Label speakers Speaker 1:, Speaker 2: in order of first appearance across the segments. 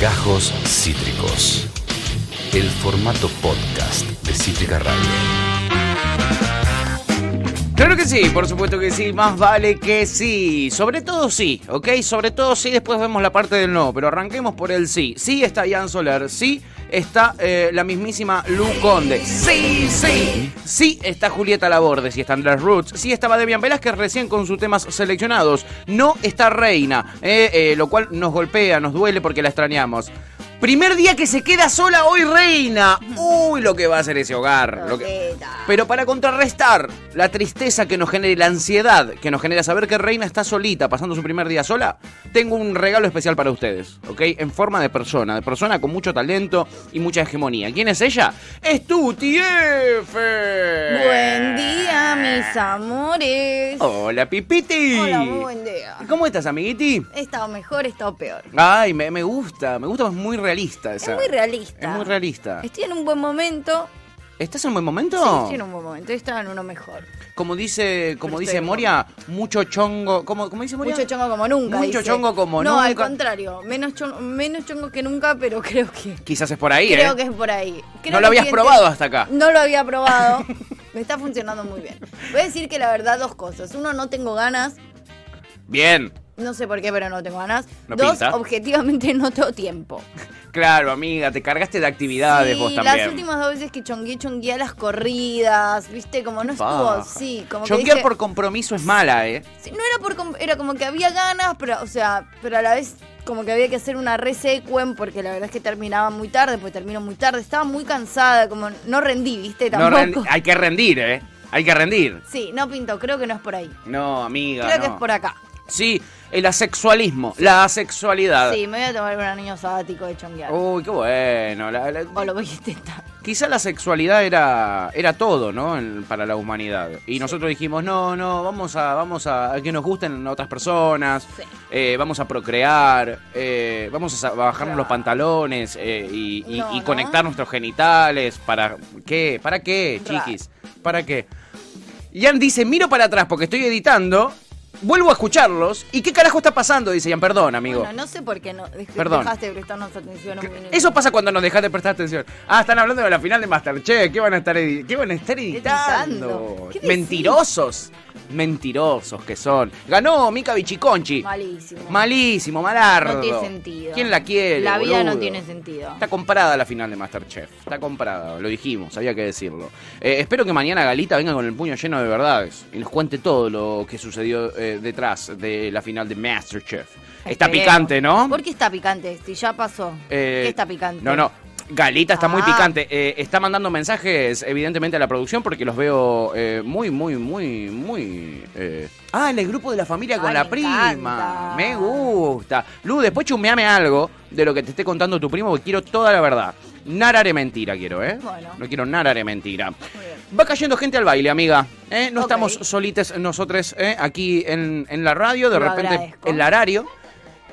Speaker 1: Gajos Cítricos. El formato podcast de Cítrica Radio.
Speaker 2: Claro que sí, por supuesto que sí, más vale que sí. Sobre todo sí, ¿ok? Sobre todo sí, después vemos la parte del no, pero arranquemos por el sí. Sí está Ian Soler, sí está eh, la mismísima Lu Conde, sí, sí. Sí está Julieta Laborde, sí está Andrés Roots, sí estaba Debian Velázquez recién con sus temas seleccionados. No está Reina, eh, eh, lo cual nos golpea, nos duele porque la extrañamos. Primer día que se queda sola hoy Reina. Uy, lo que va a hacer ese hogar. Lo que... Pero para contrarrestar la tristeza que nos genera y la ansiedad que nos genera saber que Reina está solita pasando su primer día sola, tengo un regalo especial para ustedes, ¿ok? En forma de persona, de persona con mucho talento y mucha hegemonía. ¿Quién es ella? ¡Es Tuti F! Eh.
Speaker 3: Buen día, mis amores.
Speaker 2: Hola, Pipiti.
Speaker 3: Hola, muy buen día.
Speaker 2: ¿Cómo estás, amiguiti?
Speaker 3: He estado mejor, he estado peor.
Speaker 2: Ay, me, me gusta, me gusta, es muy realista esa.
Speaker 3: Es muy realista.
Speaker 2: Es muy realista.
Speaker 3: Estoy en un buen momento.
Speaker 2: ¿Estás en un buen
Speaker 3: Sí,
Speaker 2: momento?
Speaker 3: estoy en un buen momento. Estaba en uno mejor.
Speaker 2: Como dice, como
Speaker 3: Pero
Speaker 2: dice
Speaker 3: estoy
Speaker 2: Moria, mucho chongo. ¿Cómo, cómo dice Moria?
Speaker 3: Mucho chongo como nunca.
Speaker 2: Mucho
Speaker 3: dice.
Speaker 2: chongo como
Speaker 3: No, al
Speaker 2: nunca.
Speaker 3: contrario. Menos chongo, menos chongo que nunca, pero creo que.
Speaker 2: Quizás es por ahí,
Speaker 3: Creo
Speaker 2: ¿eh?
Speaker 3: que es por ahí. Creo
Speaker 2: lo
Speaker 3: que
Speaker 2: habías
Speaker 3: siente-
Speaker 2: probado hasta acá.
Speaker 3: No lo había probado. Me está funcionando muy bien. Voy a decir que la verdad, dos cosas. Uno, no tengo ganas.
Speaker 2: Bien.
Speaker 3: No sé por qué, pero no tengo ganas.
Speaker 2: No
Speaker 3: dos,
Speaker 2: pinta.
Speaker 3: objetivamente no tengo tiempo.
Speaker 2: Claro, amiga, te cargaste de actividades
Speaker 3: Sí,
Speaker 2: vos también.
Speaker 3: las últimas dos veces que chongué, chongué a las corridas, ¿viste? Como no estuvo,
Speaker 2: Paja.
Speaker 3: sí, como que
Speaker 2: Chonquear
Speaker 3: dije-
Speaker 2: por compromiso es mala, ¿eh?
Speaker 3: Sí, no era por... com- Era como que había ganas, pero, o sea, pero a la vez como que había que hacer una resecuen porque la verdad es que terminaba muy tarde, pues terminó muy tarde. Estaba muy cansada, como no rendí, ¿viste?
Speaker 2: No
Speaker 3: Tampoco.
Speaker 2: rendi- hay que rendir, ¿eh? Hay que rendir.
Speaker 3: Sí, no pinto, creo que no es por ahí.
Speaker 2: No, amiga.
Speaker 3: Creo que
Speaker 2: no.
Speaker 3: es por acá.
Speaker 2: Sí, el asexualismo, la asexualidad.
Speaker 3: Sí, me voy a tomar un año sabático de chonguear.
Speaker 2: Uy, qué bueno. La, la-
Speaker 3: O lo voy a intentar.
Speaker 2: Quizá la sexualidad era, era todo, ¿no? En- para la humanidad. Y nosotros dijimos, no, no, vamos a, vamos a, a que nos gusten otras personas,
Speaker 3: Sí.
Speaker 2: eh, vamos a procrear, eh, vamos a sa- bajarnos
Speaker 3: Claro.
Speaker 2: los pantalones eh, y, y-
Speaker 3: No,
Speaker 2: y
Speaker 3: ¿no?
Speaker 2: conectar nuestros genitales. ¿Para qué? ¿Para qué,
Speaker 3: Ra.
Speaker 2: chiquis? ¿Para qué? Ian dice, miro para atrás porque estoy editando, vuelvo a escucharlos. ¿Y qué carajo está pasando? Dice Ian, perdón, amigo.
Speaker 3: Bueno, no sé por qué no dej-
Speaker 2: Perdón.
Speaker 3: dejaste de prestarnos atención un minuto.
Speaker 2: Eso pasa cuando nos dejas de prestar atención. Ah, están hablando de la final de Masterchef. ¿Qué van a estar, edi- qué van a estar editando?
Speaker 3: Editando. ¿Qué decís?
Speaker 2: Mentirosos. Mentirosos que son. Ganó Mica Bichiconchi.
Speaker 3: Malísimo.
Speaker 2: Malísimo, malardo.
Speaker 3: No tiene sentido.
Speaker 2: ¿Quién la quiere?
Speaker 3: La vida
Speaker 2: boludo?
Speaker 3: no tiene sentido.
Speaker 2: Está comprada la final de Masterchef. Está comprada, lo dijimos, había que decirlo. Eh, espero que mañana Galita venga con el puño lleno de verdades y nos cuente todo lo que sucedió eh, detrás de la final de Masterchef. Está
Speaker 3: Esperemos.
Speaker 2: picante, ¿no?
Speaker 3: ¿Por qué está picante? Si ya pasó.
Speaker 2: Eh,
Speaker 3: ¿Qué está picante?
Speaker 2: No, no. Galita está muy
Speaker 3: Ah.
Speaker 2: picante. Eh, está mandando mensajes, evidentemente, a la producción porque los veo eh, muy, muy, muy, muy. eh. Ah, en el grupo de la familia con
Speaker 3: Ay,
Speaker 2: la
Speaker 3: me
Speaker 2: prima.
Speaker 3: encanta.
Speaker 2: Me gusta. Lu, después chumeame algo de lo que te esté contando tu primo, porque quiero toda la verdad. Narare mentira quiero, ¿eh?
Speaker 3: Bueno.
Speaker 2: No quiero narare mentira.
Speaker 3: Muy bien.
Speaker 2: Va cayendo gente al baile, amiga. ¿eh? No
Speaker 3: Ok.
Speaker 2: estamos solites nosotros ¿eh? aquí en, en la radio. De
Speaker 3: Lo
Speaker 2: repente,
Speaker 3: agradezco.
Speaker 2: el horario.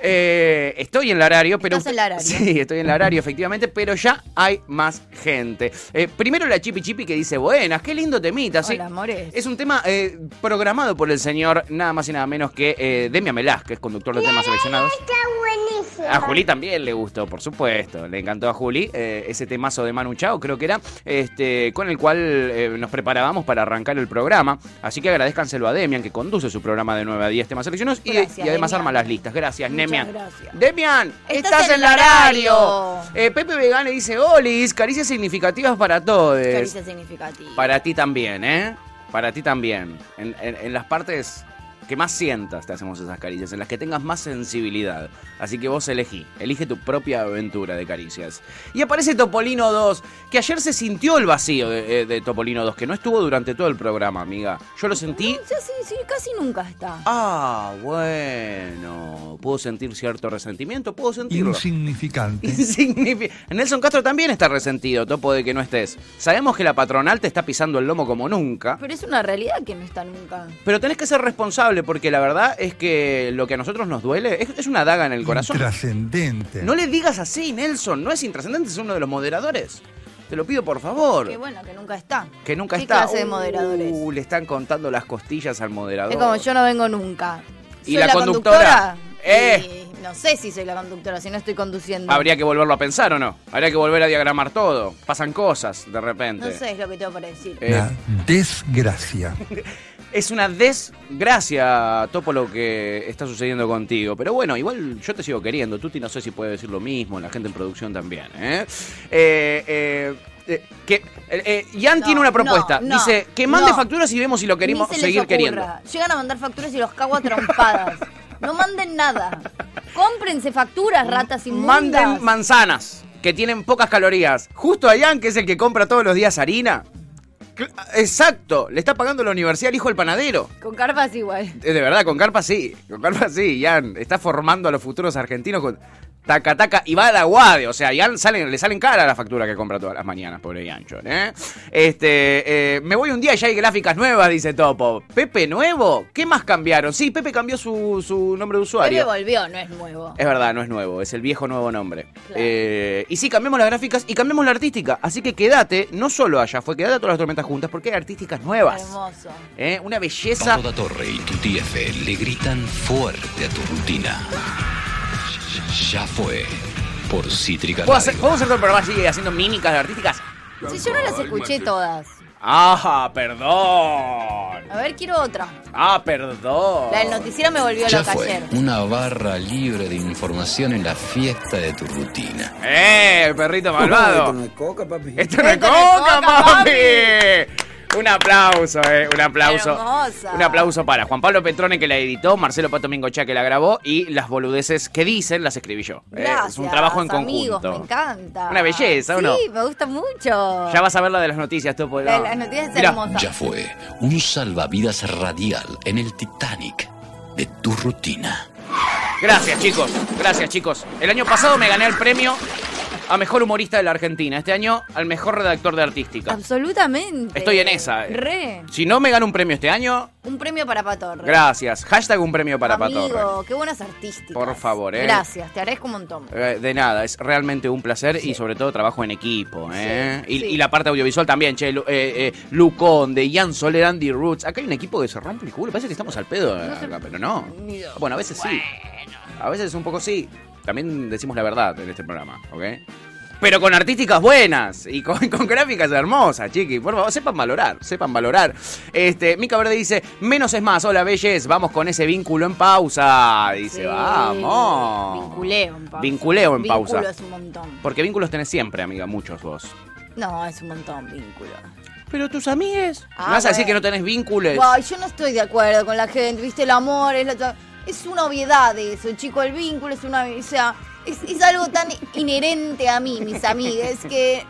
Speaker 2: Eh, estoy en el horario, pero.
Speaker 3: Estás en el horario.
Speaker 2: Sí, estoy en el horario, efectivamente, pero ya hay más gente. Eh, primero la Chipi Chipi que dice: Buenas, qué lindo temita. sí.
Speaker 3: Hola, amores.
Speaker 2: Es un tema eh, programado por el señor, nada más y nada menos que eh, Demian Velázquez, conductor de temas seleccionados. Ah,
Speaker 4: Está buenísimo.
Speaker 2: A Juli también le gustó, por supuesto. Le encantó a Juli eh, ese temazo de Manu Chao, creo que era, este, con el cual eh, nos preparábamos para arrancar el programa. Así que agradezcanselo a Demian, que conduce su programa de 9 a 10 temas seleccionados y,
Speaker 3: Gracias,
Speaker 2: y además
Speaker 3: Demian.
Speaker 2: arma las listas. Gracias,
Speaker 3: Muchas
Speaker 2: Demian.
Speaker 3: gracias.
Speaker 2: Demian,
Speaker 3: Estás
Speaker 2: estás
Speaker 3: en
Speaker 2: en el
Speaker 3: el horario.
Speaker 2: horario. Eh, Pepe Vegán le dice: Olis, caricias significativas para todos.
Speaker 3: Caricia significativa.
Speaker 2: Para ti también, ¿eh? Para ti también. En, en- en las partes que más sientas te hacemos esas caricias, en las que tengas más sensibilidad. Así que vos elegí, elige tu propia aventura de caricias. Y aparece Topolino 2, que ayer se sintió el vacío de, eh, de Topolino 2, que no estuvo durante todo el programa, amiga. Yo lo sentí...
Speaker 3: Sí, sí, sí, casi nunca está.
Speaker 2: Ah, bueno. Puedo sentir cierto resentimiento, puedo sentirlo.
Speaker 5: Insignificante.
Speaker 2: Insignifi- Nelson Castro también está resentido, topo de que no estés. Sabemos que la patronal te está pisando el lomo como nunca.
Speaker 3: Pero es una realidad que no está nunca.
Speaker 2: Pero tenés que ser responsable porque la verdad es que lo que a nosotros nos duele es, es una daga en el corazón.
Speaker 5: Trascendente.
Speaker 2: No le digas así, Nelson. No es intrascendente, es uno de los moderadores. Te lo pido por favor.
Speaker 3: Que bueno, que nunca está.
Speaker 2: Que nunca
Speaker 3: ¿Qué
Speaker 2: está.
Speaker 3: clase de moderadores?
Speaker 2: Uh, le están contando las costillas al moderador.
Speaker 3: Es como yo no vengo nunca.
Speaker 2: Y
Speaker 3: Soy
Speaker 2: la conductora.
Speaker 3: conductora
Speaker 2: Eh,
Speaker 3: y No sé si soy la conductora, si no estoy conduciendo.
Speaker 2: Habría que volverlo a pensar o no. Habría que volver a diagramar todo. Pasan cosas de repente.
Speaker 3: No sé es lo que tengo para decir.
Speaker 2: Eh,
Speaker 5: Una desgracia.
Speaker 2: Es una desgracia, Topo, lo que está sucediendo contigo. Pero bueno, igual yo te sigo queriendo. Tuti no sé si puede decir lo mismo, la gente en producción también. ¿eh? Eh, eh, eh, que, eh, eh, Ian
Speaker 3: No,
Speaker 2: tiene una propuesta.
Speaker 3: no, no,
Speaker 2: Dice que mande
Speaker 3: no.
Speaker 2: facturas y vemos si lo queremos
Speaker 3: Ni se les
Speaker 2: seguir
Speaker 3: ocurra.
Speaker 2: queriendo.
Speaker 3: Llegan a mandar facturas y los cago a trompadas. No manden nada. Cómprense facturas, ratas y
Speaker 2: Manden manzanas que tienen pocas calorías. Justo a Ian, que es el que compra todos los días harina. Cl- Exacto, le está pagando la universidad al hijo del panadero.
Speaker 3: Con carpas igual.
Speaker 2: Eh, De verdad, con Carpa sí. Con Carpa sí, Ian. Está formando a los futuros argentinos con taca taca y va a la guade. O sea, Ian salen, le salen cara a la factura que compra todas las mañanas, pobre Iancho. ¿eh? Este, eh, me voy un día y ya hay gráficas nuevas, dice Topo. ¿Pepe nuevo? ¿Qué más cambiaron? Sí, Pepe cambió su, su nombre de
Speaker 3: Pepe
Speaker 2: usuario.
Speaker 3: volvió, no es nuevo.
Speaker 2: Es verdad, no es nuevo, es el viejo nuevo nombre.
Speaker 3: Claro.
Speaker 2: Eh, y sí, cambiamos las gráficas y cambiamos la artística. Así que quédate, no solo allá, fue quédate a todas las tormentas juntas porque hay artísticas nuevas.
Speaker 3: Hermoso.
Speaker 2: ¿eh? Una belleza.
Speaker 1: Pablo da Torre y tu TF le gritan fuerte a tu rutina. Ya fue por Cítrica
Speaker 2: ¿Puedo hacer,
Speaker 1: Radio.
Speaker 2: ¿Podemos hacer todo el programa así haciendo mímicas artísticas?
Speaker 3: Si yo no las escuché todas.
Speaker 2: Ah, perdón.
Speaker 3: A ver, quiero otra.
Speaker 2: Ah, perdón.
Speaker 3: La del noticiero me volvió
Speaker 1: Ya
Speaker 3: loca
Speaker 1: fue
Speaker 3: ayer.
Speaker 2: Eh,
Speaker 1: una barra libre de información en la fiesta de tu rutina.
Speaker 2: ¡Eh, perrito malvado!
Speaker 4: Esto no es coca, papi.
Speaker 2: ¡Esto no es
Speaker 3: Esto no es
Speaker 2: coca,
Speaker 3: coca,
Speaker 2: papi! Un aplauso, eh, un aplauso.
Speaker 3: Hermosa.
Speaker 2: Un aplauso para Juan Pablo Petrone que la editó, Marcelo Pato Mingochá que la grabó y las boludeces que dicen las escribí yo. Eh,
Speaker 3: Gracias.
Speaker 2: es un trabajo en
Speaker 3: amigos,
Speaker 2: conjunto.
Speaker 3: Me encanta.
Speaker 2: Una belleza, ¿o no?
Speaker 3: Sí, me gusta mucho.
Speaker 2: Ya vas a ver la de las noticias, Topo.
Speaker 3: La de las noticias es
Speaker 2: Mirá,
Speaker 3: hermosa.
Speaker 1: Ya fue un salvavidas radial en el Titanic de tu rutina.
Speaker 2: Gracias, chicos. Gracias, chicos. El año pasado me gané el premio a mejor humorista de la Argentina. Este año al mejor redactor de artística.
Speaker 3: Absolutamente.
Speaker 2: Estoy en esa. eh.
Speaker 3: Re.
Speaker 2: Si no me gano un premio este año,
Speaker 3: Un premio para Patorre.
Speaker 2: gracias. Hashtag un premio para
Speaker 3: Amigo,
Speaker 2: Patorre.
Speaker 3: qué buenas artísticas.
Speaker 2: Por favor, eh.
Speaker 3: Gracias, te agradezco un montón.
Speaker 2: Eh, De nada, es realmente un placer y sobre todo trabajo en equipo. ¿eh?
Speaker 3: Sí,
Speaker 2: y,
Speaker 3: sí.
Speaker 2: y la parte audiovisual también, che, Lu, eh, eh, Lu Conde, Ian Soler, Andy Roots. Acá hay un equipo que se rompe el culo. Parece que estamos al pedo eh, acá, pero no.
Speaker 3: Ni dos.
Speaker 2: Bueno, a veces sí. A veces un poco sí. También decimos la verdad en este programa, ¿ok? Pero con artísticas buenas y con, con gráficas hermosas, chiqui. Por favor, sepan valorar, sepan valorar. Este, Mica Verde dice, menos es más, hola belles, vamos con ese vínculo en pausa. Dice,
Speaker 3: Sí.
Speaker 2: vamos.
Speaker 3: Vinculeo en pausa.
Speaker 2: Vinculeo en pausa.
Speaker 3: Vínculo es un montón.
Speaker 2: Porque vínculos tenés siempre, amiga, muchos vos.
Speaker 3: No, es un montón vínculo.
Speaker 2: Pero tus amigues.
Speaker 3: Ah,
Speaker 2: ¿Me vas a decir
Speaker 3: bueno.
Speaker 2: que no tenés vínculos?
Speaker 3: Guay, yo no estoy de acuerdo con la gente, viste, el amor es la... Es una obviedad eso, chico, el vínculo es una... O sea, es, es algo tan inherente a mí, mis amigas, que...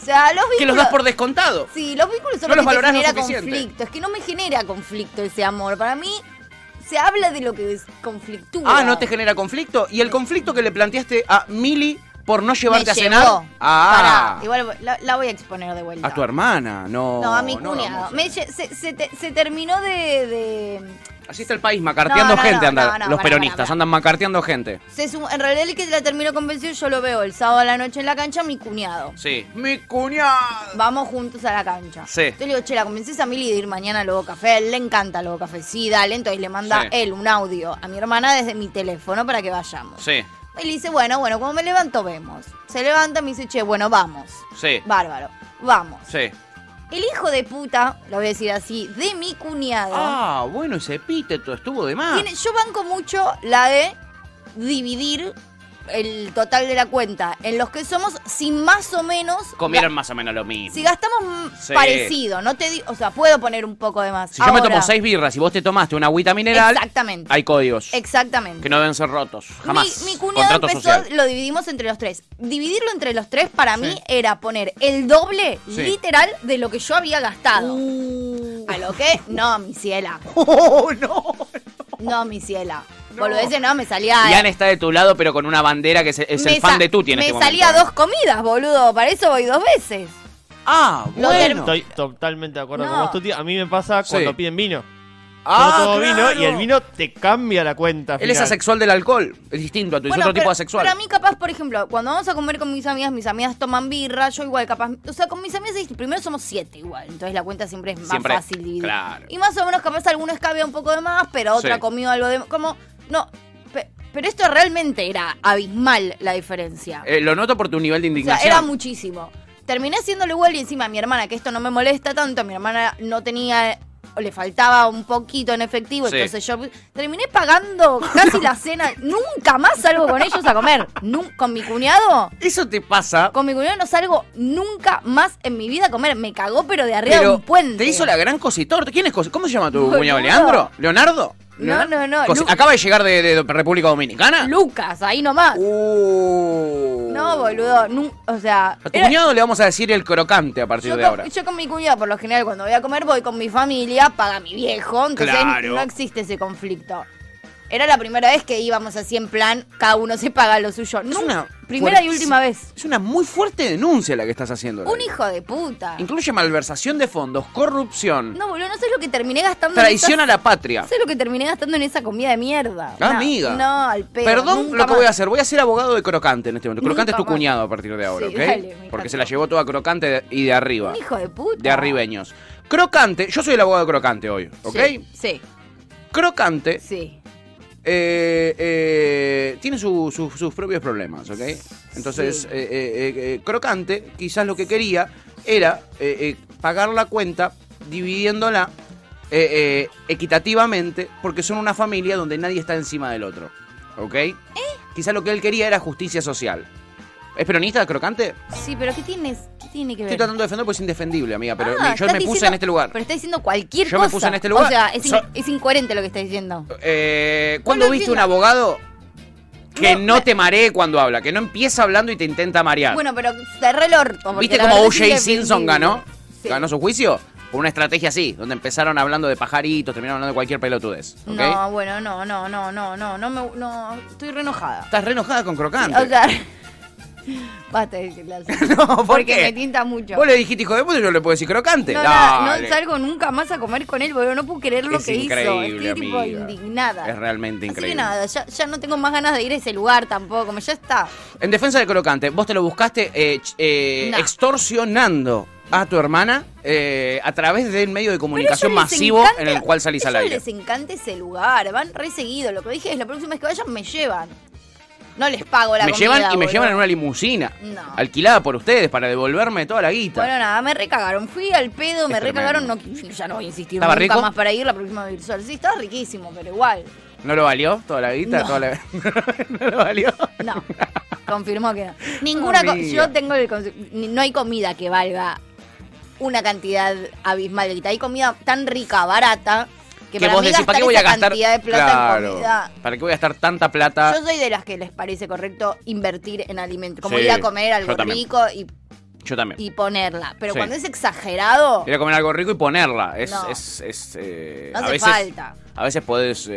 Speaker 3: O sea, los vínculos...
Speaker 2: Que los das por descontado.
Speaker 3: Sí, los vínculos son
Speaker 2: No
Speaker 3: los,
Speaker 2: los
Speaker 3: que te
Speaker 2: valorás lo
Speaker 3: genera
Speaker 2: suficiente.
Speaker 3: conflicto. Es que no me genera conflicto ese amor. Para mí, se habla de lo que es conflictura.
Speaker 2: Ah, ¿no te genera conflicto? ¿Y el conflicto que le planteaste a Mili por no llevarte
Speaker 3: Me
Speaker 2: a cenar?
Speaker 3: llevó.
Speaker 2: Ah,
Speaker 3: Pará, igual la, la voy a exponer de vuelta.
Speaker 2: a tu hermana, no.
Speaker 3: No, a mi
Speaker 2: no,
Speaker 3: cuñado.
Speaker 2: vamos.
Speaker 3: Me lle- se, se te- se terminó de... de-
Speaker 2: Así está el país, macarteando
Speaker 3: No, no,
Speaker 2: gente
Speaker 3: no,
Speaker 2: andan
Speaker 3: no, no,
Speaker 2: los
Speaker 3: pará,
Speaker 2: peronistas,
Speaker 3: pará, pará.
Speaker 2: andan macarteando gente.
Speaker 3: se sum- en realidad el que la terminó convencido yo lo veo el sábado a la noche en la cancha, mi cuñado.
Speaker 2: Sí. Mi cuñado.
Speaker 3: Vamos juntos a la cancha.
Speaker 2: Sí.
Speaker 3: Entonces le digo, che, la convences a Mili de ir mañana a Lobo Café. A él le encanta Lobo Café. Sí, dale. Entonces le manda
Speaker 2: Sí.
Speaker 3: él un audio a mi hermana desde mi teléfono para que vayamos.
Speaker 2: Sí,
Speaker 3: Y le dice, bueno, bueno, cuando me levanto vemos. Se levanta y me dice, che, bueno, vamos.
Speaker 2: sí,
Speaker 3: Bárbaro, vamos.
Speaker 2: sí.
Speaker 3: El hijo de puta, lo voy a decir así, de mi cuñado.
Speaker 2: Ah, bueno, ese epíteto estuvo de más.
Speaker 3: tiene- yo banco mucho la de dividir el total de la cuenta en los que somos si más o menos...
Speaker 2: Comieron
Speaker 3: ga-
Speaker 2: más o menos lo mismo.
Speaker 3: Si gastamos mm,
Speaker 2: Sí.
Speaker 3: parecido, no te di- o sea, puedo poner un poco de más.
Speaker 2: Si yo me
Speaker 3: Ahora-
Speaker 2: tomo seis birras y vos te tomaste una agüita mineral,
Speaker 3: Exactamente.
Speaker 2: hay códigos
Speaker 3: Exactamente.
Speaker 2: que no deben ser rotos. Jamás.
Speaker 3: Mi, mi cuñado
Speaker 2: Contrato
Speaker 3: empezó,
Speaker 2: social.
Speaker 3: lo dividimos entre los tres. Dividirlo entre los tres para mí era poner el doble
Speaker 2: Sí. Uh.
Speaker 3: literal de lo que yo había gastado. A lo que, no, mi ciela.
Speaker 2: ¡Oh, no!
Speaker 3: No, mi ciela. Por lo ese no, me salía.
Speaker 2: Ian está de tu lado, pero con una bandera que se- es
Speaker 3: me
Speaker 2: el fan
Speaker 3: sa-
Speaker 2: de Tuti en
Speaker 3: Me
Speaker 2: este momento.
Speaker 3: salía dos comidas, boludo. Para eso voy dos veces.
Speaker 2: Ah,
Speaker 3: Lo
Speaker 2: bueno.
Speaker 6: Estoy totalmente de acuerdo
Speaker 3: No.
Speaker 6: con vos, Tuti. A mí me pasa
Speaker 2: Sí.
Speaker 6: cuando piden vino.
Speaker 2: Ah,
Speaker 6: Yo tomo
Speaker 2: claro.
Speaker 6: vino y el vino te cambia la cuenta.
Speaker 2: Él es
Speaker 6: final.
Speaker 2: asexual del alcohol. Es distinto a tu.
Speaker 3: Bueno,
Speaker 2: es otro tipo
Speaker 3: pero-
Speaker 2: asexual.
Speaker 3: Pero a mí capaz, por ejemplo, cuando vamos a comer con mis amigas, mis amigas toman birra, yo igual capaz... O sea, con mis amigas es- primero somos siete igual, entonces la cuenta siempre es más
Speaker 2: Siempre,
Speaker 3: fácil dividir.
Speaker 2: claro.
Speaker 3: Y más o menos capaz alguno escabea un poco de más, pero otra
Speaker 2: Sí.
Speaker 3: comió algo de... Como, no, pe- Pero esto realmente era abismal la diferencia.
Speaker 2: Eh, lo noto por tu nivel de
Speaker 3: O sea,
Speaker 2: indignación.
Speaker 3: era muchísimo. Terminé haciéndolo igual y encima a mi hermana, que esto no me molesta tanto, mi hermana no tenía, o le faltaba un poquito en efectivo,
Speaker 2: Sí.
Speaker 3: entonces yo terminé pagando casi la cena. Nunca más salgo con ellos a comer. Nun- con mi cuñado,
Speaker 2: Eso te pasa.
Speaker 3: con mi cuñado no salgo nunca más en mi vida a comer. Me cagó, pero de arriba de
Speaker 2: Pero
Speaker 3: un
Speaker 2: te
Speaker 3: puente.
Speaker 2: hizo la gran cositorta. ¿Quién es cosi- ¿Cómo se llama tu
Speaker 3: Boludo.
Speaker 2: cuñado? ¿Leandro? ¿Leonardo?
Speaker 3: No,
Speaker 2: ¿Leonardo?
Speaker 3: no, no,
Speaker 2: Cosi-
Speaker 3: Lu-
Speaker 2: ¿Acaba de llegar de, de República Dominicana?
Speaker 3: Lucas, ahí nomás.
Speaker 2: Uh.
Speaker 3: No, boludo, nun- o sea...
Speaker 2: A tu
Speaker 3: era-
Speaker 2: cuñado le vamos a decir el crocante a partir
Speaker 3: Yo
Speaker 2: de
Speaker 3: con,
Speaker 2: ahora.
Speaker 3: yo con mi cuñada, por lo general, cuando voy a comer, voy con mi familia, paga mi viejo, entonces
Speaker 2: Claro.
Speaker 3: no existe ese conflicto. Era la primera vez que íbamos así en plan, cada uno se paga lo suyo.
Speaker 2: Es
Speaker 3: Nun-
Speaker 2: una
Speaker 3: primera y
Speaker 2: fuerci-
Speaker 3: última vez.
Speaker 2: Es una muy fuerte denuncia la que estás haciendo.
Speaker 3: Un
Speaker 2: Lali.
Speaker 3: hijo de puta.
Speaker 2: Incluye malversación de fondos, corrupción,
Speaker 3: No, boludo, no sé lo que terminé gastando
Speaker 2: traición
Speaker 3: en
Speaker 2: a
Speaker 3: esa,
Speaker 2: la patria.
Speaker 3: No sé lo que terminé gastando en esa comida de mierda. Una-
Speaker 2: Amiga.
Speaker 3: No, al pedo.
Speaker 2: Perdón
Speaker 3: nunca
Speaker 2: lo que voy a
Speaker 3: más.
Speaker 2: hacer. Voy a ser abogado de Crocante en este momento. Crocante es
Speaker 3: Nunca
Speaker 2: tu
Speaker 3: más.
Speaker 2: cuñado a partir de ahora,
Speaker 3: Sí,
Speaker 2: ¿ok?
Speaker 3: dale, me encantó.
Speaker 2: Porque se la llevó toda Crocante de- y de arriba.
Speaker 3: Un hijo de puta.
Speaker 2: De arribeños. Crocante, yo soy el abogado de Crocante hoy, ¿ok?
Speaker 3: Sí,
Speaker 2: Crocante
Speaker 3: sí. sí.
Speaker 2: eh, eh, tiene su- su- sus propios problemas, ¿ok? Entonces,
Speaker 3: Sí.
Speaker 2: eh, eh, eh, eh, Crocante quizás lo que quería era eh, eh, pagar la cuenta dividiéndola eh, eh, equitativamente porque son una familia donde nadie está encima del otro, ¿ok?
Speaker 3: ¿Eh?
Speaker 2: Quizás lo que él quería era justicia social. ¿Es peronista Crocante?
Speaker 3: Sí, pero ¿qué tienes? ¿Qué tiene que ver?
Speaker 2: Estoy tratando de defender porque es indefendible, amiga, pero
Speaker 3: Ah,
Speaker 2: yo
Speaker 3: estás
Speaker 2: me puse
Speaker 3: diciendo-
Speaker 2: en este lugar.
Speaker 3: Pero está diciendo cualquier
Speaker 2: Yo me
Speaker 3: cosa.
Speaker 2: puse en este lugar.
Speaker 3: O sea, es, in-
Speaker 2: So-
Speaker 3: es incoherente lo que está diciendo.
Speaker 2: Eh, ¿Cuándo
Speaker 3: No lo
Speaker 2: viste
Speaker 3: entiendo.
Speaker 2: un abogado que
Speaker 3: No,
Speaker 2: no,
Speaker 3: me-
Speaker 2: te maree cuando habla? Que no empieza hablando y te intenta marear.
Speaker 3: Bueno, pero cerré el orto. porque
Speaker 2: ¿Viste
Speaker 3: la
Speaker 2: cómo
Speaker 3: verdad es
Speaker 2: O.J.
Speaker 3: indefendible.
Speaker 2: Simpson ganó?
Speaker 3: Sí.
Speaker 2: ¿Ganó su juicio? Por una estrategia así, donde empezaron hablando de pajaritos, terminaron hablando de cualquier pelotudez. ¿ok?
Speaker 3: No, bueno, no, no, no, no, no, no me, no, estoy re enojada.
Speaker 2: Estás re enojada con Crocante.
Speaker 3: O sea, basta de decirle así.
Speaker 2: No, ¿por
Speaker 3: porque
Speaker 2: qué?
Speaker 3: me tinta mucho.
Speaker 2: Vos le dijiste hijo de puta, yo le puedo decir Crocante.
Speaker 3: no, nada, no,
Speaker 2: Dale.
Speaker 3: salgo nunca más a comer con él, boludo. No puedo creer lo
Speaker 2: Es
Speaker 3: que hizo. Estoy
Speaker 2: increíble,
Speaker 3: tipo
Speaker 2: amiga.
Speaker 3: indignada.
Speaker 2: Es realmente
Speaker 3: Así que
Speaker 2: increíble.
Speaker 3: nada, ya, ya no tengo más ganas de ir a ese lugar tampoco. Como ya está.
Speaker 2: En defensa de Crocante, vos te lo buscaste eh, ch- eh,
Speaker 3: No.
Speaker 2: extorsionando a tu hermana eh, a través del medio de comunicación
Speaker 3: Pero a ellos les
Speaker 2: masivo
Speaker 3: encanta-
Speaker 2: en el cual salís al
Speaker 3: a ellos
Speaker 2: aire.
Speaker 3: les encanta ese lugar, van re seguido. Lo que dije es, la próxima vez que vayan me llevan. No les pago la
Speaker 2: me
Speaker 3: comida,
Speaker 2: llevan y me
Speaker 3: boludo.
Speaker 2: llevan en una limusina
Speaker 3: No.
Speaker 2: alquilada por ustedes para devolverme toda la guita.
Speaker 3: Bueno, nada, me recagaron. Fui al pedo, me
Speaker 2: Es
Speaker 3: recagaron. No,
Speaker 2: tremendo.
Speaker 3: ya no voy a insistir
Speaker 2: ¿Estaba
Speaker 3: nunca
Speaker 2: rico?
Speaker 3: más para ir la próxima vez a vivir sola. Sí, estaba riquísimo, pero igual.
Speaker 2: ¿No lo valió toda la guita?
Speaker 3: No.
Speaker 2: ¿Toda la- ¿No lo valió?
Speaker 3: No, confirmó que no. Ninguna co-
Speaker 2: Amiga.
Speaker 3: Yo tengo el conce- ni- No hay comida que valga una cantidad abismal de guita. Hay comida tan rica, barata, que, para
Speaker 2: vos
Speaker 3: mí
Speaker 2: decís, ¿para
Speaker 3: gastar
Speaker 2: qué voy a
Speaker 3: esa
Speaker 2: gastar?
Speaker 3: cantidad de plata en
Speaker 2: Claro.
Speaker 3: comida...
Speaker 2: ¿Para qué voy a gastar tanta plata?
Speaker 3: Yo soy de las que les parece correcto invertir en alimentos, como
Speaker 2: Sí,
Speaker 3: ir a comer
Speaker 2: yo
Speaker 3: algo
Speaker 2: también.
Speaker 3: rico y,
Speaker 2: Yo también.
Speaker 3: y ponerla. Pero
Speaker 2: Sí.
Speaker 3: cuando es exagerado,
Speaker 2: Ir a comer algo rico y ponerla. Es,
Speaker 3: No.
Speaker 2: es, es, eh,
Speaker 3: No
Speaker 2: a
Speaker 3: hace
Speaker 2: veces,
Speaker 3: falta.
Speaker 2: A veces podés eh,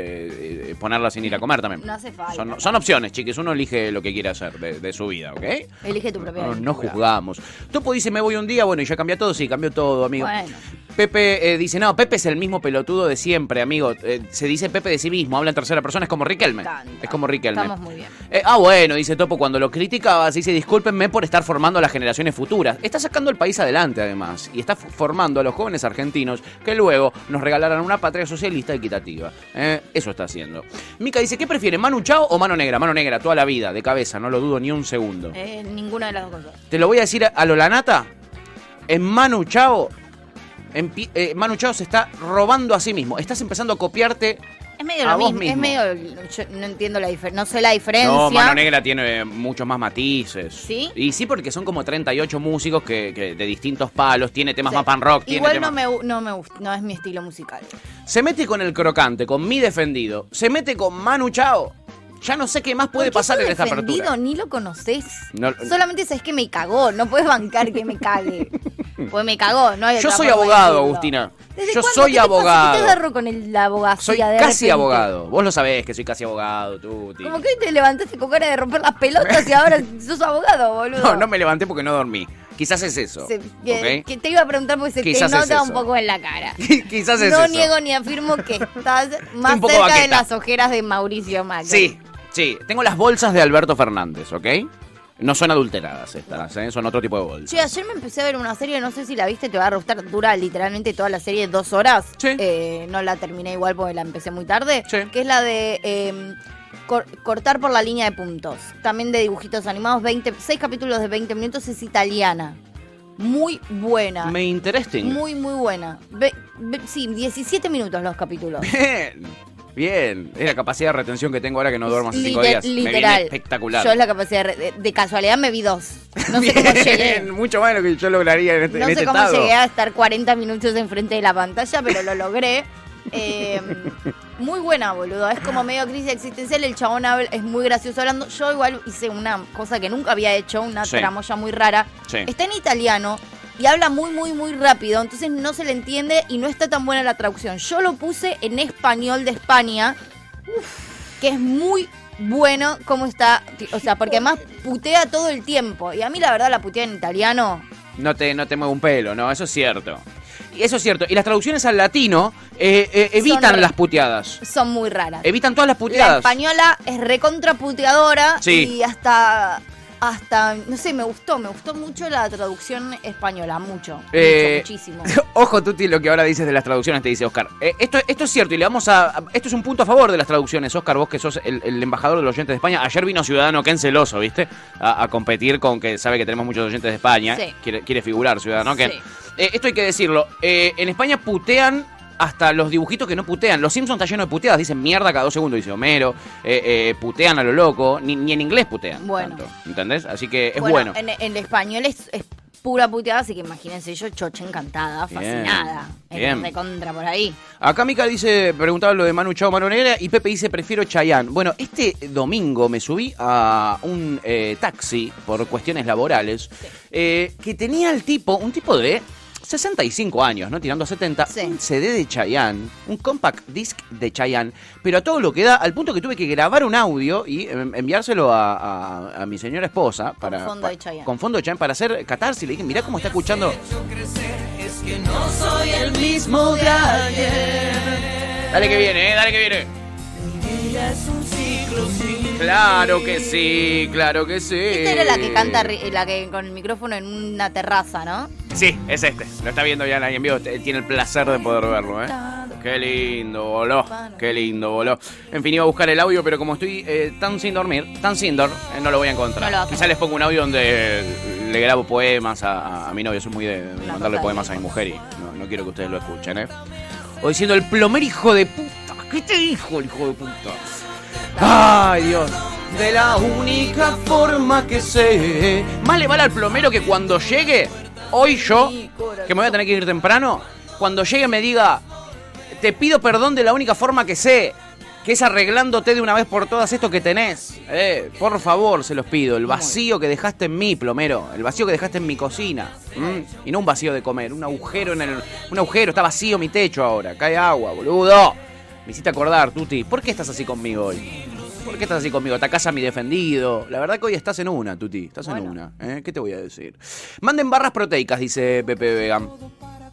Speaker 2: eh, ponerla sin ir a comer también.
Speaker 3: No hace falta.
Speaker 2: Son, son opciones, chiques. Uno elige lo que quiere hacer de, de su vida, ¿ok?
Speaker 3: elige tu propia
Speaker 2: No,
Speaker 3: vida.
Speaker 2: no juzgamos. Topo dice, me voy un día, bueno, y ya cambió todo, sí, cambió todo, amigo.
Speaker 3: Bueno.
Speaker 2: Pepe eh, dice, no, Pepe es el mismo pelotudo de siempre, amigo. Eh, se dice Pepe de sí mismo, habla en tercera persona, es como Riquelme.
Speaker 3: encanta.
Speaker 2: Es como Riquelme.
Speaker 3: Estamos muy bien.
Speaker 2: Eh, ah, bueno, dice Topo, cuando lo criticabas, dice, discúlpenme por estar formando a las generaciones futuras. Está sacando el país adelante, además, y está f- formando a los jóvenes argentinos que luego nos regalarán una patria socialista equitativa. Eh, eso está haciendo. Mica dice, ¿qué prefiere, Manu Chao o Mano Negra? Mano Negra, toda la vida, de cabeza, no lo dudo ni un segundo.
Speaker 3: Eh, ninguna de las dos cosas.
Speaker 2: Te lo voy a decir a- a Lolanata. En Manu Chao. empie- eh, Manu Chao se está robando a sí mismo. Estás empezando a copiarte.
Speaker 3: Es medio
Speaker 2: A
Speaker 3: lo
Speaker 2: vos
Speaker 3: mismo. Es
Speaker 2: mismo.
Speaker 3: medio. Yo no entiendo la diferencia. No sé la diferencia.
Speaker 2: No, Mano Negra tiene eh, muchos más matices.
Speaker 3: ¿Sí?
Speaker 2: Y sí, porque son como 38 músicos que, que de distintos palos. Tiene temas
Speaker 3: Sí.
Speaker 2: más pan rock. tiene
Speaker 3: Igual
Speaker 2: temas-
Speaker 3: no me gu- no me gusta, no es mi estilo musical.
Speaker 2: Se mete con el crocante, con mi defendido. Se mete con Manu Chao. Ya no sé qué más
Speaker 3: ¿Por
Speaker 2: puede
Speaker 3: qué
Speaker 2: pasar
Speaker 3: yo
Speaker 2: en esta
Speaker 3: defendido?
Speaker 2: apertura.
Speaker 3: Ni lo conoces.
Speaker 2: No-
Speaker 3: Solamente sabes que me cagó. No puedes bancar que me cague. Pues me cagó. No hay
Speaker 2: Yo
Speaker 3: otra
Speaker 2: soy
Speaker 3: forma de
Speaker 2: abogado,
Speaker 3: decirlo.
Speaker 2: Agustina.
Speaker 3: ¿Desde
Speaker 2: Yo
Speaker 3: cuándo?
Speaker 2: soy
Speaker 3: ¿Qué te pasa? ¿Qué
Speaker 2: abogado.
Speaker 3: te agarro con el, la abogacía
Speaker 2: Soy
Speaker 3: de
Speaker 2: casi
Speaker 3: repente?
Speaker 2: abogado. Vos lo sabés que soy casi abogado, tú, tío.
Speaker 3: Como que hoy te levantaste con cara de romper las pelotas y ahora sos abogado, boludo.
Speaker 2: No, no me levanté porque no dormí. Quizás es eso.
Speaker 3: Se- que,
Speaker 2: ¿ok?
Speaker 3: que te iba a preguntar porque se
Speaker 2: Quizás
Speaker 3: te
Speaker 2: es
Speaker 3: nota un
Speaker 2: eso.
Speaker 3: poco en la cara.
Speaker 2: Quizás es
Speaker 3: no
Speaker 2: eso.
Speaker 3: niego ni afirmo que estás más
Speaker 2: un poco
Speaker 3: cerca de
Speaker 2: baqueta.
Speaker 3: las ojeras de Mauricio Macri.
Speaker 2: Sí, sí. Tengo las bolsas de Alberto Fernández, ¿ok? No son adulteradas estas, ¿eh? son otro tipo de bolsas.
Speaker 3: Che, ayer me empecé a ver una serie, no sé si la viste, te va a gustar, dura literalmente toda la serie dos horas.
Speaker 2: Sí.
Speaker 3: Eh, no la terminé igual porque la empecé muy tarde.
Speaker 2: Sí.
Speaker 3: Que es la de eh, Cor- cortar por la línea de puntos. También de dibujitos animados, 20, 6 capítulos de 20 minutos, es italiana. Muy buena.
Speaker 2: Me interesting.
Speaker 3: Muy, muy buena. Ve- ve- sí, 17 minutos los capítulos.
Speaker 2: Bien. Bien. Es la capacidad de retención que tengo ahora que no duermo hace cinco
Speaker 3: Liter-
Speaker 2: días. Me viene
Speaker 3: literal.
Speaker 2: espectacular.
Speaker 3: Yo es la capacidad de, de- de casualidad me vi dos. No sé cómo llegué.
Speaker 2: Bien, Mucho más de lo que yo lograría en este,
Speaker 3: No
Speaker 2: en
Speaker 3: sé
Speaker 2: este
Speaker 3: cómo
Speaker 2: estado.
Speaker 3: llegué a estar 40 minutos enfrente de la pantalla, pero lo logré. Eh, muy buena, boludo. Es como medio crisis existencial. El chabón habla- es muy gracioso hablando. Yo igual hice una cosa que nunca había hecho, una
Speaker 2: Sí.
Speaker 3: tramoya muy rara.
Speaker 2: Sí.
Speaker 3: Está en italiano y habla muy, muy, muy rápido. Entonces no se le entiende y no está tan buena la traducción. Yo lo puse en español de España, que es muy bueno cómo está. O sea, porque además putea todo el tiempo. Y a mí la verdad la putea en italiano.
Speaker 2: No te, no te mueve un pelo, no, eso es cierto. Y eso es cierto. Y las traducciones al latino eh, eh, evitan
Speaker 3: Son-
Speaker 2: las puteadas.
Speaker 3: son muy raras.
Speaker 2: Evitan todas las
Speaker 3: La
Speaker 2: puteadas.
Speaker 3: española es recontraputeadora
Speaker 2: Sí.
Speaker 3: y hasta hasta no sé, me gustó, me gustó mucho la traducción española, mucho,
Speaker 2: Eh,
Speaker 3: mucho muchísimo.
Speaker 2: Ojo, Tuti, lo que ahora dices de las traducciones, te dice Oscar. Eh, esto, esto es cierto y le vamos a, a- Esto es un punto a favor de las traducciones, Oscar, vos que sos el, el embajador de los oyentes de España. Ayer vino Ciudadano Ken celoso, ¿viste? A, a competir con que sabe que tenemos muchos oyentes de España.
Speaker 3: Sí.
Speaker 2: Quiere, quiere figurar Ciudadano Ken.
Speaker 3: Sí.
Speaker 2: Eh, esto hay que decirlo. Eh, en España putean hasta los dibujitos que no putean. Los Simpsons está lleno de puteadas. Dicen mierda cada dos segundos, dice Homero. Eh, eh, putean a lo loco. Ni, ni en inglés putean.
Speaker 3: Bueno.
Speaker 2: tanto, ¿Entendés? Así que es bueno.
Speaker 3: En, en el español es, es pura puteada, así que imagínense yo chocha encantada,
Speaker 2: Bien,
Speaker 3: fascinada,
Speaker 2: bien.
Speaker 3: en recontra por ahí.
Speaker 2: Acá Mica dice, preguntaba lo de Manu Chao, Manu Negra, y Pepe dice, prefiero Chayanne. Bueno, este domingo me subí a un eh, taxi por cuestiones laborales, eh, que tenía el tipo, un tipo de 65 años, ¿no? Tirando a 70,
Speaker 3: Sí.
Speaker 2: un CD de Chayanne, un compact disc de Chayanne, pero a todo lo que da, al punto que tuve que grabar un audio y eh, enviárselo a, a- a mi señora esposa. Para,
Speaker 3: fondo de Chayanne.
Speaker 2: Con fondo de Chayanne, para hacer catarsis. Le dije, mirá cómo está escuchando... Dale que viene, eh, dale que viene. Claro que sí, claro que sí.
Speaker 3: Esta era la
Speaker 2: Eh.
Speaker 3: que canta ri- la que con el micrófono en una terraza, ¿no?
Speaker 2: Sí, es este. Lo está viendo ya en en vivo. T- Tiene el placer de poder verlo, ¿eh? Qué lindo, voló. Qué lindo, voló. En fin, iba a buscar el audio, pero como estoy eh, tan sin dormir, tan sin dormir, no lo voy a encontrar.
Speaker 3: No lo vas a
Speaker 2: Quizá les pongo un audio donde eh, le grabo poemas a, a- a mi novio. Soy muy de de
Speaker 3: Una
Speaker 2: mandarle
Speaker 3: cosa
Speaker 2: poemas
Speaker 3: de-
Speaker 2: a mi mujer y no, no quiero que ustedes lo escuchen, ¿eh? O diciendo, el plomer hijo de puta. ¿Qué te dijo el hijo de puta? Ay, Dios. De la única forma que sé. Más le vale al plomero que cuando llegue, hoy yo, que me voy a tener que ir temprano, cuando llegue me diga, te pido perdón de la única forma que sé, que es arreglándote de una vez por todas esto que tenés. Eh, por favor, se los pido. El vacío que dejaste en mí, plomero. El vacío que dejaste en mi cocina. ¿Mm? Y no un vacío de comer, un agujero en el. Un agujero, está vacío mi techo ahora. Cae agua, boludo. Me hiciste acordar, Tuti. ¿Por qué estás así conmigo hoy? ¿Por qué estás así conmigo? Atacás a mi defendido. La verdad que hoy estás en una, Tuti. Estás en una. ¿eh? ¿Qué te voy a decir? Manden barras proteicas, dice Pepe Vegan.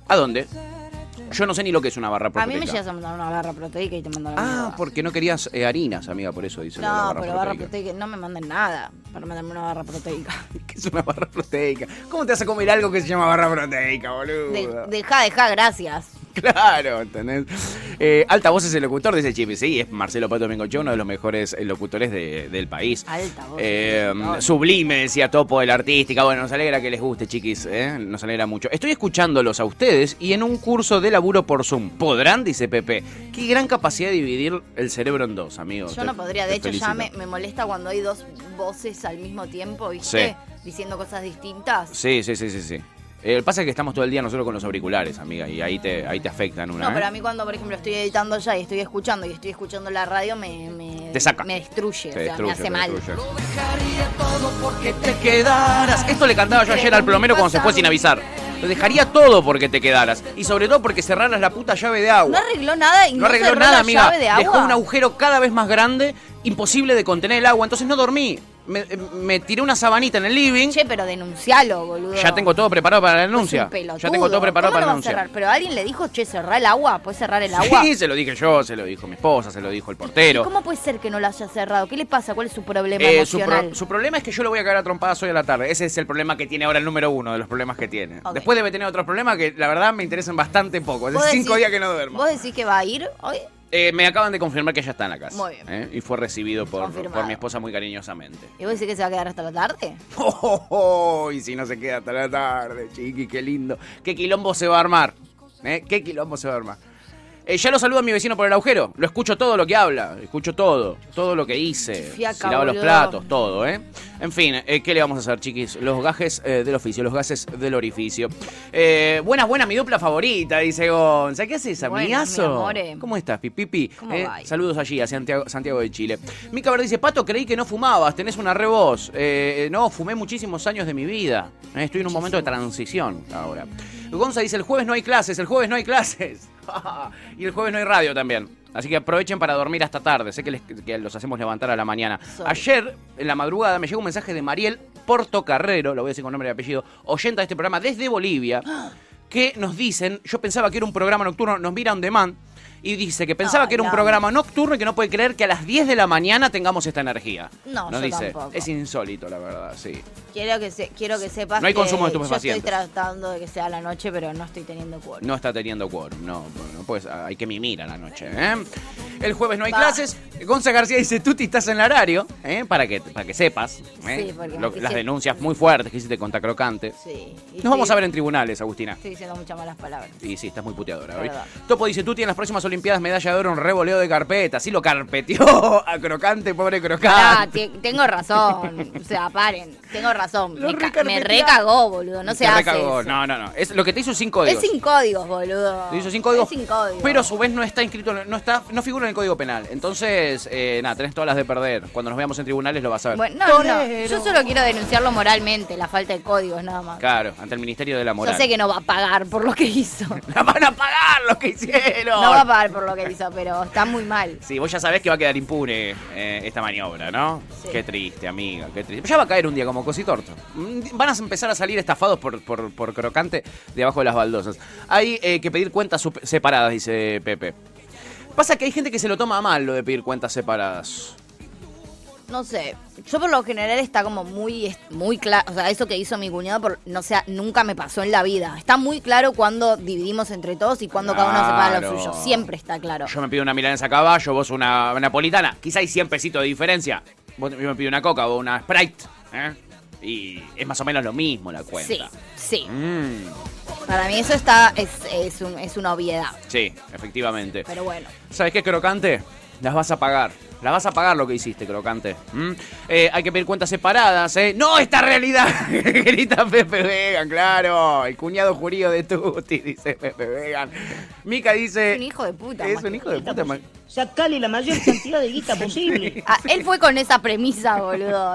Speaker 2: ¿A dónde? Yo no sé ni lo que es una barra
Speaker 3: A
Speaker 2: proteica.
Speaker 3: mí me llegas a mandar una barra proteica y te mandan la
Speaker 2: Ah,
Speaker 3: mierda.
Speaker 2: porque no querías eh, harinas, amiga, por eso dice lo de la
Speaker 3: No,
Speaker 2: barra
Speaker 3: pero barra
Speaker 2: proteica.
Speaker 3: proteica, no me manden nada para mandarme una barra proteica.
Speaker 2: ¿Qué es una barra proteica? ¿Cómo te vas a comer algo que se llama barra proteica, boludo?
Speaker 3: De- deja, deja, gracias.
Speaker 2: Claro, ¿entendés? Eh, alta voz es el locutor, dice Chipi. Sí, es Marcelo Pato Mingoche, uno de los mejores eh, locutores de- del país.
Speaker 3: Alta voz.
Speaker 2: Eh, sublime, decía Topo de la artística. Bueno, nos alegra que les guste, chiquis. ¿eh? Nos alegra mucho. Estoy escuchándolos a ustedes y en un curso de laburo por Zoom. ¿Podrán? Dice Pepe. Qué gran capacidad de dividir el cerebro en dos, amigos.
Speaker 3: Yo no podría, de hecho ya me, me molesta cuando hay dos voces al mismo tiempo, ¿viste? Diciendo cosas distintas.
Speaker 2: Sí, sí, sí, sí, sí. El pasa es que estamos todo el día nosotros con los auriculares, amiga, y ahí te, ahí te afectan una.
Speaker 3: No,
Speaker 2: ¿eh?
Speaker 3: pero a mí cuando, por ejemplo, estoy editando ya y estoy escuchando y estoy escuchando la radio, me, me,
Speaker 2: Te saca.
Speaker 3: me destruye,
Speaker 2: Te
Speaker 3: o sea,
Speaker 2: destruye,
Speaker 3: me hace
Speaker 2: te
Speaker 3: mal.
Speaker 2: destruye. te quedaras. Esto le cantaba yo ayer al plomero cuando se fue sin avisar. Lo dejaría todo porque te quedaras. Y sobre todo porque cerraras la puta llave de
Speaker 3: No
Speaker 2: agua.
Speaker 3: arregló nada y no,
Speaker 2: No arregló
Speaker 3: cerró
Speaker 2: nada,
Speaker 3: la
Speaker 2: amiga.
Speaker 3: llave de agua.
Speaker 2: Dejó un agujero cada vez más grande, imposible de contener el agua. Entonces no dormí. Me, eh, me tiré una sabanita en el living.
Speaker 3: Che, pero denuncialo, boludo.
Speaker 2: Ya tengo todo preparado para la denuncia.
Speaker 3: Pelotudo.
Speaker 2: Ya tengo todo preparado
Speaker 3: ¿Cómo
Speaker 2: para
Speaker 3: lo
Speaker 2: la
Speaker 3: vas a cerrar?
Speaker 2: denuncia.
Speaker 3: Pero alguien le dijo, che, cerrá el agua, ¿puedes cerrar el agua?
Speaker 2: Sí, se lo dije yo, se lo dijo mi esposa, se lo dijo el
Speaker 3: ¿Y
Speaker 2: portero.
Speaker 3: ¿Cómo puede ser que no lo haya cerrado? ¿Qué le pasa? ¿Cuál es su problema
Speaker 2: Eh, su, pro-
Speaker 3: emocional?
Speaker 2: su problema es que yo lo voy a cagar a trompadas hoy a la tarde. Ese es el problema que tiene ahora el número uno de los problemas que tiene.
Speaker 3: Ok.
Speaker 2: Después debe tener otros problemas que la verdad me interesan bastante poco. Hace
Speaker 3: ¿Vos
Speaker 2: cinco
Speaker 3: decís-
Speaker 2: días que no duermo.
Speaker 3: ¿Vos decís que va a ir hoy?
Speaker 2: Eh, me acaban de confirmar que ya está en la casa.
Speaker 3: Muy bien.
Speaker 2: ¿eh? Y fue recibido por,
Speaker 3: Confirmado.
Speaker 2: por mi esposa muy cariñosamente.
Speaker 3: ¿Y vos decís que se va a quedar hasta la tarde?
Speaker 2: Oh, y si no se queda hasta la tarde, chiqui, qué lindo. ¿Qué quilombo se va a armar? ¿Eh? ¿Qué quilombo se va a armar? Eh, ya lo saludo a mi vecino por el agujero. Lo escucho todo lo que habla. Escucho todo. Todo lo que hice.
Speaker 3: Fiaca,
Speaker 2: si lava los
Speaker 3: boludo.
Speaker 2: platos, todo, ¿eh? En fin, eh, ¿qué le vamos a hacer, chiquis? Los gajes eh, del oficio, los gases del orificio. Eh, buenas, buenas, mi dupla favorita, dice Gonza. ¿Qué haces,
Speaker 3: Buenas, mi
Speaker 2: amigazo?
Speaker 3: amore.
Speaker 2: ¿Cómo estás, Pipipi?
Speaker 3: ¿Cómo
Speaker 2: Eh,
Speaker 3: va?
Speaker 2: Saludos allí a Santiago, Santiago de Chile. Mica Verde dice, Pato, creí que no fumabas, tenés una re voz. Eh, no, fumé muchísimos años de mi vida. Eh, estoy en un momento de transición ahora. Gonza dice, el jueves no hay clases, el jueves no hay clases. y el jueves no hay radio también. Así que aprovechen para dormir hasta tarde. Sé que, les- que los hacemos levantar a la mañana.
Speaker 3: Sorry.
Speaker 2: Ayer, en la madrugada, me llegó un mensaje de Mariel Portocarrero, lo voy a decir con nombre y apellido, oyenta de este programa desde Bolivia, que nos dicen, yo pensaba que era un programa nocturno, nos mira on demand, y dice que pensaba
Speaker 3: Ay,
Speaker 2: que era un
Speaker 3: la
Speaker 2: programa nocturno y que no puede creer que a las 10 de la mañana tengamos esta energía.
Speaker 3: No,
Speaker 2: nos
Speaker 3: yo
Speaker 2: dice.
Speaker 3: tampoco.
Speaker 2: Es insólito, la verdad, sí.
Speaker 3: Quiero que, se, quiero que sepas
Speaker 2: No hay
Speaker 3: que
Speaker 2: consumo de
Speaker 3: yo estoy
Speaker 2: estupefacientes.
Speaker 3: tratando de que sea la noche, pero no estoy teniendo cuerpo.
Speaker 2: No está teniendo quórum, no, no, pues hay que mimir a la noche, ¿eh? El jueves no hay
Speaker 3: Va.
Speaker 2: clases. Gonza García dice, Tuti, estás en el horario, ¿eh? Para que, para que sepas, ¿eh?
Speaker 3: Sí, porque
Speaker 2: Lo-
Speaker 3: me
Speaker 2: las
Speaker 3: quise-
Speaker 2: denuncias muy fuertes que hiciste contra Crocante.
Speaker 3: Sí. Y
Speaker 2: Nos vamos
Speaker 3: estoy-
Speaker 2: a ver en tribunales, Agustina.
Speaker 3: Estoy diciendo muchas malas palabras.
Speaker 2: Y sí, estás muy puteadora hoy.
Speaker 3: Verdad.
Speaker 2: Topo dice, Tuti en las próximas Olimpiadas medalla de oro, un revoleo de carpeta. Sí, lo carpeteó a Crocante, pobre
Speaker 3: Pará,
Speaker 2: Crocante.
Speaker 3: Ah, te- tengo razón. O sea, paren. Tengo razón.
Speaker 2: Lo
Speaker 3: Me, ca-
Speaker 2: recarpetea.
Speaker 3: me recagó, boludo. No
Speaker 2: Te
Speaker 3: se hace.
Speaker 2: recagó.
Speaker 3: eso.
Speaker 2: No, no, no. Es lo que te hizo sin códigos.
Speaker 3: Es sin códigos, boludo.
Speaker 2: Te hizo sin códigos.
Speaker 3: Es sin códigos.
Speaker 2: Pero a su vez no está inscrito, en- no está, no figura en el código penal. Entonces, eh, nada, tenés todas las de perder. Cuando nos veamos en tribunales lo vas a ver.
Speaker 3: Bueno, no, no. Yo solo quiero denunciarlo moralmente, la falta de códigos nada más.
Speaker 2: Claro, ante el Ministerio de la Moral.
Speaker 3: Yo sé que no va a pagar por lo que hizo.
Speaker 2: La van a pagar los que hicieron.
Speaker 3: No va a pagar por lo que hizo, pero está muy mal.
Speaker 2: Sí, vos ya sabés que va a quedar impune eh, esta maniobra, ¿no?
Speaker 3: Sí.
Speaker 2: Qué triste, amiga, qué triste. Ya va a caer un día como cositorto. Mm, Van a empezar a salir estafados por, por, por crocante de abajo de las baldosas. Hay eh, que pedir cuentas sup- separadas, dice Pepe. Pasa que hay gente que se lo toma a mal lo de pedir cuentas separadas.
Speaker 3: No sé. Yo por lo general está como muy, es- muy claro. O sea, eso que hizo mi cuñado, por, no sé, nunca me pasó en la vida. Está muy claro cuando dividimos entre todos y cuando cada uno separa
Speaker 2: Claro.
Speaker 3: lo suyo. Siempre está claro.
Speaker 2: Yo me pido una milanesa a caballo, vos una napolitana. Quizá hay 100 pesitos de diferencia. Vos, yo me pido una coca o una Sprite. ¿eh? Y es más o menos lo mismo la
Speaker 3: Sí,
Speaker 2: cuenta.
Speaker 3: sí.
Speaker 2: Mm,
Speaker 3: Para mí eso está, es, es, un- es una obviedad.
Speaker 2: sí, efectivamente.
Speaker 3: Pero bueno.
Speaker 2: ¿Sabes qué, Crocante? Las vas a pagar. Las vas a pagar lo que hiciste, Crocante. ¿Mm? Eh, hay que pedir cuentas separadas, ¿eh? ¡No, esta realidad! Grita Pepe Vegan, claro. El cuñado jurío de Tuti, dice Pepe Vegan. Mica dice...
Speaker 3: Es un hijo de puta,
Speaker 2: Es
Speaker 3: más
Speaker 2: un
Speaker 3: que
Speaker 2: hijo de
Speaker 3: puta,
Speaker 2: puta.
Speaker 3: pues.
Speaker 2: ma-
Speaker 4: Sacale la mayor cantidad de guita posible.
Speaker 3: Ah, él fue con esa premisa, boludo,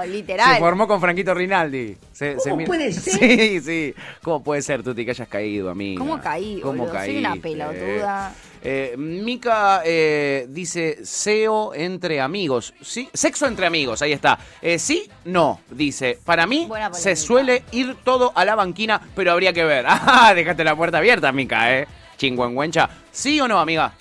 Speaker 2: Se
Speaker 3: literal.
Speaker 2: formó con Franquito Rinaldi. Se, se
Speaker 4: ¿Cómo
Speaker 2: mira-
Speaker 4: puede ser?
Speaker 2: Sí, sí. ¿Cómo puede ser, Tuti, que hayas caído, amiga?
Speaker 3: ¿Cómo caí,
Speaker 2: ¿Cómo
Speaker 3: boludo? Soy una
Speaker 2: caíste?
Speaker 3: pelotuda.
Speaker 2: Eh, Mica eh, dice SEO entre amigos. Sí, sexo entre amigos, ahí está. Eh, sí, no, dice. Para mí
Speaker 3: Buena
Speaker 2: se
Speaker 3: polémica.
Speaker 2: suele ir todo a la banquina, pero habría que ver. Ah, dejaste la puerta abierta, Mica, ¿eh? Chingüengüencha. ¿Sí o no, amiga?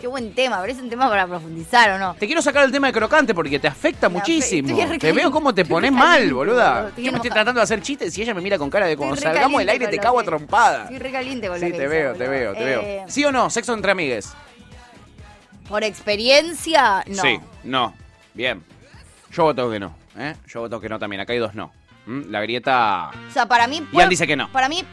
Speaker 3: Qué buen tema, pero es un tema para profundizar, ¿o no?
Speaker 2: Te quiero sacar el tema de crocante porque te afecta
Speaker 3: Me
Speaker 2: muchísimo.
Speaker 3: afecta, estoy
Speaker 2: te veo cómo te
Speaker 3: recaliente,
Speaker 2: pones
Speaker 3: estoy
Speaker 2: mal,
Speaker 3: recaliente, boludo,
Speaker 2: boluda.
Speaker 3: estoy
Speaker 2: Yo me estoy
Speaker 3: enojada.
Speaker 2: tratando de hacer chistes y ella me mira con cara de cuando
Speaker 3: Estoy re
Speaker 2: salgamos del
Speaker 3: caliente
Speaker 2: aire te
Speaker 3: con lo
Speaker 2: cago a
Speaker 3: que-
Speaker 2: trompada.
Speaker 3: Estoy re caliente con lo
Speaker 2: Sí,
Speaker 3: que
Speaker 2: te
Speaker 3: hizo,
Speaker 2: veo,
Speaker 3: boludo.
Speaker 2: te veo, te
Speaker 3: Eh,
Speaker 2: veo. ¿Sí o no? Sexo entre amigues.
Speaker 3: Por experiencia, no.
Speaker 2: Sí, no. Bien. Yo voto que no. ¿eh? Yo voto que no también. Acá hay dos no. ¿Mm? La grieta,
Speaker 3: O sea, para mí.
Speaker 2: Ian dice que no.
Speaker 3: Para mí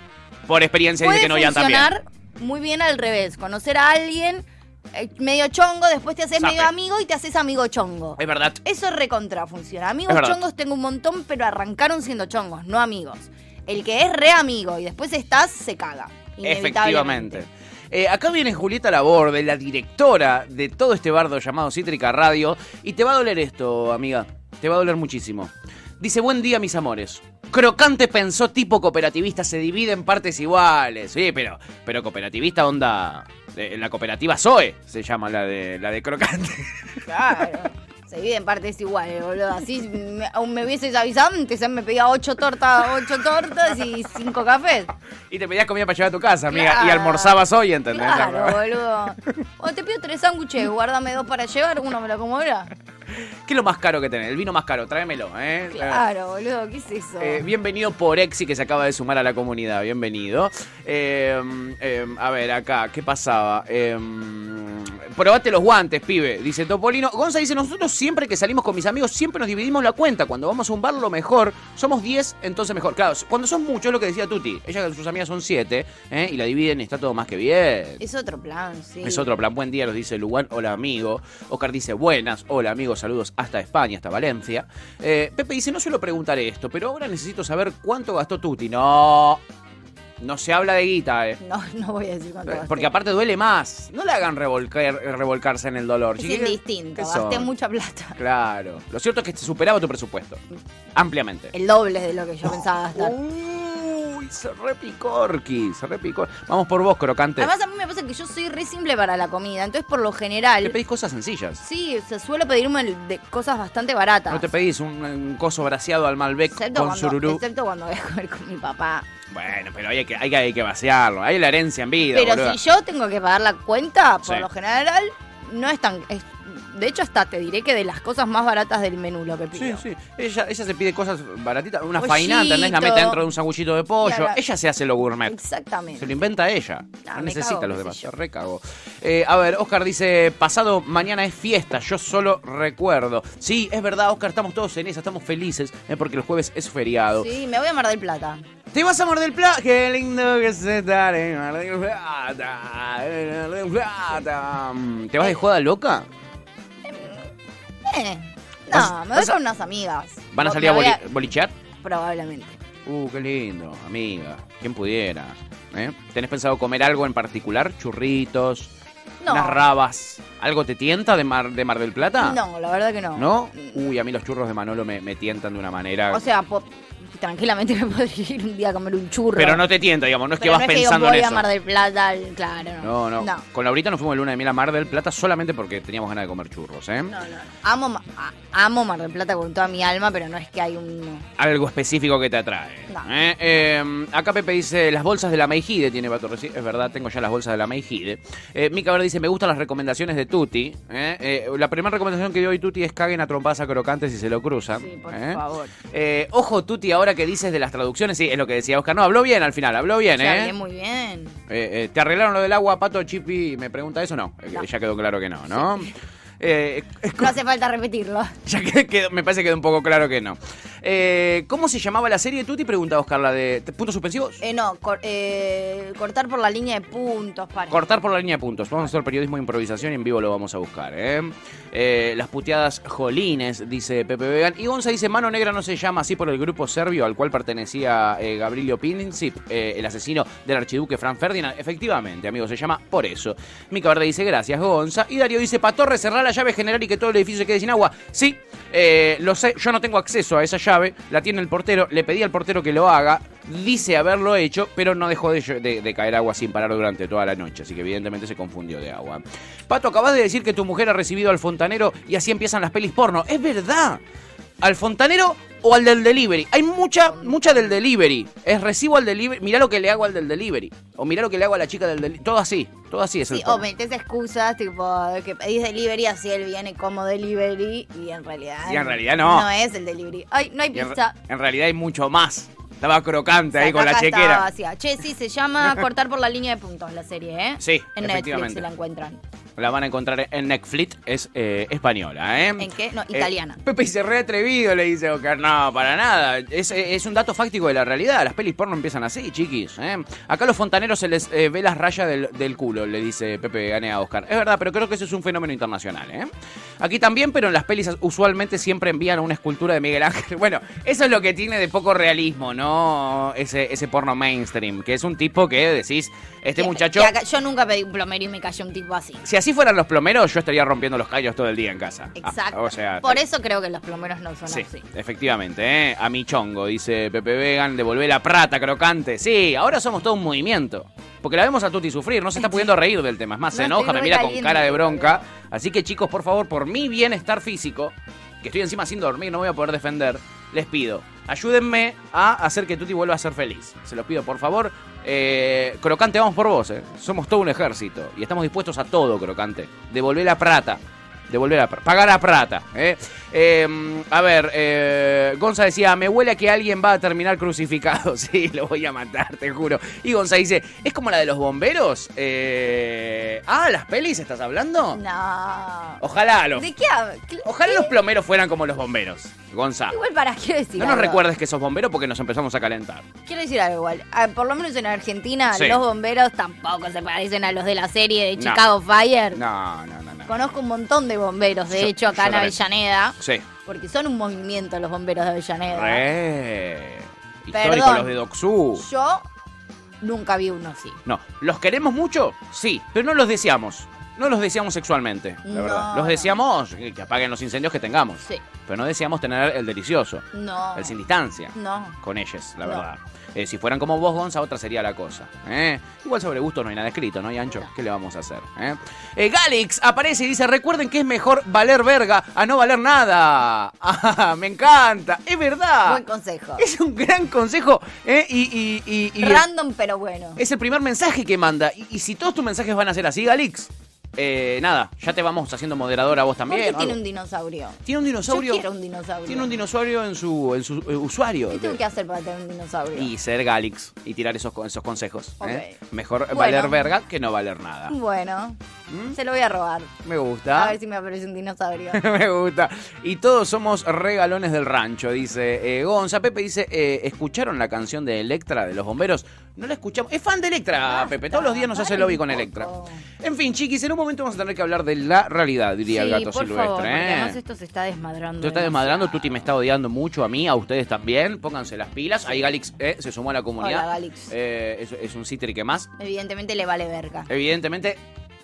Speaker 2: por experiencia,
Speaker 3: puede
Speaker 2: dice que no, Ian también.
Speaker 3: funcionar muy bien al revés. Conocer a alguien eh, medio chongo, después te haces
Speaker 2: Zape.
Speaker 3: medio amigo y te haces amigo chongo.
Speaker 2: Es verdad.
Speaker 3: Eso recontra funciona. Amigos
Speaker 2: Em. Es verdad.
Speaker 3: chongos tengo un montón, pero arrancaron siendo chongos, no amigos. El que es re amigo y después estás, se caga. inevitablemente.
Speaker 2: Efectivamente. Eh, acá viene Julieta Laborde, la directora de todo este bardo llamado Cítrica Radio, y te va a doler esto, amiga. Te va a doler muchísimo. Dice, buen día, mis amores. Crocante pensó tipo cooperativista, se divide en partes iguales. Sí, pero, pero cooperativista onda... eh, la cooperativa Zoe se llama la de, la de Crocante.
Speaker 3: Claro. Se divide en partes iguales, eh, boludo. Así me, aún me hubieses avisado antes, ¿eh? me pedía ocho tortas, ocho tortas y cinco cafés.
Speaker 2: y te pedías comida para llevar a tu casa, amiga. Y
Speaker 3: Claro.
Speaker 2: almorzabas hoy, ¿entendés?
Speaker 3: Claro, boludo. O te pido tres sándwiches, guárdame dos para llevar, uno me lo acomodará.
Speaker 2: ¿Qué es lo más caro que tenés? El vino más caro, tráemelo, ¿eh?
Speaker 3: Claro, boludo, ¿qué es eso?
Speaker 2: Eh, bienvenido por Exi que se acaba de sumar a la comunidad. Em, Bienvenido. Eh, eh, a ver, acá, ¿qué pasaba? Eh, probate los guantes, pibe, dice Topolino. Gonza dice, nosotros siempre que salimos con mis amigos, siempre nos dividimos la cuenta. Cuando vamos a un bar, lo mejor. Somos 10, entonces mejor. Claro, cuando son muchos, es lo que decía Tuti. Ella con sus amigas son 7, ¿eh? y la dividen y está todo más que bien.
Speaker 3: Es otro plan, sí.
Speaker 2: Es otro plan. Buen día, nos dice Lugán. Hola, amigo. Oscar dice, buenas. Hola, amigo. Saludos hasta España, hasta Valencia. Eh, Pepe dice, no suelo preguntar esto, pero ahora necesito saber cuánto gastó Tuti. No. No se habla de guita, eh.
Speaker 3: No, no voy a decir cuánto gasté.
Speaker 2: Porque aparte duele más. No le hagan revolcar- revolcarse en el dolor.
Speaker 3: es
Speaker 2: chiquillos. ¿Qué
Speaker 3: indistinto.
Speaker 2: son?
Speaker 3: Gasté mucha plata.
Speaker 2: Claro. Lo cierto es que te superaba tu presupuesto. Ampliamente.
Speaker 3: El doble de lo que yo pensaba gastar.
Speaker 2: Uy, se repicó, Orki. Se repicó. Vamos por vos, crocante.
Speaker 3: Además, a mí me pasa que yo soy re simple para la comida. Entonces, por lo
Speaker 2: Te
Speaker 3: general,
Speaker 2: pedís cosas sencillas.
Speaker 3: sí, se suele pedirme el- de cosas bastante baratas.
Speaker 2: No te pedís un, un coso braseado al Malbec
Speaker 3: excepto,
Speaker 2: con
Speaker 3: cuando,
Speaker 2: sururú.
Speaker 3: excepto cuando voy a comer con mi papá.
Speaker 2: Bueno, pero hay que, hay, que, hay que vaciarlo. Hay la herencia en vida,
Speaker 3: Pero
Speaker 2: boluda.
Speaker 3: si yo tengo que pagar la cuenta, por
Speaker 2: Sí.
Speaker 3: lo general, no es tan. es- de hecho, hasta te diré que de las cosas más baratas del menú lo que
Speaker 2: Sí,
Speaker 3: pido.
Speaker 2: sí. Ella, ella se pide cosas baratitas. Una
Speaker 3: Pollito.
Speaker 2: faina, ¿entendés? La mete dentro de un sanguchito de
Speaker 3: Y
Speaker 2: pollo.
Speaker 3: ahora-
Speaker 2: Ella se hace lo gourmet. Se
Speaker 3: Exactamente.
Speaker 2: lo inventa ella.
Speaker 3: Ah,
Speaker 2: no
Speaker 3: me
Speaker 2: necesita
Speaker 3: cago,
Speaker 2: a los
Speaker 3: qué sé
Speaker 2: demás.
Speaker 3: yo.
Speaker 2: Recago. Eh, a ver, Oscar dice: pasado mañana es fiesta. Yo solo recuerdo. Sí, es verdad, Oscar. Estamos todos en esa. Estamos felices eh, porque el jueves es feriado.
Speaker 3: Sí, me voy a Mar del Plata.
Speaker 2: Te vas a Mar del Plata. Qué lindo que se está en Mar del Plata. en Mar del Plata. ¿Te vas de joda loca?
Speaker 3: Eh,
Speaker 2: Vas-
Speaker 3: no, me voy
Speaker 2: vas a-
Speaker 3: con unas amigas.
Speaker 2: ¿Van a
Speaker 3: Me
Speaker 2: salir a,
Speaker 3: voy
Speaker 2: boli- bolichear?
Speaker 3: Probablemente.
Speaker 2: Uh, qué lindo, amiga. ¿Quién pudiera? ¿Eh? ¿Tenés pensado comer algo en particular? ¿Churritos?
Speaker 3: No.
Speaker 2: ¿Unas rabas? ¿Algo te tienta de Mar, de Mar del Plata?
Speaker 3: No, la verdad que no.
Speaker 2: ¿No? Uy, a mí los churros de Manolo me, me tientan de una manera.
Speaker 3: O sea, po- tranquilamente me podría ir un día a comer un churro.
Speaker 2: pero no te tienta, digamos, no es
Speaker 3: Pero
Speaker 2: que vas
Speaker 3: no es
Speaker 2: pensando
Speaker 3: que
Speaker 2: en
Speaker 3: digo, voy
Speaker 2: eso.
Speaker 3: a Mar del Plata, claro.
Speaker 2: No, no,
Speaker 3: No,
Speaker 2: Con Laurita nos fuimos de luna de miel a Mar del Plata solamente porque teníamos ganas de comer churros, ¿eh?
Speaker 3: no, no. Amo, Ma- a- amo Mar del Plata con toda mi alma, pero no es que hay un...
Speaker 2: Algo específico que te atrae.
Speaker 3: No.
Speaker 2: ¿eh? Eh, acá Pepe dice, las bolsas de la Meijide tiene Pato Reci- Es verdad, tengo ya las bolsas de la Meijide. Eh, Mica Verde dice, me gustan las recomendaciones de Tuti. ¿eh? Eh, la primera recomendación que dio hoy Tuti es caguen a trompadas a crocantes si se lo cruzan.
Speaker 3: Sí, por
Speaker 2: ¿eh?
Speaker 3: favor.
Speaker 2: Eh, ojo, Tuti, ahora que dices de las traducciones, sí, es lo que decía Oscar. No, habló bien al final, habló bien,
Speaker 3: Se
Speaker 2: ¿eh?
Speaker 3: hablé muy bien.
Speaker 2: Eh, eh, ¿Te arreglaron lo del agua, Pato Chipi? Me pregunta eso, no. Eh,
Speaker 3: No.
Speaker 2: Ya quedó claro que no, ¿no? Eh, es co-
Speaker 3: No hace falta repetirlo.
Speaker 2: ya que- quedó- me parece que quedó un poco claro que no. Eh, ¿Cómo se llamaba la serie? Tú te pregunta, Oscar, la de te- puntos suspensivos.
Speaker 3: Eh, no, cor- eh, cortar por la línea de puntos, para.
Speaker 2: Cortar por la línea de puntos. Vamos a hacer periodismo de improvisación y en vivo lo vamos a buscar. ¿eh? Eh, las puteadas jolines, dice Pepe Vegan. Y Gonza dice, Mano Negra no se llama así por el grupo serbio al cual pertenecía eh, Gabrielio Princip, eh, el asesino del archiduque Fran Ferdinand. Efectivamente, amigo, se llama por eso. Mica Verde dice, gracias, Gonza. Y Darío dice, Patorre, cerrar la llave general y que todo el edificio se quede sin agua. Sí, eh, lo sé, yo no tengo acceso a esa llave, la tiene el portero, le pedí al portero que lo haga, dice haberlo hecho, pero no dejó de, lle- de- de caer agua sin parar durante toda la noche, así que evidentemente se confundió de agua. Pato, acabas de decir que tu mujer ha recibido al fontanero y así empiezan las pelis porno. Es verdad, al fontanero o al del delivery. Hay mucha, mucha del delivery. Es recibo al delivery, mirá lo que le hago al del delivery, o mirá lo que le hago a la chica del delivery, todo así, todo así es el
Speaker 3: Sí, o
Speaker 2: porno.
Speaker 3: metes excusas, tipo, que pedís delivery, así él viene como delivery, y en realidad...
Speaker 2: Y en realidad no.
Speaker 3: No es el delivery. Ay, no hay
Speaker 2: Y en,
Speaker 3: pizza.
Speaker 2: en realidad hay mucho más. Estaba crocante ahí
Speaker 3: Acá
Speaker 2: con la
Speaker 3: estaba
Speaker 2: chequera.
Speaker 3: vacía. Che, sí, se llama Cortar por la línea de puntos la serie, ¿eh?
Speaker 2: Sí,
Speaker 3: En Netflix
Speaker 2: efectivamente. Este
Speaker 3: se la encuentran.
Speaker 2: La van a encontrar en Netflix, es eh, española, ¿eh?
Speaker 3: ¿En qué? No,
Speaker 2: Eh,
Speaker 3: italiana.
Speaker 2: Pepe dice re atrevido, le dice Oscar. No, para nada. Es, eh, es un dato fáctico de la realidad. Las pelis porno empiezan así, chiquis. ¿eh? Acá a los fontaneros se les eh, ve las rayas del, del culo, le dice Pepe Gane a Oscar. Es verdad, pero creo que eso es un fenómeno internacional, ¿eh? Aquí también, pero en las pelis usualmente siempre envían una escultura de Miguel Ángel. Bueno, eso es lo que tiene de poco realismo, ¿no? Ese, ese porno mainstream, que es un tipo que decís, este
Speaker 3: Que-
Speaker 2: muchacho. Ah,
Speaker 3: que acá- yo nunca pedí un plomero y me cayó un tipo así.
Speaker 2: Si así fueran los plomeros, yo estaría rompiendo los callos todo el día en casa.
Speaker 3: Exacto.
Speaker 2: Ah, o sea,
Speaker 3: por eso creo que los plomeros no son
Speaker 2: sí,
Speaker 3: así.
Speaker 2: efectivamente, ¿eh? A mi chongo, dice Pepe Vegan, devolvé la plata crocante. Sí, ahora somos todo un movimiento. Porque la vemos a Tuti sufrir, no se está pudiendo reír del tema. Es más, se
Speaker 3: No,
Speaker 2: enoja,
Speaker 3: estoy
Speaker 2: me
Speaker 3: re
Speaker 2: mira con
Speaker 3: caliente,
Speaker 2: cara de bronca.
Speaker 3: todavía.
Speaker 2: Así que chicos, por favor, por mi bienestar físico, que estoy encima sin dormir, no voy a poder defender, les pido, ayúdenme a hacer que Tuti vuelva a ser feliz. Se los pido, por favor. Eh, crocante, vamos por vos, ¿eh? Somos todo un ejército y estamos dispuestos a todo, Crocante. Devolvé la plata. Devolver a pagar a plata. ¿eh? Eh, a ver, eh, Gonza decía, me huele a que alguien va a terminar crucificado. sí, lo voy a matar, te juro. Y Gonza dice, ¿es como la de los bomberos? Eh, ah, ¿las pelis estás hablando?
Speaker 3: No.
Speaker 2: Ojalá los,
Speaker 3: ¿De qué hab- cl-
Speaker 2: ojalá los
Speaker 3: qué-
Speaker 2: plomeros fueran como los bomberos, Gonza.
Speaker 3: Igual para qué decir.
Speaker 2: No nos
Speaker 3: algo.
Speaker 2: recuerdes que sos bombero porque nos empezamos a calentar.
Speaker 3: Quiero decir algo igual. Ah, por lo menos en Argentina,
Speaker 2: Sí.
Speaker 3: los bomberos tampoco se parecen a los de la serie de
Speaker 2: No.
Speaker 3: Chicago Fire.
Speaker 2: No, no, no, no.
Speaker 3: Conozco un montón de bomberos, de
Speaker 2: Yo-
Speaker 3: hecho,
Speaker 2: yo
Speaker 3: acá en
Speaker 2: también.
Speaker 3: Avellaneda.
Speaker 2: Sí.
Speaker 3: Porque son un movimiento los bomberos de Avellaneda.
Speaker 2: Re.
Speaker 3: Perdón.
Speaker 2: Histórico los de Doxú.
Speaker 3: Yo nunca vi uno así.
Speaker 2: No, ¿los queremos mucho? Sí, pero no los deseamos. No los deseamos sexualmente, la
Speaker 3: No,
Speaker 2: verdad.
Speaker 3: no.
Speaker 2: Los deseamos eh, que apaguen los incendios que tengamos.
Speaker 3: Sí.
Speaker 2: Pero no deseamos tener el delicioso,
Speaker 3: No.
Speaker 2: el sin distancia.
Speaker 3: No.
Speaker 2: Con ellas, la
Speaker 3: No.
Speaker 2: verdad. Eh, si fueran como vos, Gonza, otra sería la cosa. ¿eh? Igual sobre gusto no hay nada escrito, ¿no? Y ancho, ¿qué le vamos a hacer? eh? Eh, Galix aparece y dice: Recuerden que es mejor valer verga a no valer nada. Ah, me encanta, es verdad.
Speaker 3: Buen consejo.
Speaker 2: Ah. Es un gran consejo. ¿eh? Y, y- y- y-
Speaker 3: Random, pero bueno.
Speaker 2: es el primer mensaje que manda. Y, y si todos tus mensajes van a ser así, Galix, eh, nada, ya te vamos haciendo moderador a vos
Speaker 3: ¿Por
Speaker 2: también.
Speaker 3: qué
Speaker 2: o
Speaker 3: tiene
Speaker 2: algo.
Speaker 3: un dinosaurio?
Speaker 2: Tiene un dinosaurio.
Speaker 3: Yo quiero un dinosaurio.
Speaker 2: Tiene un dinosaurio en su, en su eh, usuario.
Speaker 3: ¿Qué tengo que hacer para tener un dinosaurio?
Speaker 2: Y ser Galix y tirar esos, co- esos consejos. ¿eh?
Speaker 3: Ok.
Speaker 2: Mejor
Speaker 3: Bueno.
Speaker 2: valer verga que no valer nada. ¿Mm?
Speaker 3: Bueno, se lo voy a robar.
Speaker 2: Me gusta.
Speaker 3: A ver si me aparece un dinosaurio.
Speaker 2: Me gusta. Y todos somos regalones del rancho, dice eh, Gonza. Pepe dice, eh, ¿escucharon la canción de Electra de los bomberos? No la escuchamos. Es fan de Electra,
Speaker 3: Basta,
Speaker 2: Ah, Pepe. Todos los días nos hace
Speaker 3: paren
Speaker 2: lobby
Speaker 3: un
Speaker 2: con
Speaker 3: poco.
Speaker 2: Electra. En fin, chiquis, en un momento vamos a tener que hablar de la realidad, diría el
Speaker 3: sí,
Speaker 2: gato
Speaker 3: por
Speaker 2: silvestre.
Speaker 3: favor, porque
Speaker 2: ¿eh?
Speaker 3: además esto se está desmadrando.
Speaker 2: Tú estás desmadrando, Tuti me está odiando mucho a mí, a ustedes también. Pónganse las pilas. Ahí Galix eh, se sumó a la comunidad.
Speaker 3: Hola, Galix.
Speaker 2: Eh, es, es un citri que más.
Speaker 3: Evidentemente le vale verga.
Speaker 2: Evidentemente,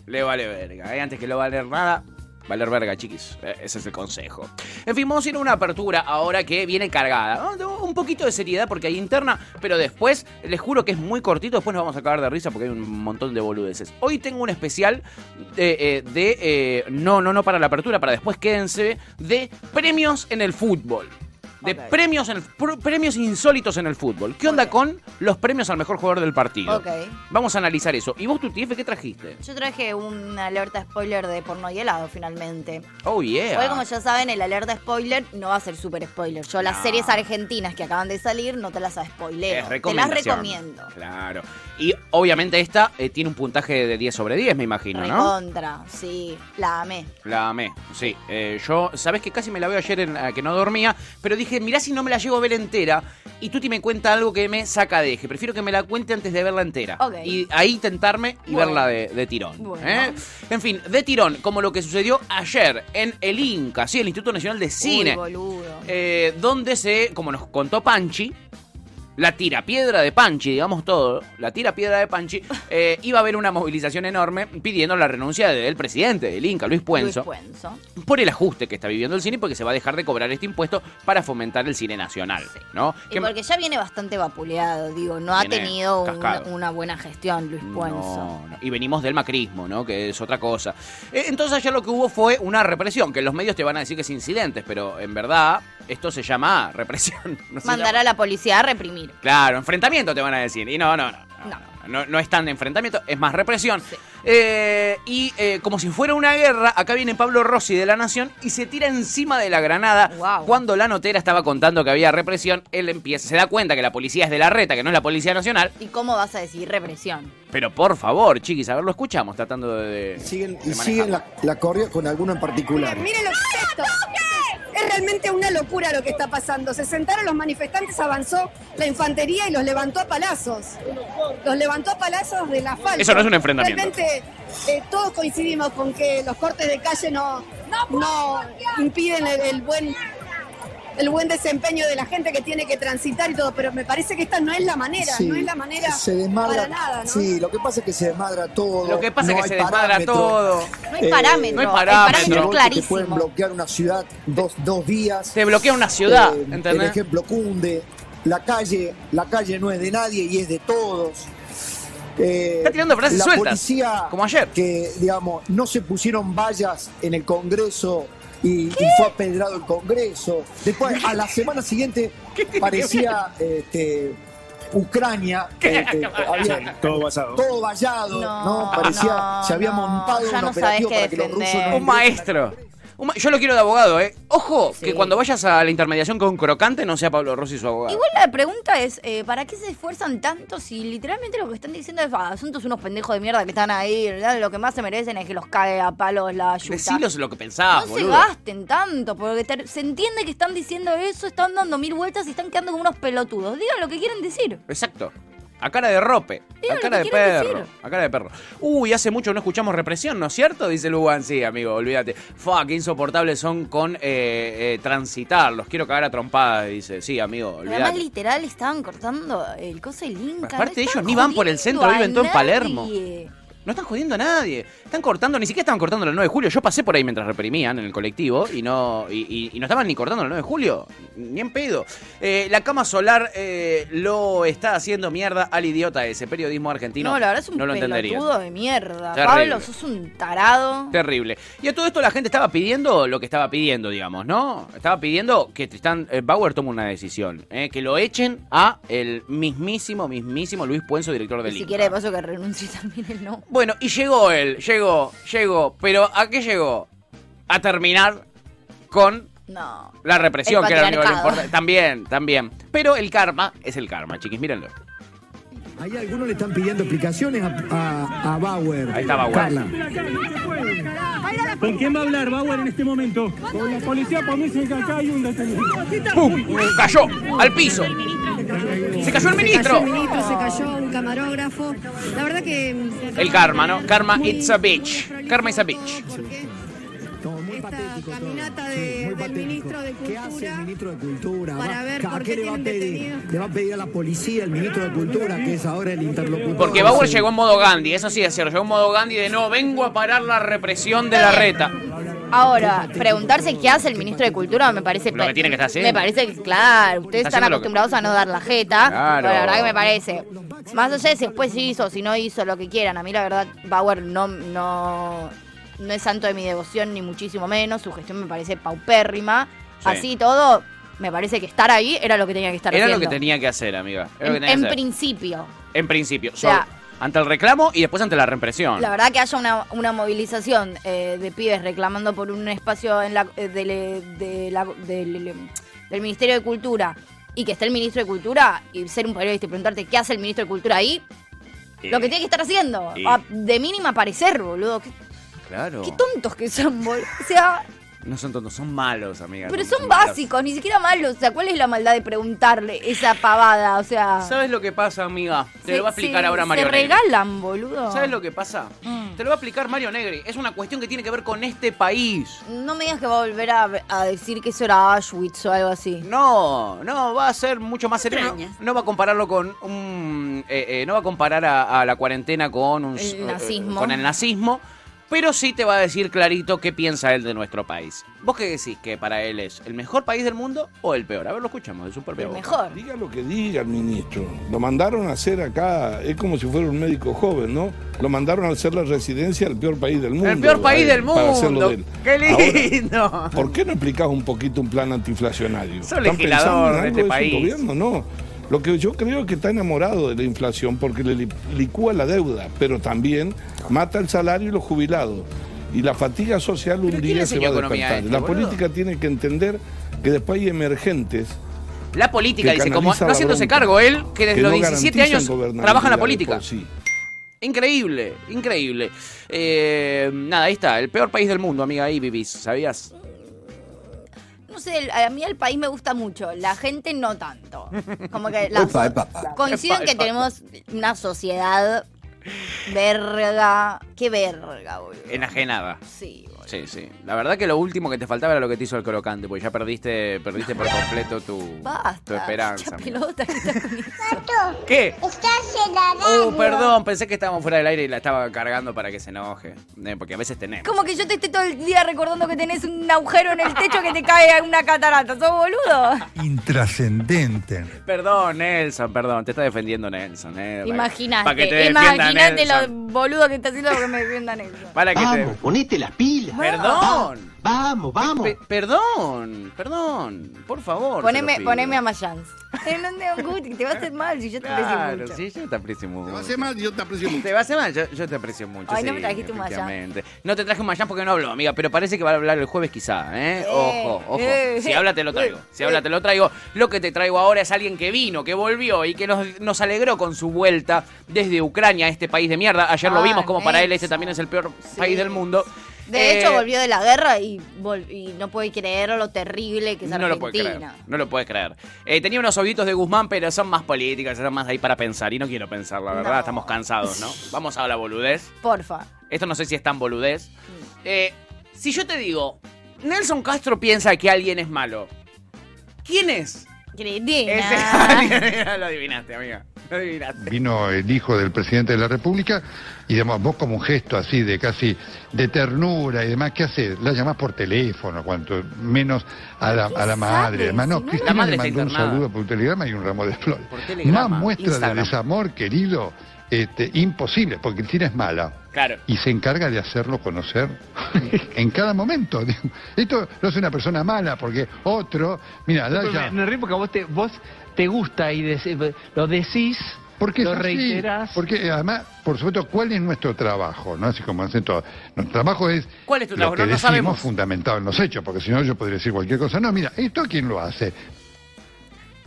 Speaker 2: le vale verga. ¿eh? Antes que no valer nada, valer verga, chiquis. Eh, Ese es el consejo. En fin, vamos a ir a una apertura ahora que viene cargada. ¿no? Un poquito de seriedad porque hay interna, pero después, les juro que es muy cortito. Después nos vamos a acabar de risa porque hay un montón de boludeces. Hoy tengo un especial de. eh, de, eh, no, no, no para la apertura, para después quédense. De premios en el fútbol. De
Speaker 3: Ok.
Speaker 2: premios, en el- pr- premios insólitos en el fútbol. ¿Qué onda
Speaker 3: Ok.
Speaker 2: con los premios al mejor jugador del partido?
Speaker 3: Ok.
Speaker 2: Vamos a analizar eso. ¿Y vos, tu TF, qué trajiste?
Speaker 3: Yo traje una alerta spoiler de porno y helado finalmente.
Speaker 2: Oh, yeah.
Speaker 3: Hoy, como ya saben, el alerta spoiler no va a ser súper spoiler. Yo las
Speaker 2: No.
Speaker 3: series argentinas que acaban de salir no te las spoileo.
Speaker 2: Es
Speaker 3: Te las
Speaker 2: recomendación.
Speaker 3: recomiendo.
Speaker 2: Claro. Y obviamente esta eh, tiene un puntaje de 10 sobre 10, me imagino, ¿no?
Speaker 3: Recontra, sí, la amé.
Speaker 2: La amé, sí. Eh, yo, sabes que casi me la veo ayer en la que no dormía, pero dije, mirá si no me la llevo a ver entera. Y Tuti me cuenta algo que me saca de eje. Prefiero que me la cuente antes de verla entera.
Speaker 3: Ok.
Speaker 2: Y ahí tentarme y
Speaker 3: Bueno.
Speaker 2: verla de, de tirón.
Speaker 3: Bueno.
Speaker 2: ¿eh? En fin, de tirón, como lo que sucedió ayer en el Inca, sí, el Instituto Nacional de Cine.
Speaker 3: Uy, boludo.
Speaker 2: eh, donde se, como nos contó Panchi, la tira piedra de Panchi, digamos todo, la tira piedra de Panchi, eh, iba a haber una movilización enorme pidiendo la renuncia del presidente del Inca, Luis Puenzo,
Speaker 3: Luis Puenzo.
Speaker 2: por el ajuste que está viviendo el cine, porque se va a dejar de cobrar este impuesto para fomentar el cine nacional, ¿no?
Speaker 3: Y
Speaker 2: Que-
Speaker 3: porque ya viene bastante vapuleado, digo, no ha
Speaker 2: Viene
Speaker 3: tenido un- una,
Speaker 2: cascado.
Speaker 3: buena gestión Luis Puenzo.
Speaker 2: No, no. Y venimos del macrismo, ¿no? Que es otra cosa. Eh, Entonces ayer lo que hubo fue una represión, que los medios te van a decir que es incidentes, pero en verdad esto se llama represión. no se
Speaker 3: Mandar
Speaker 2: llama-
Speaker 3: a la policía a reprimir.
Speaker 2: Claro, enfrentamiento te van a decir. Y no, no, no. No,
Speaker 3: No.
Speaker 2: no, no es tan de enfrentamiento, es más represión. Eh, y eh, como si fuera una guerra, acá viene Pablo Rossi de La Nación y se tira encima de la granada.
Speaker 3: Guau.
Speaker 2: Cuando la notera estaba contando que había represión, él empieza, se da cuenta que la policía es de la reta, que no es la Policía Nacional.
Speaker 3: ¿Y cómo vas a decir represión?
Speaker 2: Pero por favor, chiquis, a ver, lo escuchamos tratando de.
Speaker 7: siguen,
Speaker 2: de
Speaker 7: y
Speaker 2: manejar.
Speaker 7: siguen la, la corrida con alguno en particular.
Speaker 8: Miren los gestos. Es realmente una locura lo que está pasando. Se sentaron los manifestantes, avanzó la infantería y los levantó a palazos. Los levantó a palazos de la falda.
Speaker 2: Eso no es un enfrentamiento.
Speaker 8: Realmente eh, todos coincidimos con que los cortes de calle no, no impiden el, el buen el buen desempeño de la gente que tiene que transitar y todo, pero me parece que esta no es la manera,
Speaker 7: Sí,
Speaker 8: no es la manera
Speaker 7: se desmadra,
Speaker 8: para nada, ¿no?
Speaker 7: Sí, lo que pasa es que se desmadra todo.
Speaker 2: Lo que
Speaker 7: no
Speaker 2: pasa es que
Speaker 7: hay
Speaker 2: se desmadra
Speaker 7: parámetro.
Speaker 2: todo.
Speaker 3: No hay
Speaker 7: Eh,
Speaker 3: parámetro.
Speaker 2: no hay
Speaker 7: Hay
Speaker 2: parámetro.
Speaker 3: el parámetro
Speaker 7: golpes
Speaker 3: es
Speaker 7: que pueden
Speaker 3: clarísimo.
Speaker 7: bloquear una ciudad dos, dos días.
Speaker 2: Se bloquea una ciudad,
Speaker 7: Eh, el
Speaker 2: ¿entendés?
Speaker 7: ejemplo cunde. La calle, la calle no es de nadie y es de todos. Eh,
Speaker 2: Está tirando frases
Speaker 7: la
Speaker 2: sueltas,
Speaker 7: Policía
Speaker 2: como ayer.
Speaker 7: Que, digamos, no se pusieron vallas en el Congreso y, y fue apedrado el Congreso. Después, a la semana siguiente, parecía este, Ucrania. este, había-
Speaker 9: Todo basado.
Speaker 7: todo vallado,
Speaker 3: No,
Speaker 7: ¿no? Parecía,
Speaker 3: no,
Speaker 7: se había
Speaker 3: no,
Speaker 7: montado
Speaker 3: ya
Speaker 7: un
Speaker 3: no sabés
Speaker 7: operativo
Speaker 3: qué
Speaker 7: para que los
Speaker 3: defender.
Speaker 7: rusos no
Speaker 2: Un maestro. Un ma- Yo lo quiero de abogado, ¿eh? Ojo, que
Speaker 3: Sí.
Speaker 2: cuando vayas a la intermediación con Crocante no sea Pablo Rossi su abogado.
Speaker 3: Igual la pregunta es, eh, ¿para qué se esfuerzan tanto si literalmente lo que están diciendo es "Ah, asuntos unos pendejos de mierda que están ahí, ¿verdad? lo que más se merecen es que los cague a palos la yuta?
Speaker 2: Decilos lo que
Speaker 3: no
Speaker 2: pensabas,
Speaker 3: se
Speaker 2: boludo.
Speaker 3: gasten tanto, porque ter- se entiende que están diciendo eso, están dando mil vueltas y están quedando como unos pelotudos. Digan lo que quieren decir.
Speaker 2: Exacto. A cara de rope. a
Speaker 3: Digan lo
Speaker 2: cara
Speaker 3: que
Speaker 2: de
Speaker 3: quieren
Speaker 2: perro.
Speaker 3: decir.
Speaker 2: A cara de perro. Uy, hace mucho no escuchamos represión, ¿no es cierto? Dice Lugan. Sí, amigo, olvídate. Fuck, qué insoportables son con eh, eh, transitar. Los quiero cagar a trompadas, dice. Sí, amigo,
Speaker 3: Pero además
Speaker 2: olvídate.
Speaker 3: literal estaban cortando el coso del Inca.
Speaker 2: Aparte, ellos
Speaker 3: estaban
Speaker 2: ni van por el
Speaker 3: jodiendo
Speaker 2: centro,
Speaker 3: a
Speaker 2: viven todo en Palermo.
Speaker 3: nadie.
Speaker 2: No están jodiendo a nadie. Están cortando, ni siquiera estaban cortando el 9 de julio. Yo pasé por ahí mientras reprimían en el colectivo y no, y, y- y no estaban ni cortando el 9 de julio. Ni en pedo. Eh, la cama solar eh, lo está haciendo mierda al idiota ese. Periodismo argentino.
Speaker 3: No, la verdad es un
Speaker 2: no lo entendería.
Speaker 3: pelotudo de mierda.
Speaker 2: Terrible.
Speaker 3: Pablo, sos un tarado.
Speaker 2: Terrible. Y a todo esto la gente estaba pidiendo lo que estaba pidiendo, digamos, ¿no? Estaba pidiendo que Tristán eh, Bauer tome una decisión. eh, que lo echen a el mismísimo, mismísimo Luis Puenzo, director
Speaker 3: Ni
Speaker 2: del
Speaker 3: si
Speaker 2: INTA.
Speaker 3: quiere de paso que renuncie también el no.
Speaker 2: Bueno, y llegó él, llegó, llegó. Pero ¿a qué llegó? A terminar con
Speaker 3: No.
Speaker 2: la represión,
Speaker 3: El
Speaker 2: que era lo único que le
Speaker 3: patriarcado.
Speaker 2: importa. También, también. Pero el karma es el karma, chiquis, mírenlo.
Speaker 7: Ahí algunos le están pidiendo explicaciones a, a- a Bauer.
Speaker 2: Ahí está Bauer.
Speaker 7: Carla.
Speaker 9: ¿Con quién va a hablar Bauer en este momento? Con la policía, para mí se acá hay un detenido.
Speaker 2: ¡Pum! Cayó al piso. Se cayó el
Speaker 8: Se cayó el
Speaker 2: ministro.
Speaker 8: ministro, se cayó un camarógrafo. La verdad que. mm,
Speaker 2: El karma, ¿no? Karma,
Speaker 8: Muy-
Speaker 2: it's a bitch.
Speaker 8: muy
Speaker 2: Karma is a
Speaker 8: frío
Speaker 2: bitch.
Speaker 8: todo, porque
Speaker 7: Como muy
Speaker 8: Esta
Speaker 7: patético todo.
Speaker 8: caminata de-
Speaker 7: muy
Speaker 8: del ministro de
Speaker 7: ¿Qué
Speaker 8: Cultura
Speaker 7: hace el ministro de Cultura?
Speaker 8: para
Speaker 7: Va-
Speaker 8: ver
Speaker 7: ¿A
Speaker 8: por
Speaker 7: qué
Speaker 8: qué
Speaker 7: le va a
Speaker 8: tienen
Speaker 7: pedir?
Speaker 8: detenido?
Speaker 7: Le va a pedir a la policía, el ministro de Cultura, que es ahora el interlocutor.
Speaker 2: Porque Bauer
Speaker 7: Sí.
Speaker 2: llegó en modo Gandhi, eso sí es cierto, llegó en modo Gandhi de no, vengo a parar la represión de la reta.
Speaker 3: Ahora, preguntarse qué hace el ministro de Cultura me parece.
Speaker 2: Lo que tiene que estar haciendo.
Speaker 3: Me parece que, claro, ustedes
Speaker 2: Está
Speaker 3: están
Speaker 2: haciendo lo que-
Speaker 3: acostumbrados a no dar la jeta.
Speaker 2: Claro.
Speaker 3: pero la verdad que me parece. Más allá de si después hizo, si no hizo, lo que quieran. A mí, la verdad, Bauer no, no, no es santo de mi devoción, ni muchísimo menos. Su gestión me parece paupérrima.
Speaker 2: Sí.
Speaker 3: Así y todo, me parece que estar ahí era lo que tenía que estar
Speaker 2: Era lo
Speaker 3: haciendo.
Speaker 2: que tenía que hacer, amiga. Era lo que
Speaker 3: En,
Speaker 2: tenía
Speaker 3: en
Speaker 2: que hacer.
Speaker 3: principio.
Speaker 2: En principio.
Speaker 3: O sea-
Speaker 2: Sobre- ante el reclamo y después ante la represión.
Speaker 3: La verdad que haya una, una movilización eh, de pibes reclamando por un espacio en la, eh, de le- de la- del- eh, del Ministerio de Cultura y que esté el Ministro de Cultura y ser un periodista y preguntarte qué hace el Ministro de Cultura ahí, lo que tiene que estar haciendo.
Speaker 2: eh.
Speaker 3: A- de mínima parecer, boludo. Qué,
Speaker 2: Claro.
Speaker 3: qué tontos que son, boludo. O sea,
Speaker 2: No son tontos, son malos, amiga.
Speaker 3: pero
Speaker 2: son-
Speaker 3: son
Speaker 2: malos.
Speaker 3: básicos, ni siquiera malos. O sea, ¿cuál es la maldad de preguntarle esa pavada? O sea...
Speaker 2: ¿Sabes lo que pasa, amiga? Te
Speaker 3: Ah. se-
Speaker 2: lo va a explicar
Speaker 3: se- Mm.
Speaker 2: ahora Mario
Speaker 3: Se
Speaker 2: Negri.
Speaker 3: regalan, boludo.
Speaker 2: ¿Sabes lo que pasa? Te lo va a explicar Mario Negri. Es una cuestión que tiene que ver con este país.
Speaker 3: No me digas que va a volver a, a decir que eso era Auschwitz o algo así.
Speaker 2: No, no, va a ser mucho más serio. No,
Speaker 8: Extrañas.
Speaker 2: no va a compararlo con un. eh, eh, no va a comparar a, a la cuarentena con un.
Speaker 3: El
Speaker 2: eh, eh,
Speaker 3: nazismo.
Speaker 2: Con el nazismo. Pero sí te va a decir clarito qué piensa él de nuestro país. ¿Vos qué decís? ¿Que para él es el mejor país del mundo o el peor? A ver, lo escuchamos de su propia
Speaker 3: El
Speaker 2: boca.
Speaker 3: mejor.
Speaker 10: Diga lo que diga el ministro. Lo mandaron a hacer acá, es como si fuera un médico joven, ¿no? Lo mandaron a hacer la residencia al peor país del mundo.
Speaker 2: El peor país
Speaker 10: a él,
Speaker 2: del
Speaker 10: Uh, Para hacerlo
Speaker 2: mundo.
Speaker 10: de él.
Speaker 2: ¡Qué lindo!
Speaker 10: Ahora, ¿Por qué no explicás un poquito un plan antiflacionario?
Speaker 2: Sos
Speaker 10: ¿Están
Speaker 2: legislador
Speaker 10: pensando en
Speaker 2: de
Speaker 10: algo
Speaker 2: este
Speaker 10: su
Speaker 2: país.
Speaker 10: gobierno? No. Lo que yo creo es que está enamorado de la inflación porque le li- licúa la deuda, pero también mata el salario y los jubilados. Y la fatiga social
Speaker 2: ¿Pero
Speaker 10: un
Speaker 2: quién le
Speaker 10: día se
Speaker 2: enseñó
Speaker 10: va a
Speaker 2: economía a
Speaker 10: despertar.
Speaker 2: este,
Speaker 10: la
Speaker 2: boludo?
Speaker 10: política tiene que entender que después hay emergentes
Speaker 2: La política,
Speaker 10: que
Speaker 2: dice, como
Speaker 10: canaliza
Speaker 2: no
Speaker 10: la
Speaker 2: haciéndose
Speaker 10: bronca,
Speaker 2: cargo él, que desde
Speaker 10: que
Speaker 2: los
Speaker 10: no
Speaker 2: 17
Speaker 10: garantizan
Speaker 2: años trabaja en la
Speaker 10: gobernabilidad de
Speaker 2: política.
Speaker 10: por sí.
Speaker 2: Increíble, increíble. Eh, nada, ahí está, el peor país del mundo, amiga, ahí vivís, ¿sabías?
Speaker 3: No sé, el- a mí el país me gusta mucho, la gente no tanto. Como que la,
Speaker 5: Epa, epa, epa.
Speaker 3: coincido en que
Speaker 2: Epa, epa.
Speaker 3: tenemos una sociedad verga, qué verga, boludo.
Speaker 2: Enajenada.
Speaker 3: Sí, boludo.
Speaker 2: Sí, sí. La verdad que lo último que te faltaba era lo que te hizo el crocante, porque ya perdiste, perdiste por completo tu, tu
Speaker 3: Basta.
Speaker 2: esperanza.
Speaker 3: mucha
Speaker 2: amiga.
Speaker 3: pelota que está con eso.
Speaker 2: ¿Qué?
Speaker 11: Estás en la radio.
Speaker 2: Oh, perdón, pensé que estábamos fuera del aire y la estaba cargando para que se enoje. Eh, porque a veces tenemos.
Speaker 3: Como que yo te esté todo el día recordando que tenés un agujero en el techo que te cae una catarata, ¿sos boludo?
Speaker 5: Intrascendente.
Speaker 2: Perdón, Nelson, perdón. Te está defendiendo Nelson. Eh, para- Para que te
Speaker 3: Imagínate,
Speaker 2: defienda
Speaker 3: imagínate lo
Speaker 2: Nelson.
Speaker 3: boludo que está haciendo que me defiendan eso.
Speaker 2: Para que te...
Speaker 9: ponete las pilas.
Speaker 2: Perdón. Vamos, vamos. perdón, perdón, por favor. se
Speaker 3: Poneme,
Speaker 2: los pido.
Speaker 3: poneme a Mayans. Eh, No te angusties, te va a hacer mal si yo te aprecio
Speaker 2: Claro,
Speaker 3: mucho.
Speaker 2: sí, yo te aprecio mucho. Te va a
Speaker 10: hacer mal, yo te aprecio
Speaker 2: mucho. Te va a hacer mal, yo, yo te aprecio mucho.
Speaker 3: Ay, no
Speaker 2: sí,
Speaker 3: me trajiste un mayán.
Speaker 2: efectivamente. No te traje un mayán porque no habló, amiga, pero parece que va a hablar el jueves quizá, ¿eh?
Speaker 3: Eh,
Speaker 2: ojo, ojo.
Speaker 3: eh,
Speaker 2: si habla, te lo traigo. Si habla, te lo traigo. Lo que te traigo ahora es alguien que vino, que volvió y que nos, nos alegró con su vuelta desde Ucrania, este país de mierda. Ayer lo
Speaker 3: Ah,
Speaker 2: vimos como para él,
Speaker 3: eso.
Speaker 2: este también es el peor país del mundo.
Speaker 3: De hecho,
Speaker 2: Eh,
Speaker 3: volvió de la guerra y, vol- y no puede creer lo terrible que es
Speaker 2: No lo puede creer.
Speaker 3: Argentina.
Speaker 2: No lo puede creer. Eh, tenía unos ojitos de Guzmán, pero son más políticas, son más ahí para pensar. Y no quiero pensar, la verdad.
Speaker 3: No.
Speaker 2: Estamos cansados, ¿no? Vamos a la boludez.
Speaker 3: Porfa.
Speaker 2: Esto no sé si es tan boludez. Eh, si yo te digo, Nelson Castro piensa que alguien es malo. ¿Quién es? Ese- lo adivinaste, amiga. Lo adivinaste.
Speaker 5: Vino el hijo del presidente de la República y digamos, vos como un gesto así de casi de ternura y demás, ¿qué haces? La llamás por teléfono, cuanto menos a la, a la madre. Además, no, Cristina
Speaker 2: madre
Speaker 5: le
Speaker 2: está
Speaker 5: mandó un
Speaker 2: internada.
Speaker 5: saludo por telegrama y un ramo de flores.
Speaker 2: telegrama,
Speaker 5: Más muestra de
Speaker 2: Instagram.
Speaker 5: desamor, querido, este, imposible, porque Cristina es mala.
Speaker 2: Claro.
Speaker 5: y se encarga de hacerlo conocer en cada momento. Esto no es una persona mala, porque otro, mira,
Speaker 11: Pero
Speaker 5: Daya,
Speaker 11: Me, me río porque a vos te, vos te gusta y des- lo decís,
Speaker 5: porque
Speaker 11: lo
Speaker 5: es así,
Speaker 11: reiterás.
Speaker 5: porque eh, además, por supuesto, ¿cuál es nuestro trabajo? No así como hacen todos. Nuestro trabajo es
Speaker 2: ¿Cuál es tu
Speaker 5: lo
Speaker 2: trabajo?
Speaker 5: que
Speaker 2: No lo
Speaker 5: decimos
Speaker 2: sabemos.
Speaker 5: fundamentado en los hechos, porque si no yo podría decir cualquier cosa. No, mira, esto quién lo hace.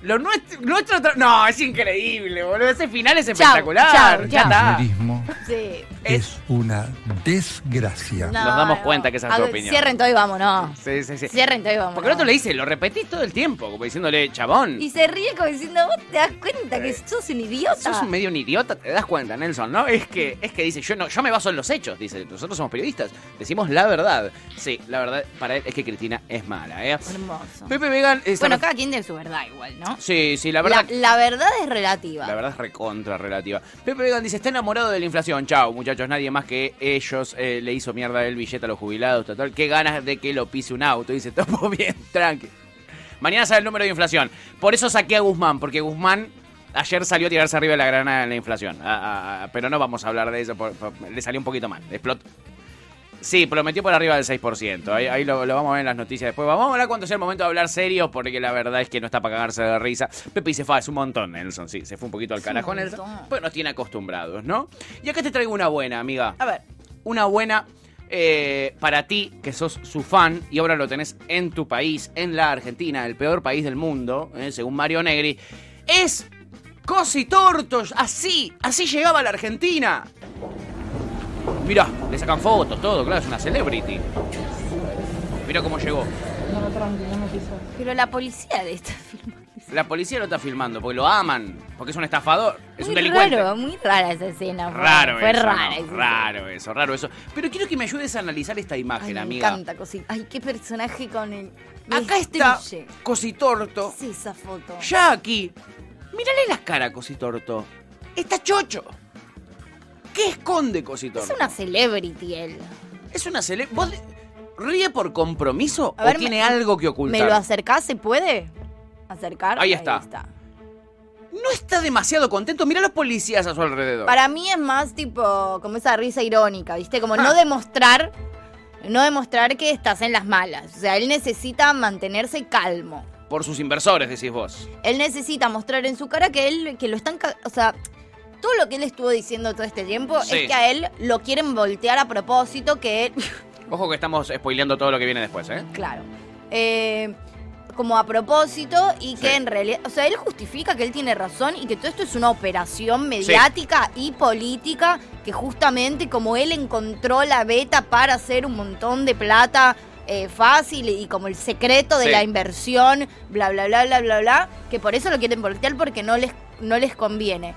Speaker 2: Lo nuestro, nuestro tra- No, es increíble, boludo. Ese final es espectacular.
Speaker 5: chau,
Speaker 2: ya
Speaker 5: chau.
Speaker 2: está.
Speaker 5: Kirchnerismo
Speaker 3: Sí.
Speaker 5: es una desgracia.
Speaker 3: No,
Speaker 2: Nos damos
Speaker 3: no.
Speaker 2: cuenta que esa es
Speaker 3: A
Speaker 2: tu
Speaker 3: ver,
Speaker 2: opinión.
Speaker 3: Cierren todo y vámonos.
Speaker 2: Sí, sí, sí.
Speaker 3: Cierren todo y vámonos.
Speaker 2: Porque el otro le dice, lo repetís todo el tiempo, como diciéndole, chabón.
Speaker 3: Y se ríe como diciendo, vos te das cuenta que sos un idiota.
Speaker 2: Sos un medio un idiota, te das cuenta, Nelson, ¿no? Es que, es que dice, yo no, yo me baso en los hechos, dice, nosotros somos periodistas, decimos la verdad. Sí, la verdad para él es que Cristina es mala, ¿eh?
Speaker 3: Hermoso.
Speaker 2: Pepe Vegan es-
Speaker 3: Bueno, cada quien tiene su verdad igual, ¿no?
Speaker 2: Sí, sí, la verdad.
Speaker 3: La, la verdad es relativa.
Speaker 2: La verdad es recontra relativa. Pepe Vegan dice, está enamorado de la inflación. Chao, muchachos, nadie más que ellos eh, le hizo mierda el billete a los jubilados. Total, qué ganas de que lo pise un auto. Dice, topo bien, tranqui. Mañana sale el número de inflación. Por eso saqué a Guzmán, porque Guzmán ayer salió a tirarse arriba de la grana en la inflación. Ah, ah, ah, pero no vamos a hablar de eso, por- por- le salió un poquito mal. Explot. Sí, prometió por arriba del 6%. Ahí, ahí lo, lo vamos a ver en las noticias después. Vamos a hablar cuando sea el momento de hablar serio, porque la verdad es que no está para cagarse de risa. Pepe se fue, es un montón, Nelson. Sí, se fue un poquito al
Speaker 3: Es un
Speaker 2: carajo, Nelson.
Speaker 3: montón.
Speaker 2: Pero nos tiene acostumbrados, ¿no? Y acá te traigo una buena, amiga.
Speaker 3: A ver.
Speaker 2: Una buena eh, para ti, que sos su fan, y ahora lo tenés en tu país, en la Argentina, el peor país del mundo, eh, según Mario Negri. Es Cosi Tortos, así, así llegaba a la Argentina. Mirá, le sacan fotos, todo, claro, es una celebrity. Mirá cómo llegó.
Speaker 3: Pero la policía de esta firma.
Speaker 2: La policía lo está filmando porque lo aman, porque es un estafador, es
Speaker 3: muy
Speaker 2: un delincuente.
Speaker 3: raro, muy rara esa escena. fue-
Speaker 2: Raro
Speaker 3: Fue
Speaker 2: eso,
Speaker 3: rara.
Speaker 2: no,
Speaker 3: esa
Speaker 2: raro eso, raro eso. Pero quiero que me ayudes a analizar esta imagen,
Speaker 3: escena. Me
Speaker 2: amiga.
Speaker 3: encanta cosita. Ay, qué personaje con el. me
Speaker 2: Acá está
Speaker 3: destruye.
Speaker 2: Cositorto.
Speaker 3: Sí, esa foto.
Speaker 2: Ya aquí. Mírale las caras, Cositorto. Está chocho. ¿Qué esconde
Speaker 3: Es
Speaker 2: Cositorto?
Speaker 3: una celebrity él.
Speaker 2: Es una cele... ¿Vos de- ríe por compromiso
Speaker 3: A ver,
Speaker 2: o tiene
Speaker 3: me-
Speaker 2: algo que
Speaker 3: ¿Me
Speaker 2: ocultar?
Speaker 3: lo acercás? ¿Se puede? ¿Acercar?
Speaker 2: Ahí está. No está demasiado contento. Mira los policías a su alrededor.
Speaker 3: Para mí es más tipo como esa risa irónica, ¿viste? Como
Speaker 2: Ah.
Speaker 3: no demostrar, no demostrar que estás en las malas. O sea, él necesita mantenerse calmo.
Speaker 2: Por sus inversores, decís vos.
Speaker 3: Él necesita mostrar en su cara que él que lo están, ca- o sea, todo lo que él estuvo diciendo todo este tiempo
Speaker 2: Sí.
Speaker 3: es que a él lo quieren voltear a propósito, que él,
Speaker 2: Ojo que estamos spoileando todo lo que viene después, ¿eh?
Speaker 3: claro, eh, como a propósito y que en realidad, o sea, él justifica que él tiene razón y que todo esto es una operación mediática y política que justamente como él encontró la beta para hacer un montón de plata eh, fácil y como el secreto de
Speaker 2: Sí.
Speaker 3: la inversión, bla, bla, bla, bla, bla, bla, que por eso lo quieren voltear porque no les, no les conviene.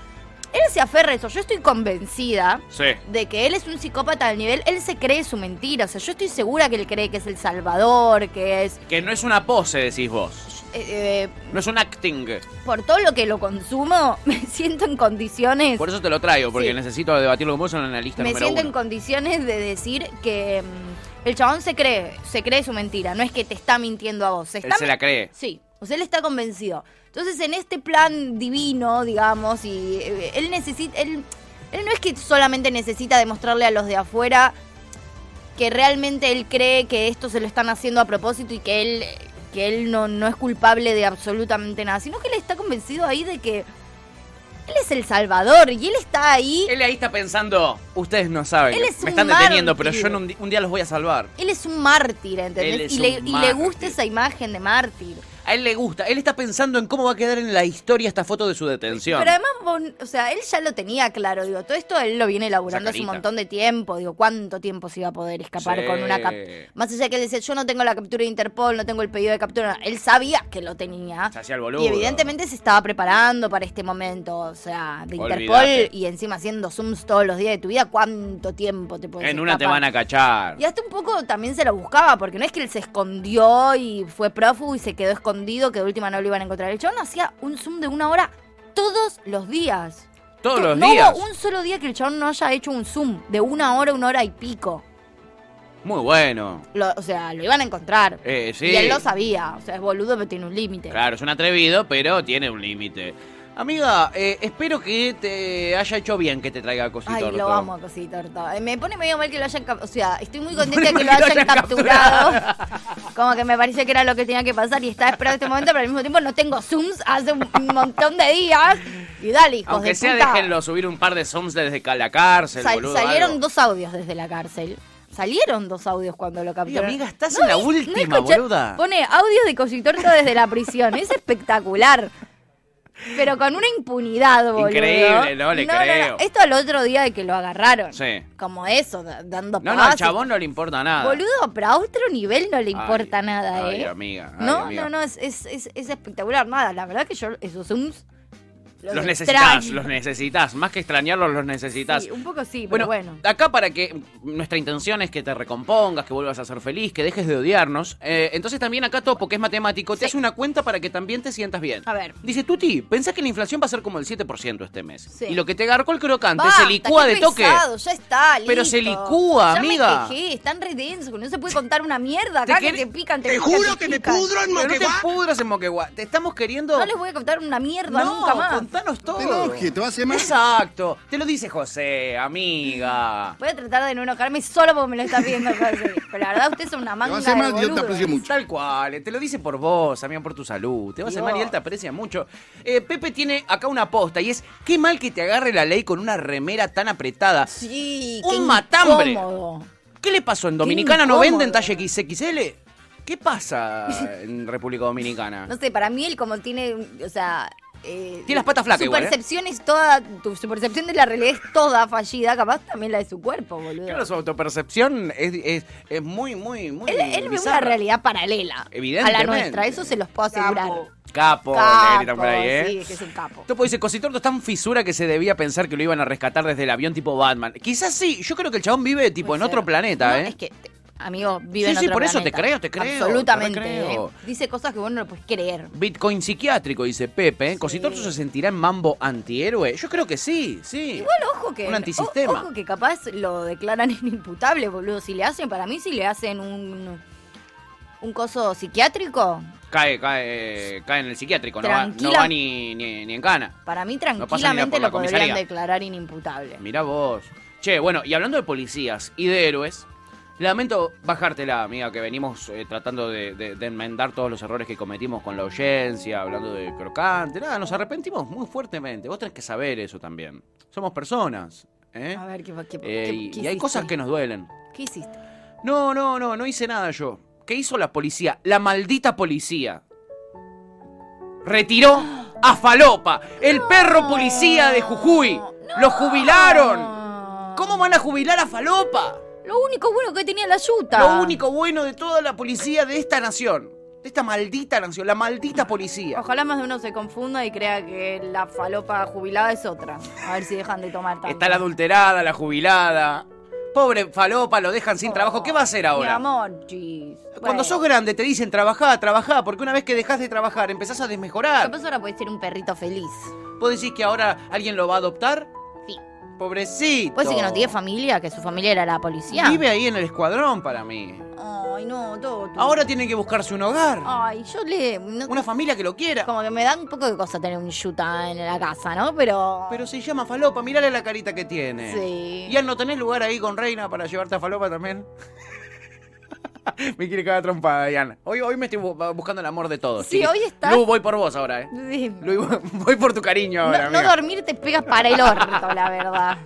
Speaker 3: Él se aferra a eso, yo estoy convencida
Speaker 2: Sí.
Speaker 3: de que él es un psicópata al nivel, él se cree su mentira, o sea, yo estoy segura que él cree que es el salvador, que es...
Speaker 2: Que no es una pose, decís vos.
Speaker 3: eh, eh,
Speaker 2: No es un acting.
Speaker 3: por todo lo que lo consumo, me siento en condiciones...
Speaker 2: Por eso te lo traigo, porque
Speaker 3: Sí.
Speaker 2: necesito debatirlo con vos en el analista
Speaker 3: me
Speaker 2: número
Speaker 3: siento en
Speaker 2: uno.
Speaker 3: condiciones de decir que mm, el chabón se cree, se cree su mentira, no es que te está mintiendo a vos. Se
Speaker 2: Él
Speaker 3: está
Speaker 2: se la cree.
Speaker 3: Sí, o sea, él está convencido. Entonces, en este plan divino, digamos, y eh, él necesita, él, él no es que solamente necesita demostrarle a los de afuera que realmente él cree que esto se lo están haciendo a propósito y que él, que él no, no es culpable de absolutamente nada, sino que él está convencido ahí de que él es el salvador y él está ahí.
Speaker 2: Él ahí está pensando, ustedes no saben,
Speaker 3: Él es
Speaker 2: me
Speaker 3: un
Speaker 2: están deteniendo,
Speaker 3: mártir.
Speaker 2: pero yo en un, di- un día los voy a salvar.
Speaker 3: Él es un mártir,
Speaker 2: Él es
Speaker 3: ¿entendés? Y
Speaker 2: un
Speaker 3: le, y le gusta
Speaker 2: mártir.
Speaker 3: esa imagen de mártir.
Speaker 2: A él le gusta, él está pensando en cómo va a quedar en la historia esta foto de su detención.
Speaker 3: Pero además, vos- o sea, él ya lo tenía claro, digo, todo esto él lo viene
Speaker 2: Esa
Speaker 3: elaborando hace un
Speaker 2: carita.
Speaker 3: montón de tiempo, digo, ¿cuánto tiempo se iba a poder escapar
Speaker 2: Sí.
Speaker 3: con una captura? Más allá que él decía, yo no tengo la captura de Interpol, no tengo el pedido de captura, no. él sabía que lo tenía.
Speaker 2: Se hacía el boludo.
Speaker 3: Y evidentemente se estaba preparando para este momento, o sea, de Interpol
Speaker 2: Olvídate.
Speaker 3: y encima haciendo Zooms todos los días de tu vida, ¿cuánto tiempo te puedes
Speaker 2: En una te
Speaker 3: escapar?
Speaker 2: van a cachar.
Speaker 3: pues, Y hasta un poco también se lo buscaba, porque no es que él se escondió y fue prófugo y se quedó escondido, que de última no lo iban a encontrar. El chabón hacía un zoom de una hora todos los días.
Speaker 2: Todos los
Speaker 3: no
Speaker 2: días.
Speaker 3: hubo un solo día que el chabón no haya hecho un zoom de una hora, una hora y pico.
Speaker 2: Muy bueno.
Speaker 3: Lo- o sea, lo iban a encontrar.
Speaker 2: Eh, sí.
Speaker 3: Y él lo sabía. O sea, es boludo, pero tiene un límite.
Speaker 2: Claro, es un atrevido, pero tiene un límite. Amiga, eh, espero que te haya hecho bien que te traiga cosito.
Speaker 3: Ay,
Speaker 2: orto.
Speaker 3: lo amo a Cosito Torta. Me pone medio mal que lo hayan capturado. O sea, estoy muy contenta
Speaker 2: pone
Speaker 3: que lo
Speaker 2: mal que lo
Speaker 3: hayan
Speaker 2: hayan
Speaker 3: capturado. Como que me pareció que era lo que tenía que pasar y estaba esperando este momento, pero al mismo tiempo no tengo zooms hace un montón de días. Y dale, hijos
Speaker 2: Aunque
Speaker 3: de
Speaker 2: sea,
Speaker 3: puta.
Speaker 2: déjenlo subir un par de zooms desde ca- la cárcel,
Speaker 3: Sal-
Speaker 2: boludo.
Speaker 3: salieron
Speaker 2: algo.
Speaker 3: dos audios desde la cárcel. Salieron dos audios cuando lo capturaron.
Speaker 2: amiga, estás en la
Speaker 3: es-
Speaker 2: última,
Speaker 3: escuché-
Speaker 2: boluda.
Speaker 3: Pone audios de Cositorta desde la prisión. Es espectacular. Pero con una impunidad, boludo.
Speaker 2: Increíble, no le creo.
Speaker 3: Esto al otro día de que lo agarraron.
Speaker 2: Sí.
Speaker 3: Como eso, da- dando
Speaker 2: No, no, al
Speaker 3: pases.
Speaker 2: chabón no le importa nada.
Speaker 3: Boludo, pero a otro nivel no le
Speaker 2: Ay,
Speaker 3: importa nada,
Speaker 2: Ay,
Speaker 3: ¿eh?
Speaker 2: amiga. ay,
Speaker 3: no,
Speaker 2: amiga.
Speaker 3: no, no, es, es, es, es espectacular. Nada, la verdad que yo esos zooms
Speaker 2: Los,
Speaker 3: los
Speaker 2: necesitas,
Speaker 3: extraño.
Speaker 2: los necesitas. Más que extrañarlos, los necesitas.
Speaker 3: Sí, un poco sí, pero
Speaker 2: Bueno,
Speaker 3: bueno.
Speaker 2: acá para que nuestra intención es que te recompongas, que vuelvas a ser feliz, que dejes de odiarnos. Eh, entonces también acá Topo, que es matemático, te hace una cuenta para que también te sientas bien.
Speaker 3: A ver.
Speaker 2: Dice, Tuti, pensás que la inflación va a ser como el 7% este mes.
Speaker 3: Sí.
Speaker 2: Y lo que te garcó el crocante
Speaker 3: Basta,
Speaker 2: se licúa
Speaker 3: qué
Speaker 2: de toque.
Speaker 3: pesado, ya está,
Speaker 2: Pero
Speaker 3: listo.
Speaker 2: se licúa,
Speaker 3: ya
Speaker 2: amiga.
Speaker 3: Me quejé, están re densos, no se puede contar una mierda acá que
Speaker 2: quer-
Speaker 3: te pican, te,
Speaker 2: Te
Speaker 3: pican,
Speaker 2: juro
Speaker 3: te
Speaker 2: que me
Speaker 3: pican.
Speaker 2: pudro en Pero no te Moquegua. pudras en Moquegua. Te estamos queriendo...
Speaker 3: No les voy a contar una mierda
Speaker 2: No,
Speaker 3: nunca más.
Speaker 2: contanos todo.
Speaker 3: enojes,
Speaker 2: te Exacto. Te lo dice José, amiga.
Speaker 3: Voy a tratar de no enojarme solo porque me lo está pidiendo José. Pero la verdad, usted es una manga de boludos.
Speaker 2: Tal cual, eh, te lo dice por vos, también por tu salud. Te va a hacer mal y él te aprecia mucho. Eh, Pepe tiene acá una aposta y es: qué mal que te agarre la ley con una remera tan apretada.
Speaker 3: Sí,
Speaker 2: Un
Speaker 3: qué
Speaker 2: matambre.
Speaker 3: incómodo.
Speaker 2: ¿Qué le pasó? ¿En
Speaker 3: Qué
Speaker 2: Dominicana no
Speaker 3: incómodo.
Speaker 2: venden talle XXL? ¿Qué pasa en República Dominicana?
Speaker 3: No sé, para mí él como tiene, o sea... eh,
Speaker 2: Tiene las patas flacas
Speaker 3: Su
Speaker 2: igual, ¿eh?
Speaker 3: percepción es toda, tu, su percepción de la realidad es toda fallida, capaz también la de su cuerpo, boludo.
Speaker 2: Claro, su autopercepción es, es- es muy, muy, muy.
Speaker 3: él él ve una
Speaker 2: bizarra.
Speaker 3: realidad paralela a la
Speaker 2: Evidentemente.
Speaker 3: nuestra, eso se los puedo asegurar.
Speaker 2: Capo, le gritan por ahí, ¿eh?
Speaker 3: sí, es que es un capo.
Speaker 2: Topo dice, Cositorto es tan fisura que se debía pensar que lo iban a rescatar desde el avión tipo Batman. Quizás sí, yo creo que el chabón vive tipo en otro planeta,
Speaker 3: No,
Speaker 2: ¿eh?
Speaker 3: Es que, te- amigo,
Speaker 2: Sí,
Speaker 3: vive en
Speaker 2: sí,
Speaker 3: otro
Speaker 2: por eso te
Speaker 3: planeta.
Speaker 2: creo, te creo,
Speaker 3: Absolutamente.
Speaker 2: te recreo.
Speaker 3: ¿eh? Dice cosas que vos no lo puedes creer.
Speaker 2: Bitcoin psiquiátrico, dice Pepe. ¿eh? ¿Cositorto se sentirá en mambo antihéroe? Yo creo que sí, sí.
Speaker 3: Igual, ojo que.
Speaker 2: Un antisistema.
Speaker 3: o- Ojo que capaz lo declaran inimputable, boludo. Si le hacen, para mí, si le hacen un. Un coso psiquiátrico,
Speaker 2: Cae, cae, cae en el psiquiátrico, no va, no
Speaker 3: Tranquila.
Speaker 2: va ni, ni, ni en cana.
Speaker 3: para mí
Speaker 2: No pasa ni la-
Speaker 3: tranquilamente
Speaker 2: por la
Speaker 3: lo podrían
Speaker 2: comisaría.
Speaker 3: declarar inimputable.
Speaker 2: Mirá vos. Che, bueno, y hablando de policías y de héroes, lamento bajártela, amiga, que venimos eh, tratando de, de- de enmendar todos los errores que cometimos con la audiencia, hablando de crocante, nada, nos arrepentimos muy fuertemente. Vos tenés que saber eso también. Somos personas, ¿eh?
Speaker 3: A ver, ¿qué, qué,
Speaker 2: Eh,
Speaker 3: qué-
Speaker 2: y,
Speaker 3: qué
Speaker 2: y hay
Speaker 3: hiciste?
Speaker 2: cosas que nos duelen.
Speaker 3: ¿Qué hiciste?
Speaker 2: No, no, no, no hice nada yo. ¿Qué hizo la policía? La maldita policía. Retiró a Falopa, el perro policía de Jujuy. Lo jubilaron. ¿Cómo van a jubilar a Falopa?
Speaker 3: Ah. Lo único bueno que tenía la yuta.
Speaker 2: Lo único bueno de toda la policía de esta nación. De esta maldita nación, la maldita policía.
Speaker 3: Ojalá más de uno se confunda y crea que la falopa jubilada es otra. A ver si dejan de tomar tanto.
Speaker 2: Está la adulterada, la jubilada. Pobre Falopa, lo dejan sin trabajo. ¿Qué va a hacer
Speaker 3: Mi
Speaker 2: ahora?
Speaker 3: amor, chis.
Speaker 2: Cuando
Speaker 3: Bueno,
Speaker 2: sos grande te dicen trabajá, trabajá, porque una vez que dejas de trabajar empezás a desmejorar.
Speaker 3: Capaz ahora podés ser un perrito feliz.
Speaker 2: ¿Vos decís que ahora alguien lo va a adoptar?
Speaker 3: Sí.
Speaker 2: Pobrecito.
Speaker 3: Pues Puede ser que no tiene familia, que su familia era la policía.
Speaker 2: Vive ahí en el escuadrón para mí.
Speaker 3: Ay, Ay, no, todo.
Speaker 2: Ahora tienen que buscarse un hogar.
Speaker 3: Ay, yo le.
Speaker 2: Una familia que lo quiera.
Speaker 3: Como que me da un poco de cosa tener un yuta en la casa, ¿no? Pero.
Speaker 2: Pero se llama Falopa, mirale la carita que tiene.
Speaker 3: Sí.
Speaker 2: Y al no tenés lugar ahí con Reina para llevarte a Falopa también. me quiere cagar trompada, Diana. Hoy, hoy me estoy bu- buscando el amor de todos.
Speaker 3: Sí, hoy estás-
Speaker 2: Lu, voy por vos ahora, eh.
Speaker 3: Sí.
Speaker 2: Lu, voy por tu cariño
Speaker 3: No,
Speaker 2: ahora.
Speaker 3: no
Speaker 2: amiga.
Speaker 3: dormir te pegas para el orto, la verdad.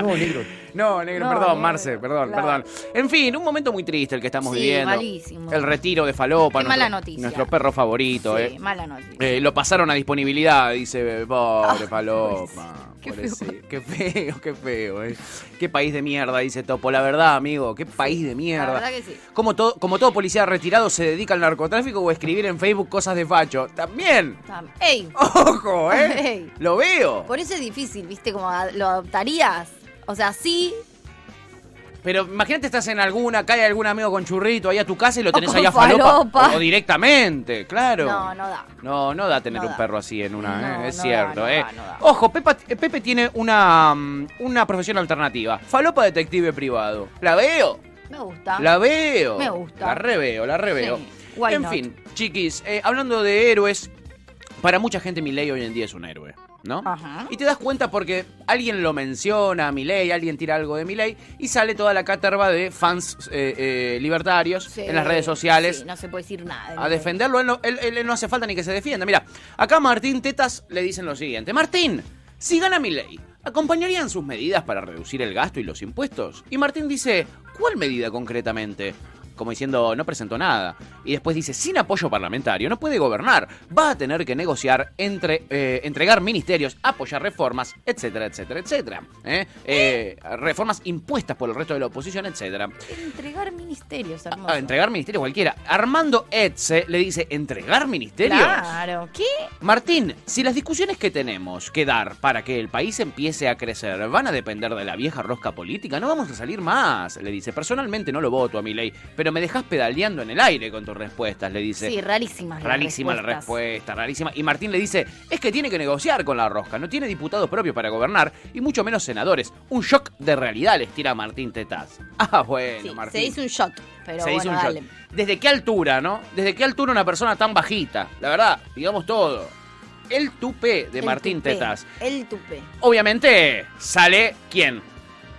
Speaker 2: No, negro. No, negro,
Speaker 3: No,
Speaker 2: perdón,
Speaker 3: negro,
Speaker 2: Marce, perdón, perdón.
Speaker 3: claro.
Speaker 2: En fin, un momento muy triste el que estamos
Speaker 3: Sí,
Speaker 2: viviendo.
Speaker 3: malísimo.
Speaker 2: El retiro de Falopa.
Speaker 3: Qué mala noticia.
Speaker 2: Nuestro perro favorito,
Speaker 3: Sí,
Speaker 2: eh.
Speaker 3: mala noticia.
Speaker 2: Eh, lo pasaron a disponibilidad, dice pobre Falopa.
Speaker 3: qué
Speaker 2: pobre sí. Qué feo, qué feo, eh. Qué país de mierda, dice Topo. La verdad, amigo, qué país de
Speaker 3: La
Speaker 2: mierda.
Speaker 3: verdad que sí.
Speaker 2: Como todo, como todo policía retirado se dedica al narcotráfico o a escribir en Facebook cosas de facho. También.
Speaker 3: Tam- ¡Ey!
Speaker 2: Ojo, ¿eh?
Speaker 3: Ey.
Speaker 2: Lo veo.
Speaker 3: Por eso es difícil, ¿viste? Como a- lo adoptarías. O sea, sí.
Speaker 2: Pero imagínate estás en alguna, cae algún amigo con churrito ahí a tu casa y lo tenés
Speaker 3: con
Speaker 2: ahí a falopa.
Speaker 3: falopa.
Speaker 2: O directamente, claro.
Speaker 3: No, no da.
Speaker 2: No, no da tener
Speaker 3: No
Speaker 2: un
Speaker 3: da.
Speaker 2: perro así en una,
Speaker 3: No,
Speaker 2: ¿eh? es
Speaker 3: no da,
Speaker 2: cierto.
Speaker 3: no
Speaker 2: ¿eh?
Speaker 3: da, no da.
Speaker 2: Ojo, Pepa- Pepe tiene una, mm, una profesión alternativa. Falopa detective privado. La veo,
Speaker 3: Me gusta.
Speaker 2: la veo.
Speaker 3: Me gusta.
Speaker 2: La reveo, la reveo.
Speaker 3: Sí, why
Speaker 2: en
Speaker 3: not?
Speaker 2: fin, chiquis, eh, hablando de héroes, para mucha gente Milei hoy en día es un héroe, ¿no?
Speaker 3: Ajá.
Speaker 2: Y te das cuenta porque alguien lo menciona a Milei, alguien tira algo de Milei y sale toda la caterva de fans eh, eh, libertarios
Speaker 3: Sí,
Speaker 2: en las redes sociales
Speaker 3: sí, no se puede decir nada.
Speaker 2: a defenderlo. Él no, él- él- él no hace falta ni que se defienda. Mira, acá a Martín Tetas le dicen lo siguiente: Martín, si gana mi ley, ¿acompañarían sus medidas para reducir el gasto y los impuestos? Y Martín dice: ¿Cuál medida concretamente? Como diciendo, no presentó nada. Y después dice, sin apoyo parlamentario, no puede gobernar. Va a tener que negociar entre eh, entregar ministerios, apoyar reformas, etcétera, etcétera, etcétera. ¿Eh? Eh, reformas impuestas por el resto de la oposición, etcétera.
Speaker 3: Entregar ministerios, hermoso.
Speaker 2: A Ah, entregar ministerio cualquiera. Armando Etze le dice, ¿entregar ministerios?
Speaker 3: Claro. ¿Qué?
Speaker 2: Martín, si las discusiones que tenemos que dar para que el país empiece a crecer van a depender de la vieja rosca política, no vamos a salir más, le dice. Personalmente no lo voto a mi ley, pero me dejas pedaleando en el aire con tus respuestas, le dice.
Speaker 3: Sí, rarísimas. las
Speaker 2: Rarísima la
Speaker 3: respuestas.
Speaker 2: respuesta, rarísima. Y Martín le dice, es que tiene que negociar con la rosca, no tiene diputados propios para gobernar y mucho menos senadores. Un shock de realidad les tira a Martín Tetaz. Ah, bueno,
Speaker 3: Sí,
Speaker 2: Martín.
Speaker 3: se dice un shot, pero
Speaker 2: Se
Speaker 3: bueno,
Speaker 2: hizo un
Speaker 3: dale.
Speaker 2: shot. ¿Desde qué altura, no? ¿Desde qué altura una persona tan bajita? La verdad, digamos todo. El tupé de
Speaker 3: El
Speaker 2: Martín
Speaker 3: tupé,
Speaker 2: Tetaz.
Speaker 3: El tupé.
Speaker 2: Obviamente, sale quién?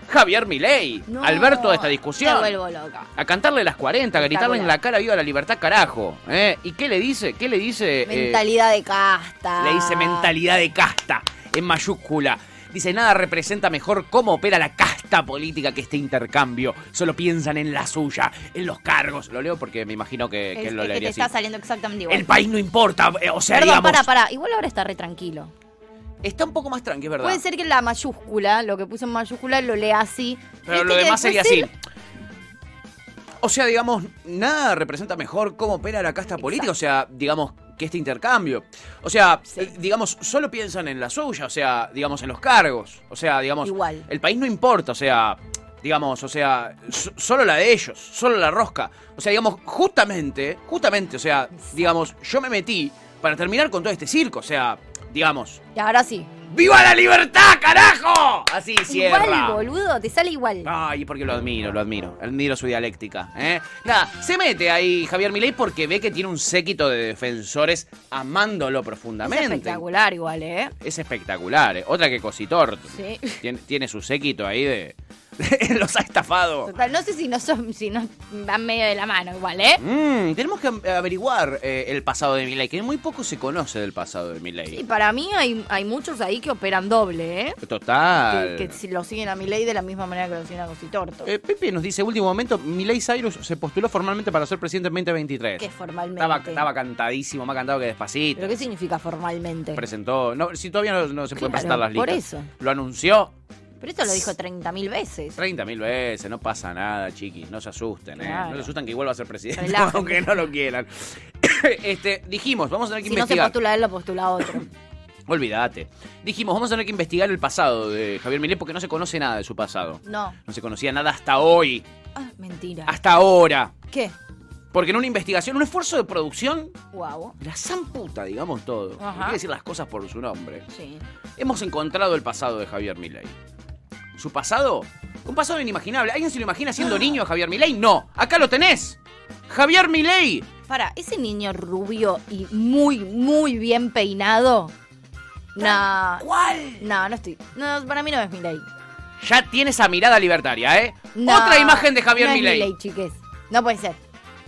Speaker 2: Javier Milei,
Speaker 3: No,
Speaker 2: al ver toda esta
Speaker 3: Me
Speaker 2: discusión.
Speaker 3: vuelvo loca.
Speaker 2: A cantarle las 40, a gritarle en la cara viva la libertad, carajo. ¿eh? ¿Y qué le dice? ¿Qué le dice? eh,
Speaker 3: Mentalidad de casta.
Speaker 2: le dice mentalidad de casta, en mayúscula. Dice, nada representa mejor cómo opera la casta política que este intercambio. Solo piensan en la suya, en los cargos. Lo leo porque me imagino que,
Speaker 3: Es,
Speaker 2: que él lo
Speaker 3: es que te
Speaker 2: leería así.
Speaker 3: está saliendo exactamente igual.
Speaker 2: El país no importa, eh, o sea,
Speaker 3: Perdón,
Speaker 2: digamos...
Speaker 3: pará, pará. Igual ahora está re tranquilo.
Speaker 2: Está un poco más tranqui, es verdad.
Speaker 3: Puede ser que la mayúscula, lo que puso en mayúscula, lo lea así.
Speaker 2: Pero
Speaker 3: Viste
Speaker 2: lo
Speaker 3: Este que
Speaker 2: demás sería
Speaker 3: después
Speaker 2: así.
Speaker 3: él-
Speaker 2: O sea, digamos, nada representa mejor cómo opera la casta política, o sea, digamos, que este intercambio. O sea, eh, digamos, solo piensan en la suya, o sea, digamos, en los cargos. O sea, digamos,
Speaker 3: Igual.
Speaker 2: el país no importa, o sea, digamos, o sea, so- solo la de ellos, solo la rosca. O sea, digamos, justamente, justamente, o sea, digamos, yo me metí para terminar con todo este circo, o sea, digamos,
Speaker 3: Y ahora sí.
Speaker 2: ¡Viva la libertad, carajo! Así cierra.
Speaker 3: Igual, boludo, te sale igual.
Speaker 2: Ay, porque lo admiro, lo admiro. Admiro su dialéctica. ¿eh? Nada, se mete ahí Javier Milei porque ve que tiene un séquito de defensores amándolo
Speaker 3: es
Speaker 2: profundamente.
Speaker 3: espectacular igual, ¿eh?
Speaker 2: Es espectacular, ¿eh? Otra que Cositor.
Speaker 3: Sí.
Speaker 2: Tiene, tiene su séquito ahí de... Los ha estafado.
Speaker 3: Total, no sé si no son, si no van medio de la mano igual, ¿eh?
Speaker 2: Mm, tenemos que averiguar eh, el pasado de Milei, que muy poco se conoce del pasado de Milei.
Speaker 3: Y para mí hay, hay muchos ahí que operan doble, ¿eh?
Speaker 2: Total.
Speaker 3: Que, que si lo siguen a mi ley de la misma manera que lo siguen a Cositorto.
Speaker 2: Eh, Pepe nos dice, último momento, Milei Cyrus se postuló formalmente para ser presidente en 2023.
Speaker 3: que formalmente.
Speaker 2: Estaba, estaba cantadísimo, más cantado que despacito.
Speaker 3: ¿Pero qué significa formalmente?
Speaker 2: presentó. No, si todavía no, no se pueden
Speaker 3: Claro,
Speaker 2: presentar las listas.
Speaker 3: por eso.
Speaker 2: Lo anunció
Speaker 3: Pero esto lo dijo 30.000 veces.
Speaker 2: 30.000 veces, no pasa nada, chiquis, no se asusten, ¿eh?
Speaker 3: Claro.
Speaker 2: No se asustan que igual va a ser presidente,
Speaker 3: Relájense.
Speaker 2: aunque no lo quieran. este, dijimos, vamos a tener que
Speaker 3: Si no se
Speaker 2: investigar.
Speaker 3: postula él, lo postula otro.
Speaker 2: Olvídate. Dijimos, vamos a tener que investigar el pasado de Javier Milei porque no se conoce nada de su pasado.
Speaker 3: No.
Speaker 2: No se conocía nada hasta hoy,
Speaker 3: Ah, mentira.
Speaker 2: hasta ahora.
Speaker 3: ¿Qué?
Speaker 2: Porque en una investigación, un esfuerzo de producción,
Speaker 3: Guau.
Speaker 2: la san puta, digamos todo.
Speaker 3: Ajá.
Speaker 2: Hay que decir las cosas por su nombre.
Speaker 3: Sí.
Speaker 2: Hemos encontrado el pasado de Javier Milei.
Speaker 3: Ah.
Speaker 2: ¿Su pasado? Un pasado inimaginable. ¿Alguien se lo imagina siendo niño a Javier Milei? No. Acá lo tenés. Javier Milei.
Speaker 3: Para, ese niño rubio y muy, muy bien peinado. No. ¿Cuál? No, no estoy. No, para mí no es Milei.
Speaker 2: Ya tiene esa mirada libertaria, ¿eh?
Speaker 3: No,
Speaker 2: Otra imagen de Javier
Speaker 3: no es
Speaker 2: Milei.
Speaker 3: Milei, chiques. No puede ser.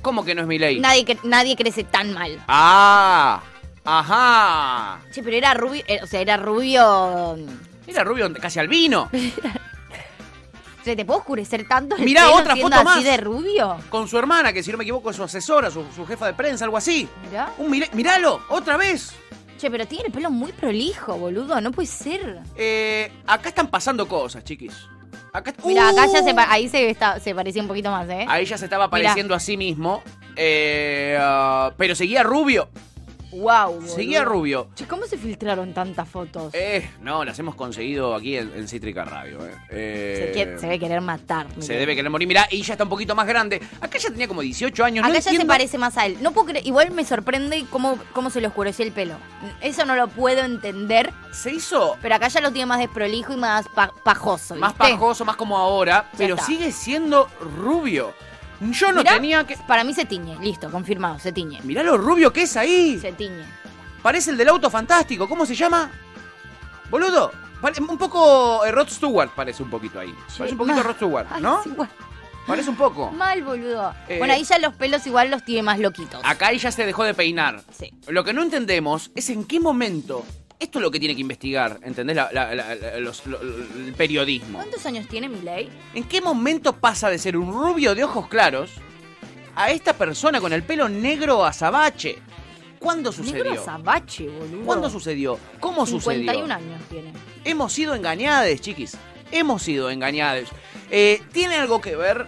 Speaker 2: ¿Cómo que no es Milei?
Speaker 3: Nadie, cre- nadie crece tan mal.
Speaker 2: Ah, ajá.
Speaker 3: Che, pero era rubio. eh, o sea, era rubio. mm,
Speaker 2: Era rubio casi albino.
Speaker 3: ¿Se te puede oscurecer tanto el
Speaker 2: Mirá,
Speaker 3: pelo
Speaker 2: otra
Speaker 3: siendo
Speaker 2: foto más.
Speaker 3: así de rubio?
Speaker 2: Con su hermana, que si no me equivoco es su asesora, su, su jefa de prensa, algo así.
Speaker 3: Mirá.
Speaker 2: Un Milei- miralo, otra vez.
Speaker 3: Che, pero tiene el pelo muy prolijo, boludo. No puede ser.
Speaker 2: Eh, acá están pasando cosas, chiquis. Acá,
Speaker 3: Mira, acá ya
Speaker 2: ¡Uh!
Speaker 3: se pa- ahí se, está- se parecía un poquito más, ¿eh?
Speaker 2: Ahí ya se estaba pareciendo a sí mismo. Eh, ah, pero seguía rubio.
Speaker 3: Wow.
Speaker 2: Seguía rubio.
Speaker 3: Che, ¿cómo se filtraron tantas fotos?
Speaker 2: Eh, no, las hemos conseguido aquí en, en Cítrica Radio. eh. Eh,
Speaker 3: se, quie- se debe querer matar.
Speaker 2: se
Speaker 3: Miguel.
Speaker 2: debe querer morir. Mirá, y ya está un poquito más grande. Acá ya tenía como 18 años.
Speaker 3: Acá
Speaker 2: no
Speaker 3: ya se
Speaker 2: entiendo-
Speaker 3: parece más a él. No puedo creer- Igual me sorprende cómo, cómo se le oscureció el pelo. Eso no lo puedo entender.
Speaker 2: Se hizo
Speaker 3: Pero acá ya lo tiene más desprolijo y más pa- pajoso.
Speaker 2: más
Speaker 3: ¿viste?
Speaker 2: pajoso, más como ahora. Pero
Speaker 3: está.
Speaker 2: sigue siendo rubio. Yo no
Speaker 3: Mirá,
Speaker 2: tenía que...
Speaker 3: Para mí se tiñe. Listo, confirmado, se tiñe.
Speaker 2: Mirá lo rubio que es ahí.
Speaker 3: Se tiñe.
Speaker 2: Parece el del auto fantástico. ¿Cómo se llama? Boludo. pare- Un poco eh, Rod Stewart parece un poquito ahí. Parece un poquito
Speaker 3: ma-
Speaker 2: Rod Stewart,
Speaker 3: Ay,
Speaker 2: ¿no?
Speaker 3: es igual.
Speaker 2: Parece un poco.
Speaker 3: Mal, boludo.
Speaker 2: Eh, Ah.
Speaker 3: bueno, ahí ya los pelos igual los tiene más loquitos.
Speaker 2: Acá ahí ya se dejó de peinar.
Speaker 3: Sí.
Speaker 2: Lo que no entendemos es en qué momento. Esto es lo que tiene que investigar, ¿entendés? La- la- la- la- los- lo- lo- el periodismo.
Speaker 3: ¿Cuántos años tiene Milei?
Speaker 2: ¿En qué momento pasa de ser un rubio de ojos claros a esta persona con el pelo negro azabache? ¿Cuándo
Speaker 3: Negro
Speaker 2: sucedió?
Speaker 3: azabache, boludo.
Speaker 2: ¿Cuándo sucedió? ¿Cómo sucedió?
Speaker 3: 51 años tiene.
Speaker 2: Hemos sido engañades, chiquis. Hemos sido engañades. Eh, ¿Tiene algo que ver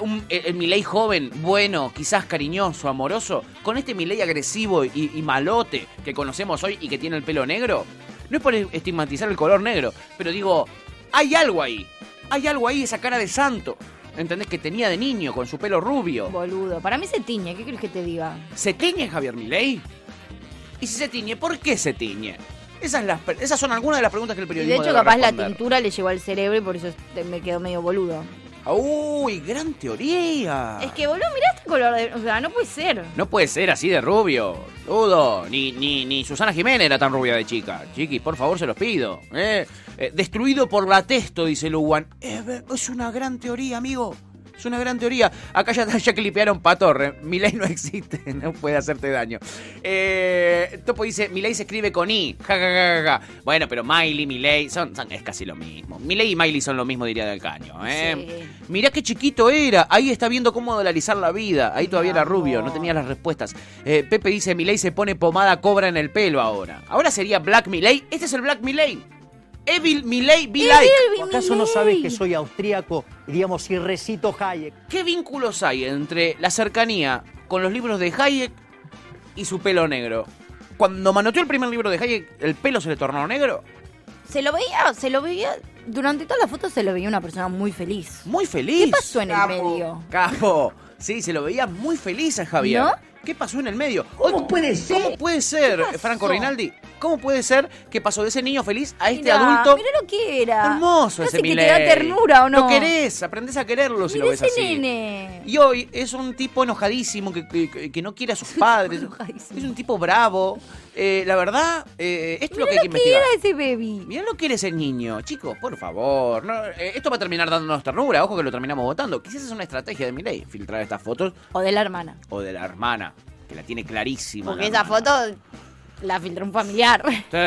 Speaker 2: un- eh, el, el Milei joven, bueno, quizás cariñoso, amoroso, con este Milei agresivo y, y malote que conocemos hoy y que tiene el pelo negro? No es por estigmatizar el color negro, pero digo, hay algo ahí. Hay algo ahí, esa cara de santo. ¿Entendés? Que tenía de niño, con su pelo rubio.
Speaker 3: Boludo. Para mí se tiñe. ¿Qué crees que te diga?
Speaker 2: ¿Se tiñe Javier Milei? Y si se tiñe, ¿por qué se tiñe? Esas, las pre- esas son algunas de las preguntas que el
Speaker 3: Y
Speaker 2: periodismo
Speaker 3: de hecho,
Speaker 2: debe
Speaker 3: capaz la
Speaker 2: responder.
Speaker 3: tintura le llegó al cerebro y por eso este- me quedó medio boludo.
Speaker 2: ¡Uy, gran teoría!
Speaker 3: Es que, boludo, mirá este color de. O sea, no puede ser.
Speaker 2: No puede ser así de rubio, dudo. Ni, ni, ni Susana Jiménez era tan rubia de chica. Chiquis, por favor, se los pido. ¿eh? Eh, destruido por la testo, dice Luwan. Es, ver- es una gran teoría, amigo. Es una gran teoría. Acá ya, ya clipearon Patorre. Milei no existe, no puede hacerte daño. Eh, Topo dice, Milei se escribe con I. Ja, ja, ja, ja, ja. Bueno, pero Miley, Milei, son, son- es casi lo mismo. Milei y Miley son lo mismo, diría del caño. ¿eh? Mirá qué chiquito era. Ahí está viendo cómo dolarizar la vida. Ahí todavía era rubio, no tenía las respuestas. Eh, Pepe dice, Milei se pone pomada cobra en el pelo ahora. Ahora sería Black Milei. Este es el Black Milei. Evil Milei, be like.
Speaker 12: ¿O acaso no sabes que soy austríaco y digamos si recito Hayek?
Speaker 2: ¿Qué vínculos hay entre la cercanía con los libros de Hayek y su pelo negro? Cuando manoteó el primer libro de Hayek, ¿el pelo se le tornó negro?
Speaker 3: Se lo veía, se lo veía. Durante toda la foto se lo veía una persona muy feliz.
Speaker 2: Muy feliz.
Speaker 3: ¿Qué pasó en el medio?
Speaker 2: Capo. Sí, se lo veía muy feliz a Javier.
Speaker 3: ¿No?
Speaker 2: ¿Qué pasó en el medio? ¿Cómo puede ser? ¿Cómo puede ser, Franco Rinaldi? ¿Cómo puede ser que pasó de ese niño feliz a este
Speaker 3: Mirá,
Speaker 2: adulto
Speaker 3: Mirá lo que era.
Speaker 2: hermoso
Speaker 3: Casi
Speaker 2: ese
Speaker 3: que
Speaker 2: Milei?
Speaker 3: te da ternura, ¿o no?
Speaker 2: Lo querés, aprendés a quererlo si
Speaker 3: Mirá
Speaker 2: lo ves
Speaker 3: ese
Speaker 2: así.
Speaker 3: nene.
Speaker 2: Y hoy es un tipo enojadísimo que, que- que- que no quiere a sus padres. Es un tipo bravo. Eh, la verdad, eh, esto es lo que hay que
Speaker 3: Mirá lo que
Speaker 2: investigar.
Speaker 3: era ese baby.
Speaker 2: Mirá lo que eres el niño, chicos, por favor. No, eh, esto va a terminar dándonos ternura, ojo que lo terminamos votando. Quizás es una estrategia de Milei, filtrar estas fotos
Speaker 3: O de la hermana.
Speaker 2: o de la hermana, que la tiene clarísima.
Speaker 3: Porque
Speaker 2: la
Speaker 3: esa
Speaker 2: hermana.
Speaker 3: foto la filtró un familiar.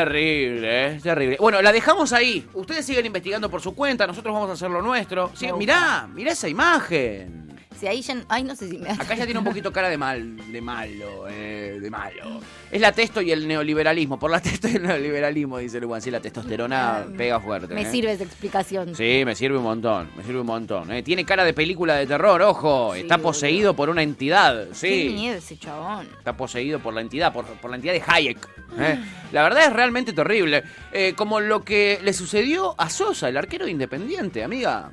Speaker 2: Terrible, eh, terrible. Bueno, la dejamos ahí. Ustedes siguen investigando por su cuenta, nosotros vamos a hacer lo nuestro. Sí,
Speaker 3: Me gusta.
Speaker 2: mirá, mirá esa imagen.
Speaker 3: Si ahí ya. Ay, no sé si me.
Speaker 2: Acá ya tiene un poquito cara de mal, de malo, eh, de malo. Es la testo y el neoliberalismo. Por la testo y el neoliberalismo, dice Luan. Sí, la testosterona pega fuerte.
Speaker 3: Me
Speaker 2: eh.
Speaker 3: sirve esa explicación.
Speaker 2: Sí, me sirve un montón, me sirve un montón. eh. Tiene cara de película de terror, ojo. está poseído por una entidad,
Speaker 3: Qué
Speaker 2: sí.
Speaker 3: miedo ese chabón.
Speaker 2: Está poseído por la entidad, por, por la entidad de Hayek. eh. La verdad es realmente terrible. Eh, como lo que le sucedió a Sosa, el arquero de independiente, amiga.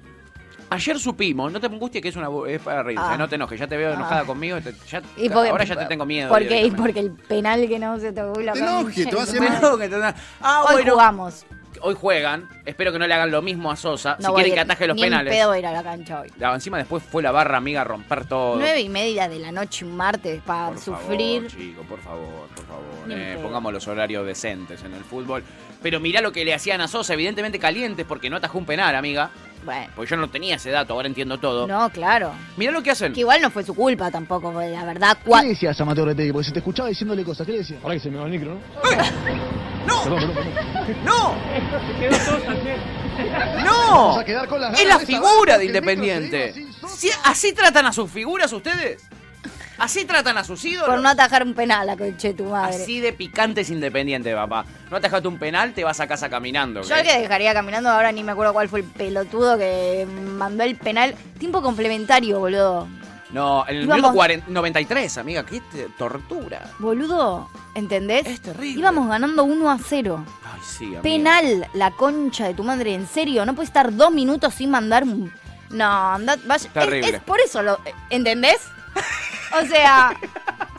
Speaker 2: Ayer supimos, no te angusties que es una bu- es para reírse,
Speaker 3: Ah.
Speaker 2: no te enojes, ya te veo enojada
Speaker 3: Ah.
Speaker 2: conmigo, te- ya-
Speaker 3: Y porque-
Speaker 2: ahora ya te tengo miedo.
Speaker 3: Porque, y
Speaker 2: directamente.
Speaker 3: porque el penal que no se te ocurrió.
Speaker 2: Te enojes, te vas a enojar. Ah,
Speaker 3: Hoy
Speaker 2: bueno.
Speaker 3: jugamos.
Speaker 2: hoy juegan. Espero que no le hagan lo mismo a Sosa.
Speaker 3: No
Speaker 2: si
Speaker 3: voy a
Speaker 2: quieren
Speaker 3: ir-
Speaker 2: que ataje los
Speaker 3: ni en
Speaker 2: penales.
Speaker 3: pedo voy a ir a la cancha hoy.
Speaker 2: Ah, Encima después fue la barra amiga a romper todo.
Speaker 3: Nueve y media de la noche un martes para
Speaker 2: Por favor,
Speaker 3: sufrir.
Speaker 2: chico, por favor, por favor.
Speaker 3: Ni en
Speaker 2: eh,
Speaker 3: pedo.
Speaker 2: pongamos los horarios decentes en el fútbol. Pero mirá lo que le hacían a Sosa, evidentemente calientes, porque no atajó un penal, amiga.
Speaker 3: Bueno.
Speaker 2: Porque yo no tenía ese dato, ahora entiendo todo.
Speaker 3: No, claro.
Speaker 2: Mirá lo que hacen.
Speaker 3: Que igual no fue su culpa tampoco, porque la verdad.
Speaker 13: ¿Qué le decías a Mateo Retegui? Porque se te escuchaba diciéndole cosas. ¿Qué le decías? Ahora que se me va el micro, ¿no? ¡No!
Speaker 2: ¡No!
Speaker 13: Nos
Speaker 2: ¡No!
Speaker 13: vas a quedar con las
Speaker 2: es la
Speaker 13: ganas de saber
Speaker 2: figura de
Speaker 13: porque el micro se
Speaker 2: Independiente. ¿Sí- ¿Así tratan a sus figuras ustedes? ¿Así tratan a sus ídolos?
Speaker 3: Por no atajar un penal a coche tu madre.
Speaker 2: Así de picante es Independiente, papá. No atajaste un penal, te vas a casa caminando.
Speaker 3: Yo
Speaker 2: ¿ok?
Speaker 3: el que dejaría caminando ahora ni me acuerdo cuál fue el pelotudo que mandó el penal. Tiempo complementario, boludo.
Speaker 2: No, en el
Speaker 3: Íbamos-
Speaker 2: minuto 40 93, amiga, qué te- tortura.
Speaker 3: Boludo, ¿entendés? Es terrible. Íbamos ganando 1 a 0.
Speaker 2: Ay, sí, amiga.
Speaker 3: Penal, la concha de tu madre, en serio, no puedes estar dos minutos sin mandar un. No, anda, vaya. es-
Speaker 2: Terrible.
Speaker 3: Es, por eso lo. ¿Entendés? O sea,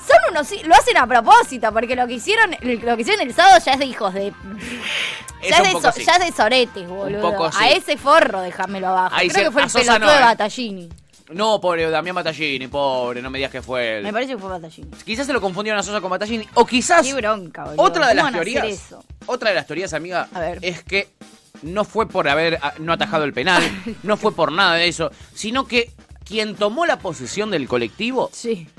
Speaker 3: son unos. hi- Lo hacen a propósito, porque lo que hicieron, lo que hicieron el sábado ya es de hijos de. Ya
Speaker 2: Eso
Speaker 3: es
Speaker 2: un
Speaker 3: de,
Speaker 2: poco
Speaker 3: so-
Speaker 2: sí.
Speaker 3: ya es de soretes, boludo.
Speaker 2: poco sí.
Speaker 3: A ese forro déjamelo abajo.
Speaker 2: Ahí
Speaker 3: Creo
Speaker 2: se-
Speaker 3: que fue
Speaker 2: a
Speaker 3: el
Speaker 2: Sosa
Speaker 3: pelotudo
Speaker 2: no,
Speaker 3: de
Speaker 2: eh.
Speaker 3: Battaglini.
Speaker 2: No, pobre Damián Battaglini, pobre, no me digas que fue él.
Speaker 3: Me parece que fue Battaglini.
Speaker 2: Quizás se lo confundieron a Sosa con Battaglini. O quizás.
Speaker 3: Qué bronca, boludo.
Speaker 2: Otra de
Speaker 3: ¿Cómo
Speaker 2: las
Speaker 3: van a hacer
Speaker 2: teorías.
Speaker 3: eso?
Speaker 2: Otra de las teorías, amiga, es que no fue por haber ah, no atajado el penal, no fue por nada de eso, sino que quien tomó la posesión del colectivo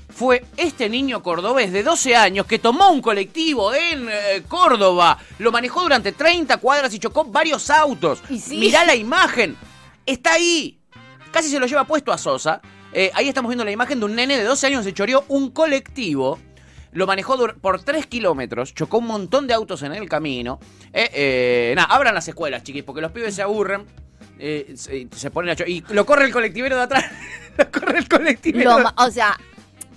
Speaker 2: fue este niño cordobés de 12 años que tomó un colectivo en eh, Córdoba, lo manejó durante 30 cuadras y chocó varios autos. Mirá la imagen, está ahí. Casi se lo lleva puesto a Sosa. Eh, ahí estamos viendo la imagen de un nene de 12 años que se choreó un colectivo. Lo manejó dur- por 3 kilómetros, chocó un montón de autos en el camino. Eh, eh, nada, abran las escuelas, chiquis, porque los pibes se aburren. eh, se, se ponen a cho- Y lo corre el colectivero de atrás. lo corre el colectivero.
Speaker 3: Lo ma- o sea,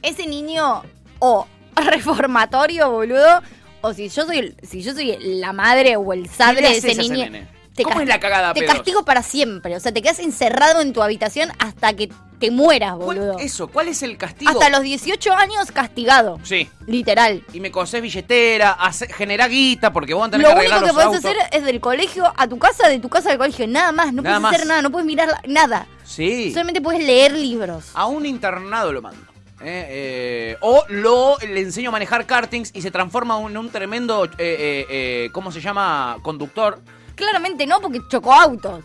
Speaker 3: ese niño o reformatorio, boludo, o si yo soy el- si yo soy la madre o el
Speaker 2: ¿Qué
Speaker 3: sable
Speaker 2: le
Speaker 3: de ese
Speaker 2: haces a
Speaker 3: niño.
Speaker 2: nene? ¿Cómo es la cagada,
Speaker 3: Te
Speaker 2: pedos?
Speaker 3: castigo para siempre, o sea, te quedas encerrado en tu habitación hasta que te mueras, boludo.
Speaker 2: Eso, ¿cuál es el castigo?
Speaker 3: Hasta los 18 años castigado,
Speaker 2: Sí.
Speaker 3: literal.
Speaker 2: Y me cosés billetera, hace- generá guita, porque vos tenés
Speaker 3: Lo
Speaker 2: que arreglar
Speaker 3: único que
Speaker 2: los
Speaker 3: podés
Speaker 2: autos.
Speaker 3: hacer es del colegio a tu casa, de tu casa al colegio, nada más, no
Speaker 2: Nada
Speaker 3: puedes hacer
Speaker 2: más.
Speaker 3: nada, no puedes mirar la- nada.
Speaker 2: Sí. Ah.
Speaker 3: Solamente puedes leer libros.
Speaker 2: A un internado lo mando. Eh, eh, o lo, le enseño a manejar kartings y se transforma en un tremendo, eh, eh, eh, ¿cómo se llama? Conductor.
Speaker 3: Claramente no, porque chocó autos.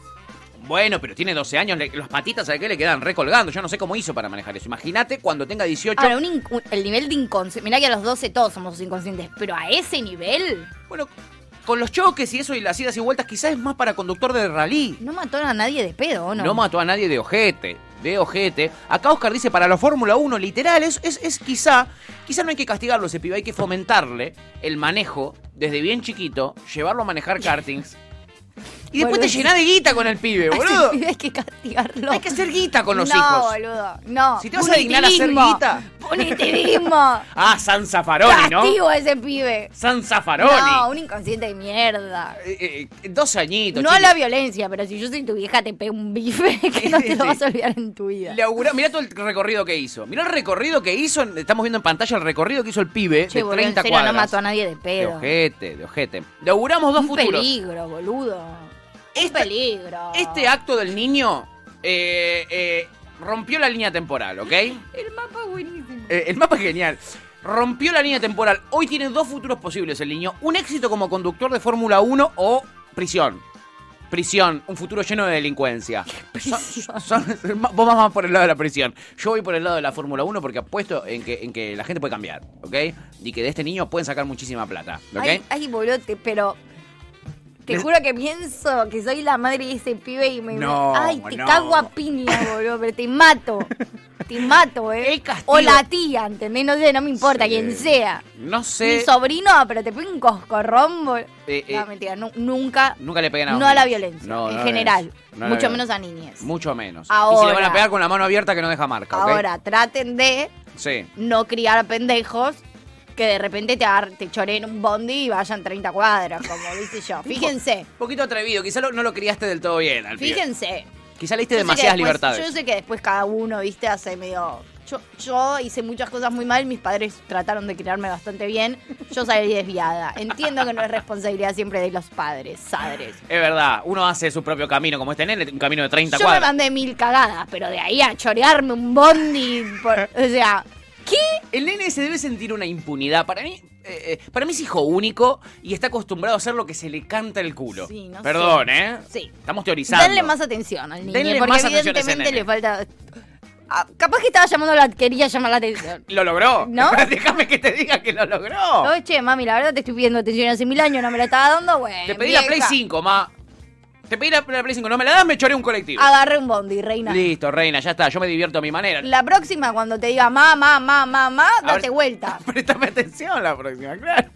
Speaker 2: Bueno, pero tiene 12 años, le- las patitas a qué le quedan recolgando. Yo no sé cómo hizo para manejar eso. Imagínate cuando tenga 18.
Speaker 3: Ahora, un inc- un- el nivel de inconsciente. Mirá que a los 12 todos somos inconscientes, pero a ese nivel.
Speaker 2: Bueno, con los choques y eso y las idas y vueltas, quizás es más para conductor de rally.
Speaker 3: No mató a nadie de pedo, ¿o no?
Speaker 2: No mató a nadie de ojete. De ojete. Acá Oscar dice, para la Fórmula 1, literal, es, es, es quizá, quizá no hay que castigarlo a ese pibe, hay que fomentarle el manejo desde bien chiquito, llevarlo a manejar kartings. Y después te
Speaker 3: Boludo.
Speaker 2: llenás de guita con el pibe,
Speaker 3: A ese
Speaker 2: boludo.
Speaker 3: pibe Hay que castigarlo.
Speaker 2: Hay que hacer guita con los
Speaker 3: no,
Speaker 2: hijos.
Speaker 3: boludo. No.
Speaker 2: Si te vas a dignar a hacer
Speaker 3: Punitivismo.
Speaker 2: guita.
Speaker 3: Punitivismo.
Speaker 2: Ah, San Zafaroni, ¿no?
Speaker 3: Castigo a ese pibe.
Speaker 2: San Zafaroni.
Speaker 3: No, un inconsciente de mierda.
Speaker 2: Eh, eh, 12 añitos.
Speaker 3: No a
Speaker 2: chiqui.
Speaker 3: la violencia, pero si yo soy tu vieja te pego un bife que no te lo vas a olvidar en tu vida.
Speaker 2: Le augura- mirá todo el recorrido que hizo. Mirá el recorrido que hizo. en- Estamos viendo en pantalla el recorrido que hizo el pibe
Speaker 3: Che,
Speaker 2: de
Speaker 3: boludo, en
Speaker 2: 30
Speaker 3: serio,
Speaker 2: cuadras.
Speaker 3: no mató a nadie de
Speaker 2: De
Speaker 3: pedo.
Speaker 2: ojete, de ojete. Le auguramos dos
Speaker 3: un
Speaker 2: futuros.
Speaker 3: peligro, boludo.
Speaker 2: Este-
Speaker 3: un peligro.
Speaker 2: Este acto del niño eh, eh, rompió la línea temporal, ¿ok? Eh,
Speaker 3: El mapa buenísimo.
Speaker 2: el mapa es genial. Rompió la línea temporal. Hoy tiene dos futuros posibles el niño. Un éxito como conductor de Fórmula 1 o prisión. Prisión, un futuro lleno de delincuencia. Son- son- vos vas más por el lado de la prisión. Yo voy por el lado de la Fórmula 1 porque apuesto en que, en que la gente puede cambiar, ¿ok? Y que de este niño pueden sacar muchísima plata, ¿ok?
Speaker 3: Ay, ay, boludo, te- pero. Te
Speaker 2: Les-
Speaker 3: juro que pienso que soy la madre de ese pibe y me.
Speaker 2: No,
Speaker 3: ay, te
Speaker 2: no.
Speaker 3: cago a piña, boludo, pero te mato. Te mato, ¿eh? O la tía, ¿entendés? No sé, no me importa quién sea.
Speaker 2: No
Speaker 3: Mi
Speaker 2: sé.
Speaker 3: sobrino, ah, pero te pego un coscorrón, boludo.
Speaker 2: Eh, eh,
Speaker 3: no, mentira, nu- nunca.
Speaker 2: Nunca le pegan a
Speaker 3: No
Speaker 2: un
Speaker 3: a la
Speaker 2: niño.
Speaker 3: violencia,
Speaker 2: No, no
Speaker 3: en
Speaker 2: a la
Speaker 3: general.
Speaker 2: violencia. No a la
Speaker 3: mucho menos
Speaker 2: violencia.
Speaker 3: a niñes.
Speaker 2: Mucho menos. Y si
Speaker 3: Ahora.
Speaker 2: le van a pegar con la mano abierta que no deja marca, ¿ok?
Speaker 3: Ahora, traten de
Speaker 2: Sí.
Speaker 3: no criar a pendejos que de repente te, agar- te choreen un bondi y vayan 30 cuadras, como dice yo. Fíjense,
Speaker 2: Un poquito atrevido, quizá lo- no lo criaste del todo bien al pibe.
Speaker 3: fíjense.
Speaker 2: Quizá le diste
Speaker 3: Yo sé que
Speaker 2: demasiadas
Speaker 3: después-
Speaker 2: libertades.
Speaker 3: Yo sé que después cada uno, viste, hace medio. Yo, yo hice muchas cosas muy mal, mis padres trataron de criarme bastante bien, yo salí desviada. Entiendo que no es responsabilidad siempre de los padres, sadres.
Speaker 2: Es verdad, uno hace su propio camino, como este nene, un camino de 30
Speaker 3: Yo me
Speaker 2: cuadras.
Speaker 3: mandé mil cagadas, pero de ahí a chorearme un bondi, por- o sea,
Speaker 2: ¿Qué? El nene se debe sentir una impunidad. Para mí, eh, eh, para mí es hijo único y está acostumbrado a hacer lo que se le canta el culo.
Speaker 3: Sí, no
Speaker 2: Perdón,
Speaker 3: sé.
Speaker 2: ¿eh?
Speaker 3: Sí.
Speaker 2: Estamos teorizando.
Speaker 3: Denle más atención al niño,
Speaker 2: Denle
Speaker 3: porque
Speaker 2: más atención a ese
Speaker 3: evidentemente
Speaker 2: nene.
Speaker 3: le falta... Ah, capaz que estaba llamando la... quería llamar la atención.
Speaker 2: Lo logró.
Speaker 3: ¿No?
Speaker 2: Déjame que te diga que lo logró.
Speaker 3: Oye, che, mami, la verdad te estoy pidiendo atención hace mil años, no me la estaba dando, güey.
Speaker 2: Te pedí la Play 5, ma. Te pedí la, la Play 5. No me la das, me choré un colectivo.
Speaker 3: Agarré un bondi, reina.
Speaker 2: Listo, reina, ya está. Yo me divierto a mi manera.
Speaker 3: La próxima, cuando te diga mamá, mamá, mamá,
Speaker 2: A
Speaker 3: date
Speaker 2: ver-
Speaker 3: vuelta.
Speaker 2: Prestame atención la próxima, claro.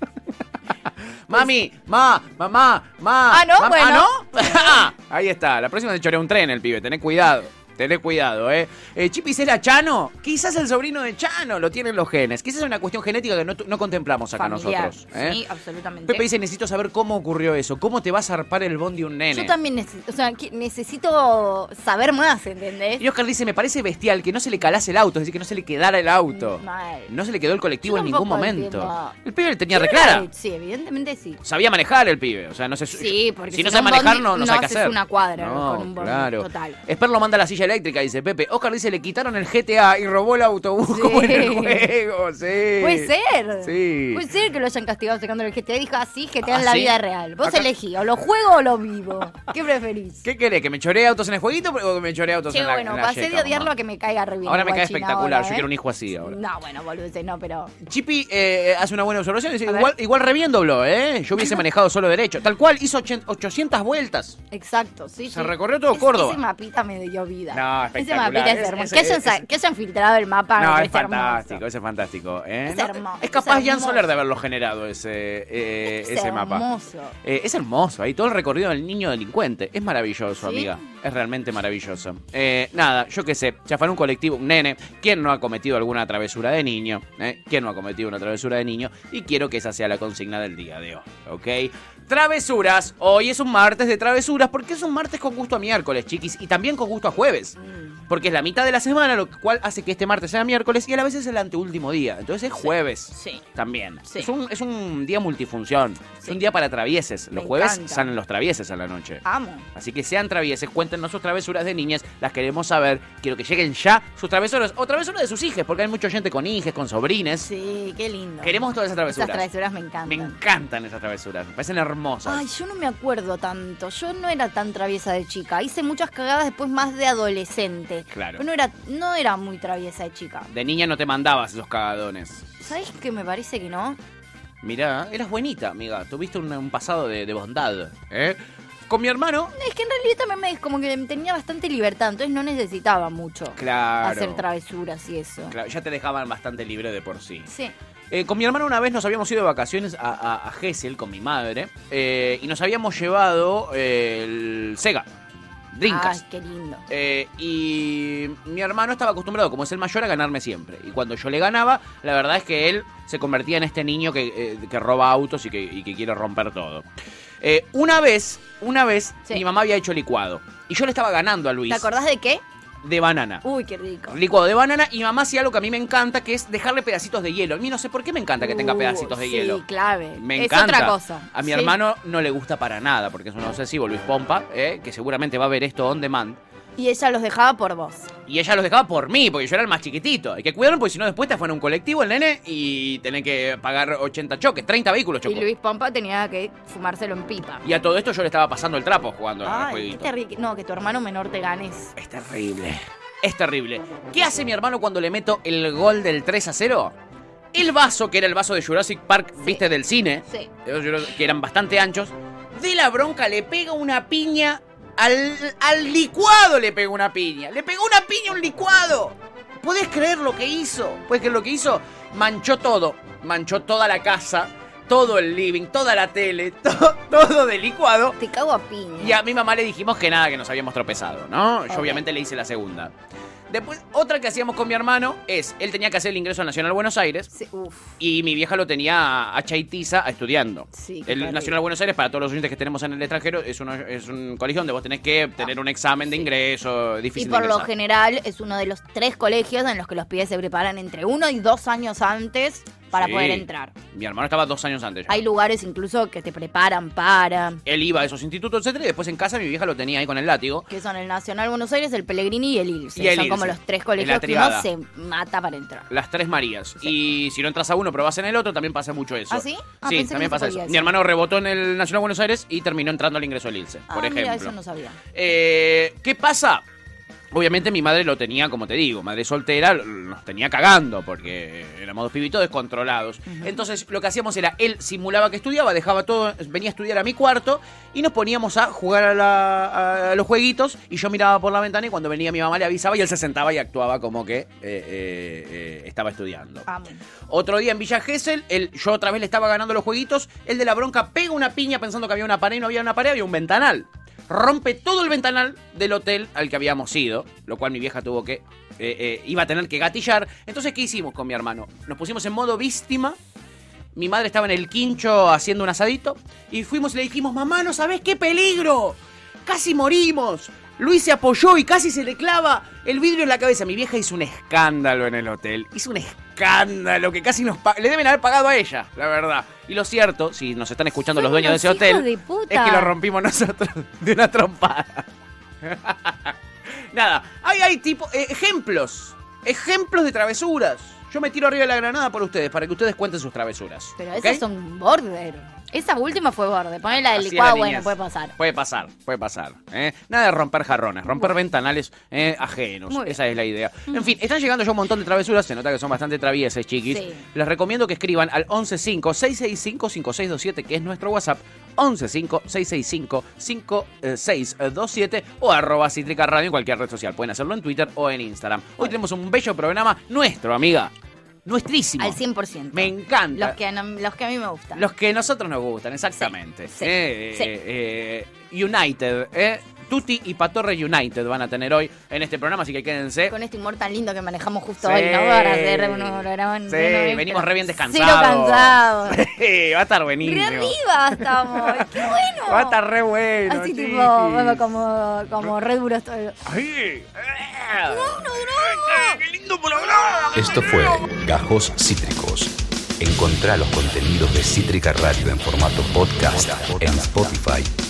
Speaker 2: Mami, ma, mamá, ma.
Speaker 3: Ah, ¿no?
Speaker 2: mam-
Speaker 3: Bueno.
Speaker 2: ¿Ah, no? Ahí está. La próxima te chorea un tren el pibe. Tené cuidado. Tené cuidado, ¿eh? eh. Chipis era Chano. Quizás el sobrino de Chano lo tienen los genes. Quizás es una cuestión genética que no, tu- no contemplamos acá
Speaker 3: Familiar,
Speaker 2: nosotros. ¿eh?
Speaker 3: Sí, absolutamente.
Speaker 2: Pepe dice, necesito saber cómo ocurrió eso. ¿Cómo te va a zarpar el bondi un nene?
Speaker 3: Yo también necesito, o sea, que- necesito saber más, ¿entendés?
Speaker 2: Y Oscar dice, me parece bestial que no se le calase el auto, es decir, que no se le quedara el auto.
Speaker 3: Mm, Mal.
Speaker 2: No se le quedó el colectivo
Speaker 3: Yo
Speaker 2: en ningún
Speaker 3: tampoco
Speaker 2: momento.
Speaker 3: entiendo.
Speaker 2: El pibe le tenía
Speaker 3: Sí,
Speaker 2: reclara.
Speaker 3: Sí, evidentemente sí.
Speaker 2: Sabía manejar el pibe, o sea, no sé.
Speaker 3: Sí, porque
Speaker 2: si no
Speaker 3: si
Speaker 2: sabe
Speaker 3: no, un
Speaker 2: manejar,
Speaker 3: bondi
Speaker 2: no, no
Speaker 3: no
Speaker 2: sabe qué
Speaker 3: haces
Speaker 2: hacer.
Speaker 3: una cuadra
Speaker 2: No,
Speaker 3: con un bondi,
Speaker 2: Claro.
Speaker 3: total.
Speaker 2: Esper lo manda a la silla eléctrica, dice Pepe. Oscar dice: le quitaron el GTA y robó el autobús como en el juego. Sí.
Speaker 3: Puede ser.
Speaker 2: Sí. Ah,
Speaker 3: Puede ser que lo hayan castigado sacando el GTA. Dijo "Ah, así, GTA en la
Speaker 2: ¿sí?
Speaker 3: vida real. Vos
Speaker 2: Acá-
Speaker 3: elegí, o lo juego o lo vivo. ¿Qué preferís?
Speaker 2: ¿Qué querés? ¿Que me choree autos en el jueguito o que me choree autos
Speaker 3: Che,
Speaker 2: en la
Speaker 3: bueno,
Speaker 2: en la
Speaker 3: pasé
Speaker 2: yeca,
Speaker 3: de odiarlo
Speaker 2: mamá?
Speaker 3: a que me caiga re bien.
Speaker 2: Ahora me cae
Speaker 3: guachín,
Speaker 2: espectacular.
Speaker 3: ahora,
Speaker 2: Yo
Speaker 3: ¿eh?
Speaker 2: quiero un hijo así ahora.
Speaker 3: No, bueno, boludeces, no, pero.
Speaker 2: Chipi eh, hace una buena observación. Dice, igual, igual re bien dobló, ¿eh? Yo hubiese manejado solo derecho. Tal cual, hizo ochen- 800 vueltas.
Speaker 3: Exacto, sí.
Speaker 2: Se
Speaker 3: sí.
Speaker 2: recorrió todo
Speaker 3: Ese-
Speaker 2: Córdoba.
Speaker 3: Ese mapita me dio vida.
Speaker 2: No,
Speaker 3: Ese
Speaker 2: espectacular.
Speaker 3: mapita es
Speaker 2: Es-
Speaker 3: hermoso.
Speaker 2: es-
Speaker 3: que, hayan,
Speaker 2: es-
Speaker 3: sa- que hayan filtrado el mapa. me
Speaker 2: No, es
Speaker 3: parece hermoso.
Speaker 2: fantástico, ese es fantástico. ¿eh?
Speaker 3: Es
Speaker 2: No,
Speaker 3: hermoso,
Speaker 2: es capaz
Speaker 3: es
Speaker 2: Jan
Speaker 3: hermoso.
Speaker 2: Soler de haberlo generado ese, eh,
Speaker 3: Es
Speaker 2: ese mapa.
Speaker 3: hermoso.
Speaker 2: Eh, es hermoso, ahí todo el recorrido del niño delincuente. Es maravilloso,
Speaker 3: ¿Sí?
Speaker 2: amiga. Es realmente maravilloso. Eh, nada, yo qué sé, chafar un colectivo, un nene. ¿Quién no ha cometido alguna travesura de niño? ¿Eh? ¿Quién no ha cometido una travesura de niño? Y quiero que esa sea la consigna del día de hoy, ¿ok? Travesuras. Hoy es un martes de travesuras porque es un martes con gusto a miércoles, chiquis, y también con gusto a jueves.
Speaker 3: Mm,
Speaker 2: Porque es la mitad de la semana, lo cual hace que este martes sea miércoles y a la vez es el anteúltimo día. Entonces es jueves
Speaker 3: Sí.
Speaker 2: también.
Speaker 3: Sí.
Speaker 2: Es, un, es un día multifunción. Es un día para travieses. Los
Speaker 3: Me
Speaker 2: jueves
Speaker 3: encanta. Ah.
Speaker 2: salen los travieses a la noche.
Speaker 3: Amo.
Speaker 2: Así que sean travieses, cuéntenos sus travesuras de niñas, las queremos saber. Quiero que lleguen ya sus travesuras o travesuras de sus hijas, porque hay mucha gente con hijas, con sobrines.
Speaker 3: Sí, qué lindo.
Speaker 2: Queremos todas esas travesuras.
Speaker 3: Esas travesuras me encantan.
Speaker 2: Me encantan esas travesuras, me parecen hermosas.
Speaker 3: Ay, yo no me acuerdo tanto. Yo no era tan traviesa de chica. Hice muchas cagadas después más de adolescente.
Speaker 2: Claro.
Speaker 3: Pero no era, no era muy traviesa de chica.
Speaker 2: De niña no te mandabas esos cagadones.
Speaker 3: ¿Sabes qué me parece que no?
Speaker 2: Mirá, eras buenita, amiga. Tuviste un, un pasado de, de bondad. ¿eh? Con mi hermano.
Speaker 3: Es que en realidad también me, como que tenía bastante libertad, entonces no necesitaba mucho
Speaker 2: Claro.
Speaker 3: hacer travesuras y eso.
Speaker 2: Claro, ya te dejaban bastante libre de por sí.
Speaker 3: Sí.
Speaker 2: Eh, con mi hermano una vez nos habíamos ido de vacaciones a, a, a Gesell con mi madre eh, y nos habíamos llevado eh, el Sega. Drinkas.
Speaker 3: Ay, qué lindo.
Speaker 2: Eh, y mi hermano estaba acostumbrado, como es el mayor, a ganarme siempre. Y cuando yo le ganaba, la verdad es que él se convertía en este niño que, eh, que roba autos y que, y que quiere romper todo. Eh, una vez, una vez, mi mamá había hecho licuado. Y yo le estaba ganando a Luis.
Speaker 3: ¿Te acordás de qué?
Speaker 2: De banana.
Speaker 3: Uy, qué rico.
Speaker 2: Licuado de banana y mamá hacía algo que a mí me encanta, que es dejarle pedacitos de hielo. A mí no sé por qué me encanta que tenga
Speaker 3: Uh,
Speaker 2: pedacitos de
Speaker 3: sí,
Speaker 2: hielo.
Speaker 3: clave.
Speaker 2: Me
Speaker 3: es
Speaker 2: encanta.
Speaker 3: otra cosa.
Speaker 2: A mi
Speaker 3: Sí.
Speaker 2: hermano no le gusta para nada, porque es un obsesivo, Luis Pompa, eh, que seguramente va a ver esto on demand.
Speaker 3: Y ella los dejaba por vos.
Speaker 2: Y ella los dejaba por mí, porque yo era el más chiquitito. Hay que cuidarlo, porque si no después te fueron un colectivo el nene y tenés que pagar 80 choques, 30 vehículos chocó.
Speaker 3: Y Luis Pompa tenía que fumárselo en pipa.
Speaker 2: Y a todo esto yo le estaba pasando el trapo jugando al
Speaker 3: Ay, qué
Speaker 2: jueguito.
Speaker 3: terrible. No, que tu hermano menor te ganes.
Speaker 2: Es terrible. Es terrible. ¿Qué hace mi hermano cuando le meto el gol del 3 a 0? El vaso, que era el vaso de Jurassic Park, viste, del cine,
Speaker 3: Sí.
Speaker 2: esos Jurassic- que eran bastante anchos, de la bronca le pega una piña al, al licuado, le pega una piña. Le pegó una piña a un licuado. ¿Puedes creer lo que hizo? ¿Puedes creer lo que hizo? Manchó todo. Manchó toda la casa, todo el living, toda la tele, to- todo de licuado.
Speaker 3: Te cago a piña.
Speaker 2: Y a mi mamá le dijimos que nada, que nos habíamos tropezado, ¿no? Yo obviamente le hice la segunda. Después, otra que hacíamos con mi hermano es, él tenía que hacer el ingreso a Nacional Buenos Aires y mi vieja lo tenía a Chaitiza a estudiando.
Speaker 14: Sí, qué
Speaker 2: el
Speaker 14: terrible.
Speaker 2: Nacional Buenos Aires, para todos los oyentes que tenemos en el extranjero, es, uno- es un colegio donde vos tenés que tener un examen de ingreso
Speaker 3: Y
Speaker 2: difícil. de
Speaker 3: por lo
Speaker 2: ingresar.
Speaker 3: general es uno de los tres colegios en los que los pibes se preparan entre uno y dos años antes para
Speaker 2: Sí.
Speaker 3: poder entrar.
Speaker 2: Mi hermano estaba dos años antes. ya.
Speaker 3: Hay lugares incluso que te preparan para,
Speaker 2: Él iba a esos institutos, etcétera, y después en casa mi vieja lo tenía ahí con el látigo.
Speaker 3: que son el Nacional Buenos Aires, el Pellegrini y el Ilse.
Speaker 2: Y el
Speaker 3: son como
Speaker 2: Ilse.
Speaker 3: los tres
Speaker 2: En
Speaker 3: colegios
Speaker 2: la
Speaker 3: que uno
Speaker 2: triada.
Speaker 3: se mata para entrar.
Speaker 2: Las tres Marías. Y si no entras a uno, pero vas en el otro, también pasa mucho eso.
Speaker 3: ¿Ah, sí? Ah,
Speaker 2: sí,
Speaker 3: pensé
Speaker 2: también
Speaker 3: que no se
Speaker 2: pasa
Speaker 3: podía
Speaker 2: eso.
Speaker 3: eso.
Speaker 2: Mi hermano rebotó en el Nacional Buenos Aires y terminó entrando al ingreso del ILSE, por
Speaker 3: ah,
Speaker 2: ejemplo.
Speaker 3: mira, eso no sabía.
Speaker 2: Eh, ¿Qué pasa? Obviamente mi madre lo tenía, como te digo, madre soltera, l- nos tenía cagando porque éramos dos pibitos descontrolados. Entonces lo que hacíamos era, él simulaba que estudiaba, dejaba todo, venía a estudiar a mi cuarto y nos poníamos a jugar a, la- a los jueguitos y yo miraba por la ventana y cuando venía mi mamá le avisaba y él se sentaba y actuaba como que eh, eh, eh, estaba estudiando. Otro día en Villa Gesell, él- yo otra vez le estaba ganando los jueguitos, el de la bronca pega una piña pensando que había una pared y no había una pared, había un ventanal rompe todo el ventanal del hotel al que habíamos ido, lo cual mi vieja tuvo que, eh, eh, iba a tener que gatillar. Entonces, ¿qué hicimos con mi hermano? Nos pusimos en modo víctima. Mi madre estaba en el quincho haciendo un asadito y fuimos y le dijimos, mamá, ¿no sabés qué peligro? Casi morimos. Luis se apoyó y casi se le clava el vidrio en la cabeza. Mi vieja hizo un escándalo en el hotel. Hizo un escándalo que casi nos... pa- Le deben haber pagado a ella, la verdad. Y lo cierto, si nos están escuchando los dueños de ese
Speaker 3: Unos hijos
Speaker 2: hotel,
Speaker 3: de puta.
Speaker 2: es que lo rompimos nosotros de una trompada. Nada, hay, hay tipo, eh, ejemplos, ejemplos de travesuras. Yo me tiro arriba de la granada por ustedes, para que ustedes cuenten sus travesuras.
Speaker 3: Pero
Speaker 2: ¿ok?
Speaker 3: esas son border. Esa última fue border. Poné la del
Speaker 2: Así
Speaker 3: licuado,
Speaker 2: era,
Speaker 3: bueno,
Speaker 2: niñas.
Speaker 3: puede pasar.
Speaker 2: Puede pasar, puede pasar. ¿eh? Nada de romper jarrones, romper ventanales eh, ajenos.
Speaker 3: Muy bien. Mm.
Speaker 2: Esa es la idea. En fin, están llegando ya un montón de travesuras. Se nota que son bastante travieses, chiquis.
Speaker 3: Sí.
Speaker 2: Les recomiendo que escriban al 115-665-5627, que es nuestro WhatsApp. 115-665-5627 o arroba Cítrica Radio en cualquier red social. Pueden hacerlo en Twitter o en Instagram. Hoy tenemos un bello programa nuestro, amiga. Nuestrísimo.
Speaker 3: Al 100%.
Speaker 2: Me encanta.
Speaker 3: Los que, a- los que a mí me gustan.
Speaker 2: Ah. Los que nosotros nos gustan, exactamente. Eh,
Speaker 3: sí.
Speaker 2: eh, eh, United, ¿eh? Tutti y Patorre United van a tener hoy en este programa, así que quédense.
Speaker 3: Con este humor tan lindo que manejamos justo
Speaker 2: Sí.
Speaker 3: hoy, ¿no? Para hacer unos
Speaker 2: Sí,
Speaker 3: programas.
Speaker 2: venimos re bien
Speaker 3: Cero
Speaker 2: descansados.
Speaker 3: cansados.
Speaker 2: Sí, Eh, va a estar buenísimo.
Speaker 3: Re arriba estamos. ¡Qué bueno!
Speaker 2: Va a estar re bueno.
Speaker 3: Así
Speaker 2: chiquis.
Speaker 3: tipo, bueno, como, como re duro estoy.
Speaker 2: Ay,
Speaker 1: Esto fue Gajos Cítricos. Encontrá los contenidos de Cítrica Radio en formato podcast en Spotify,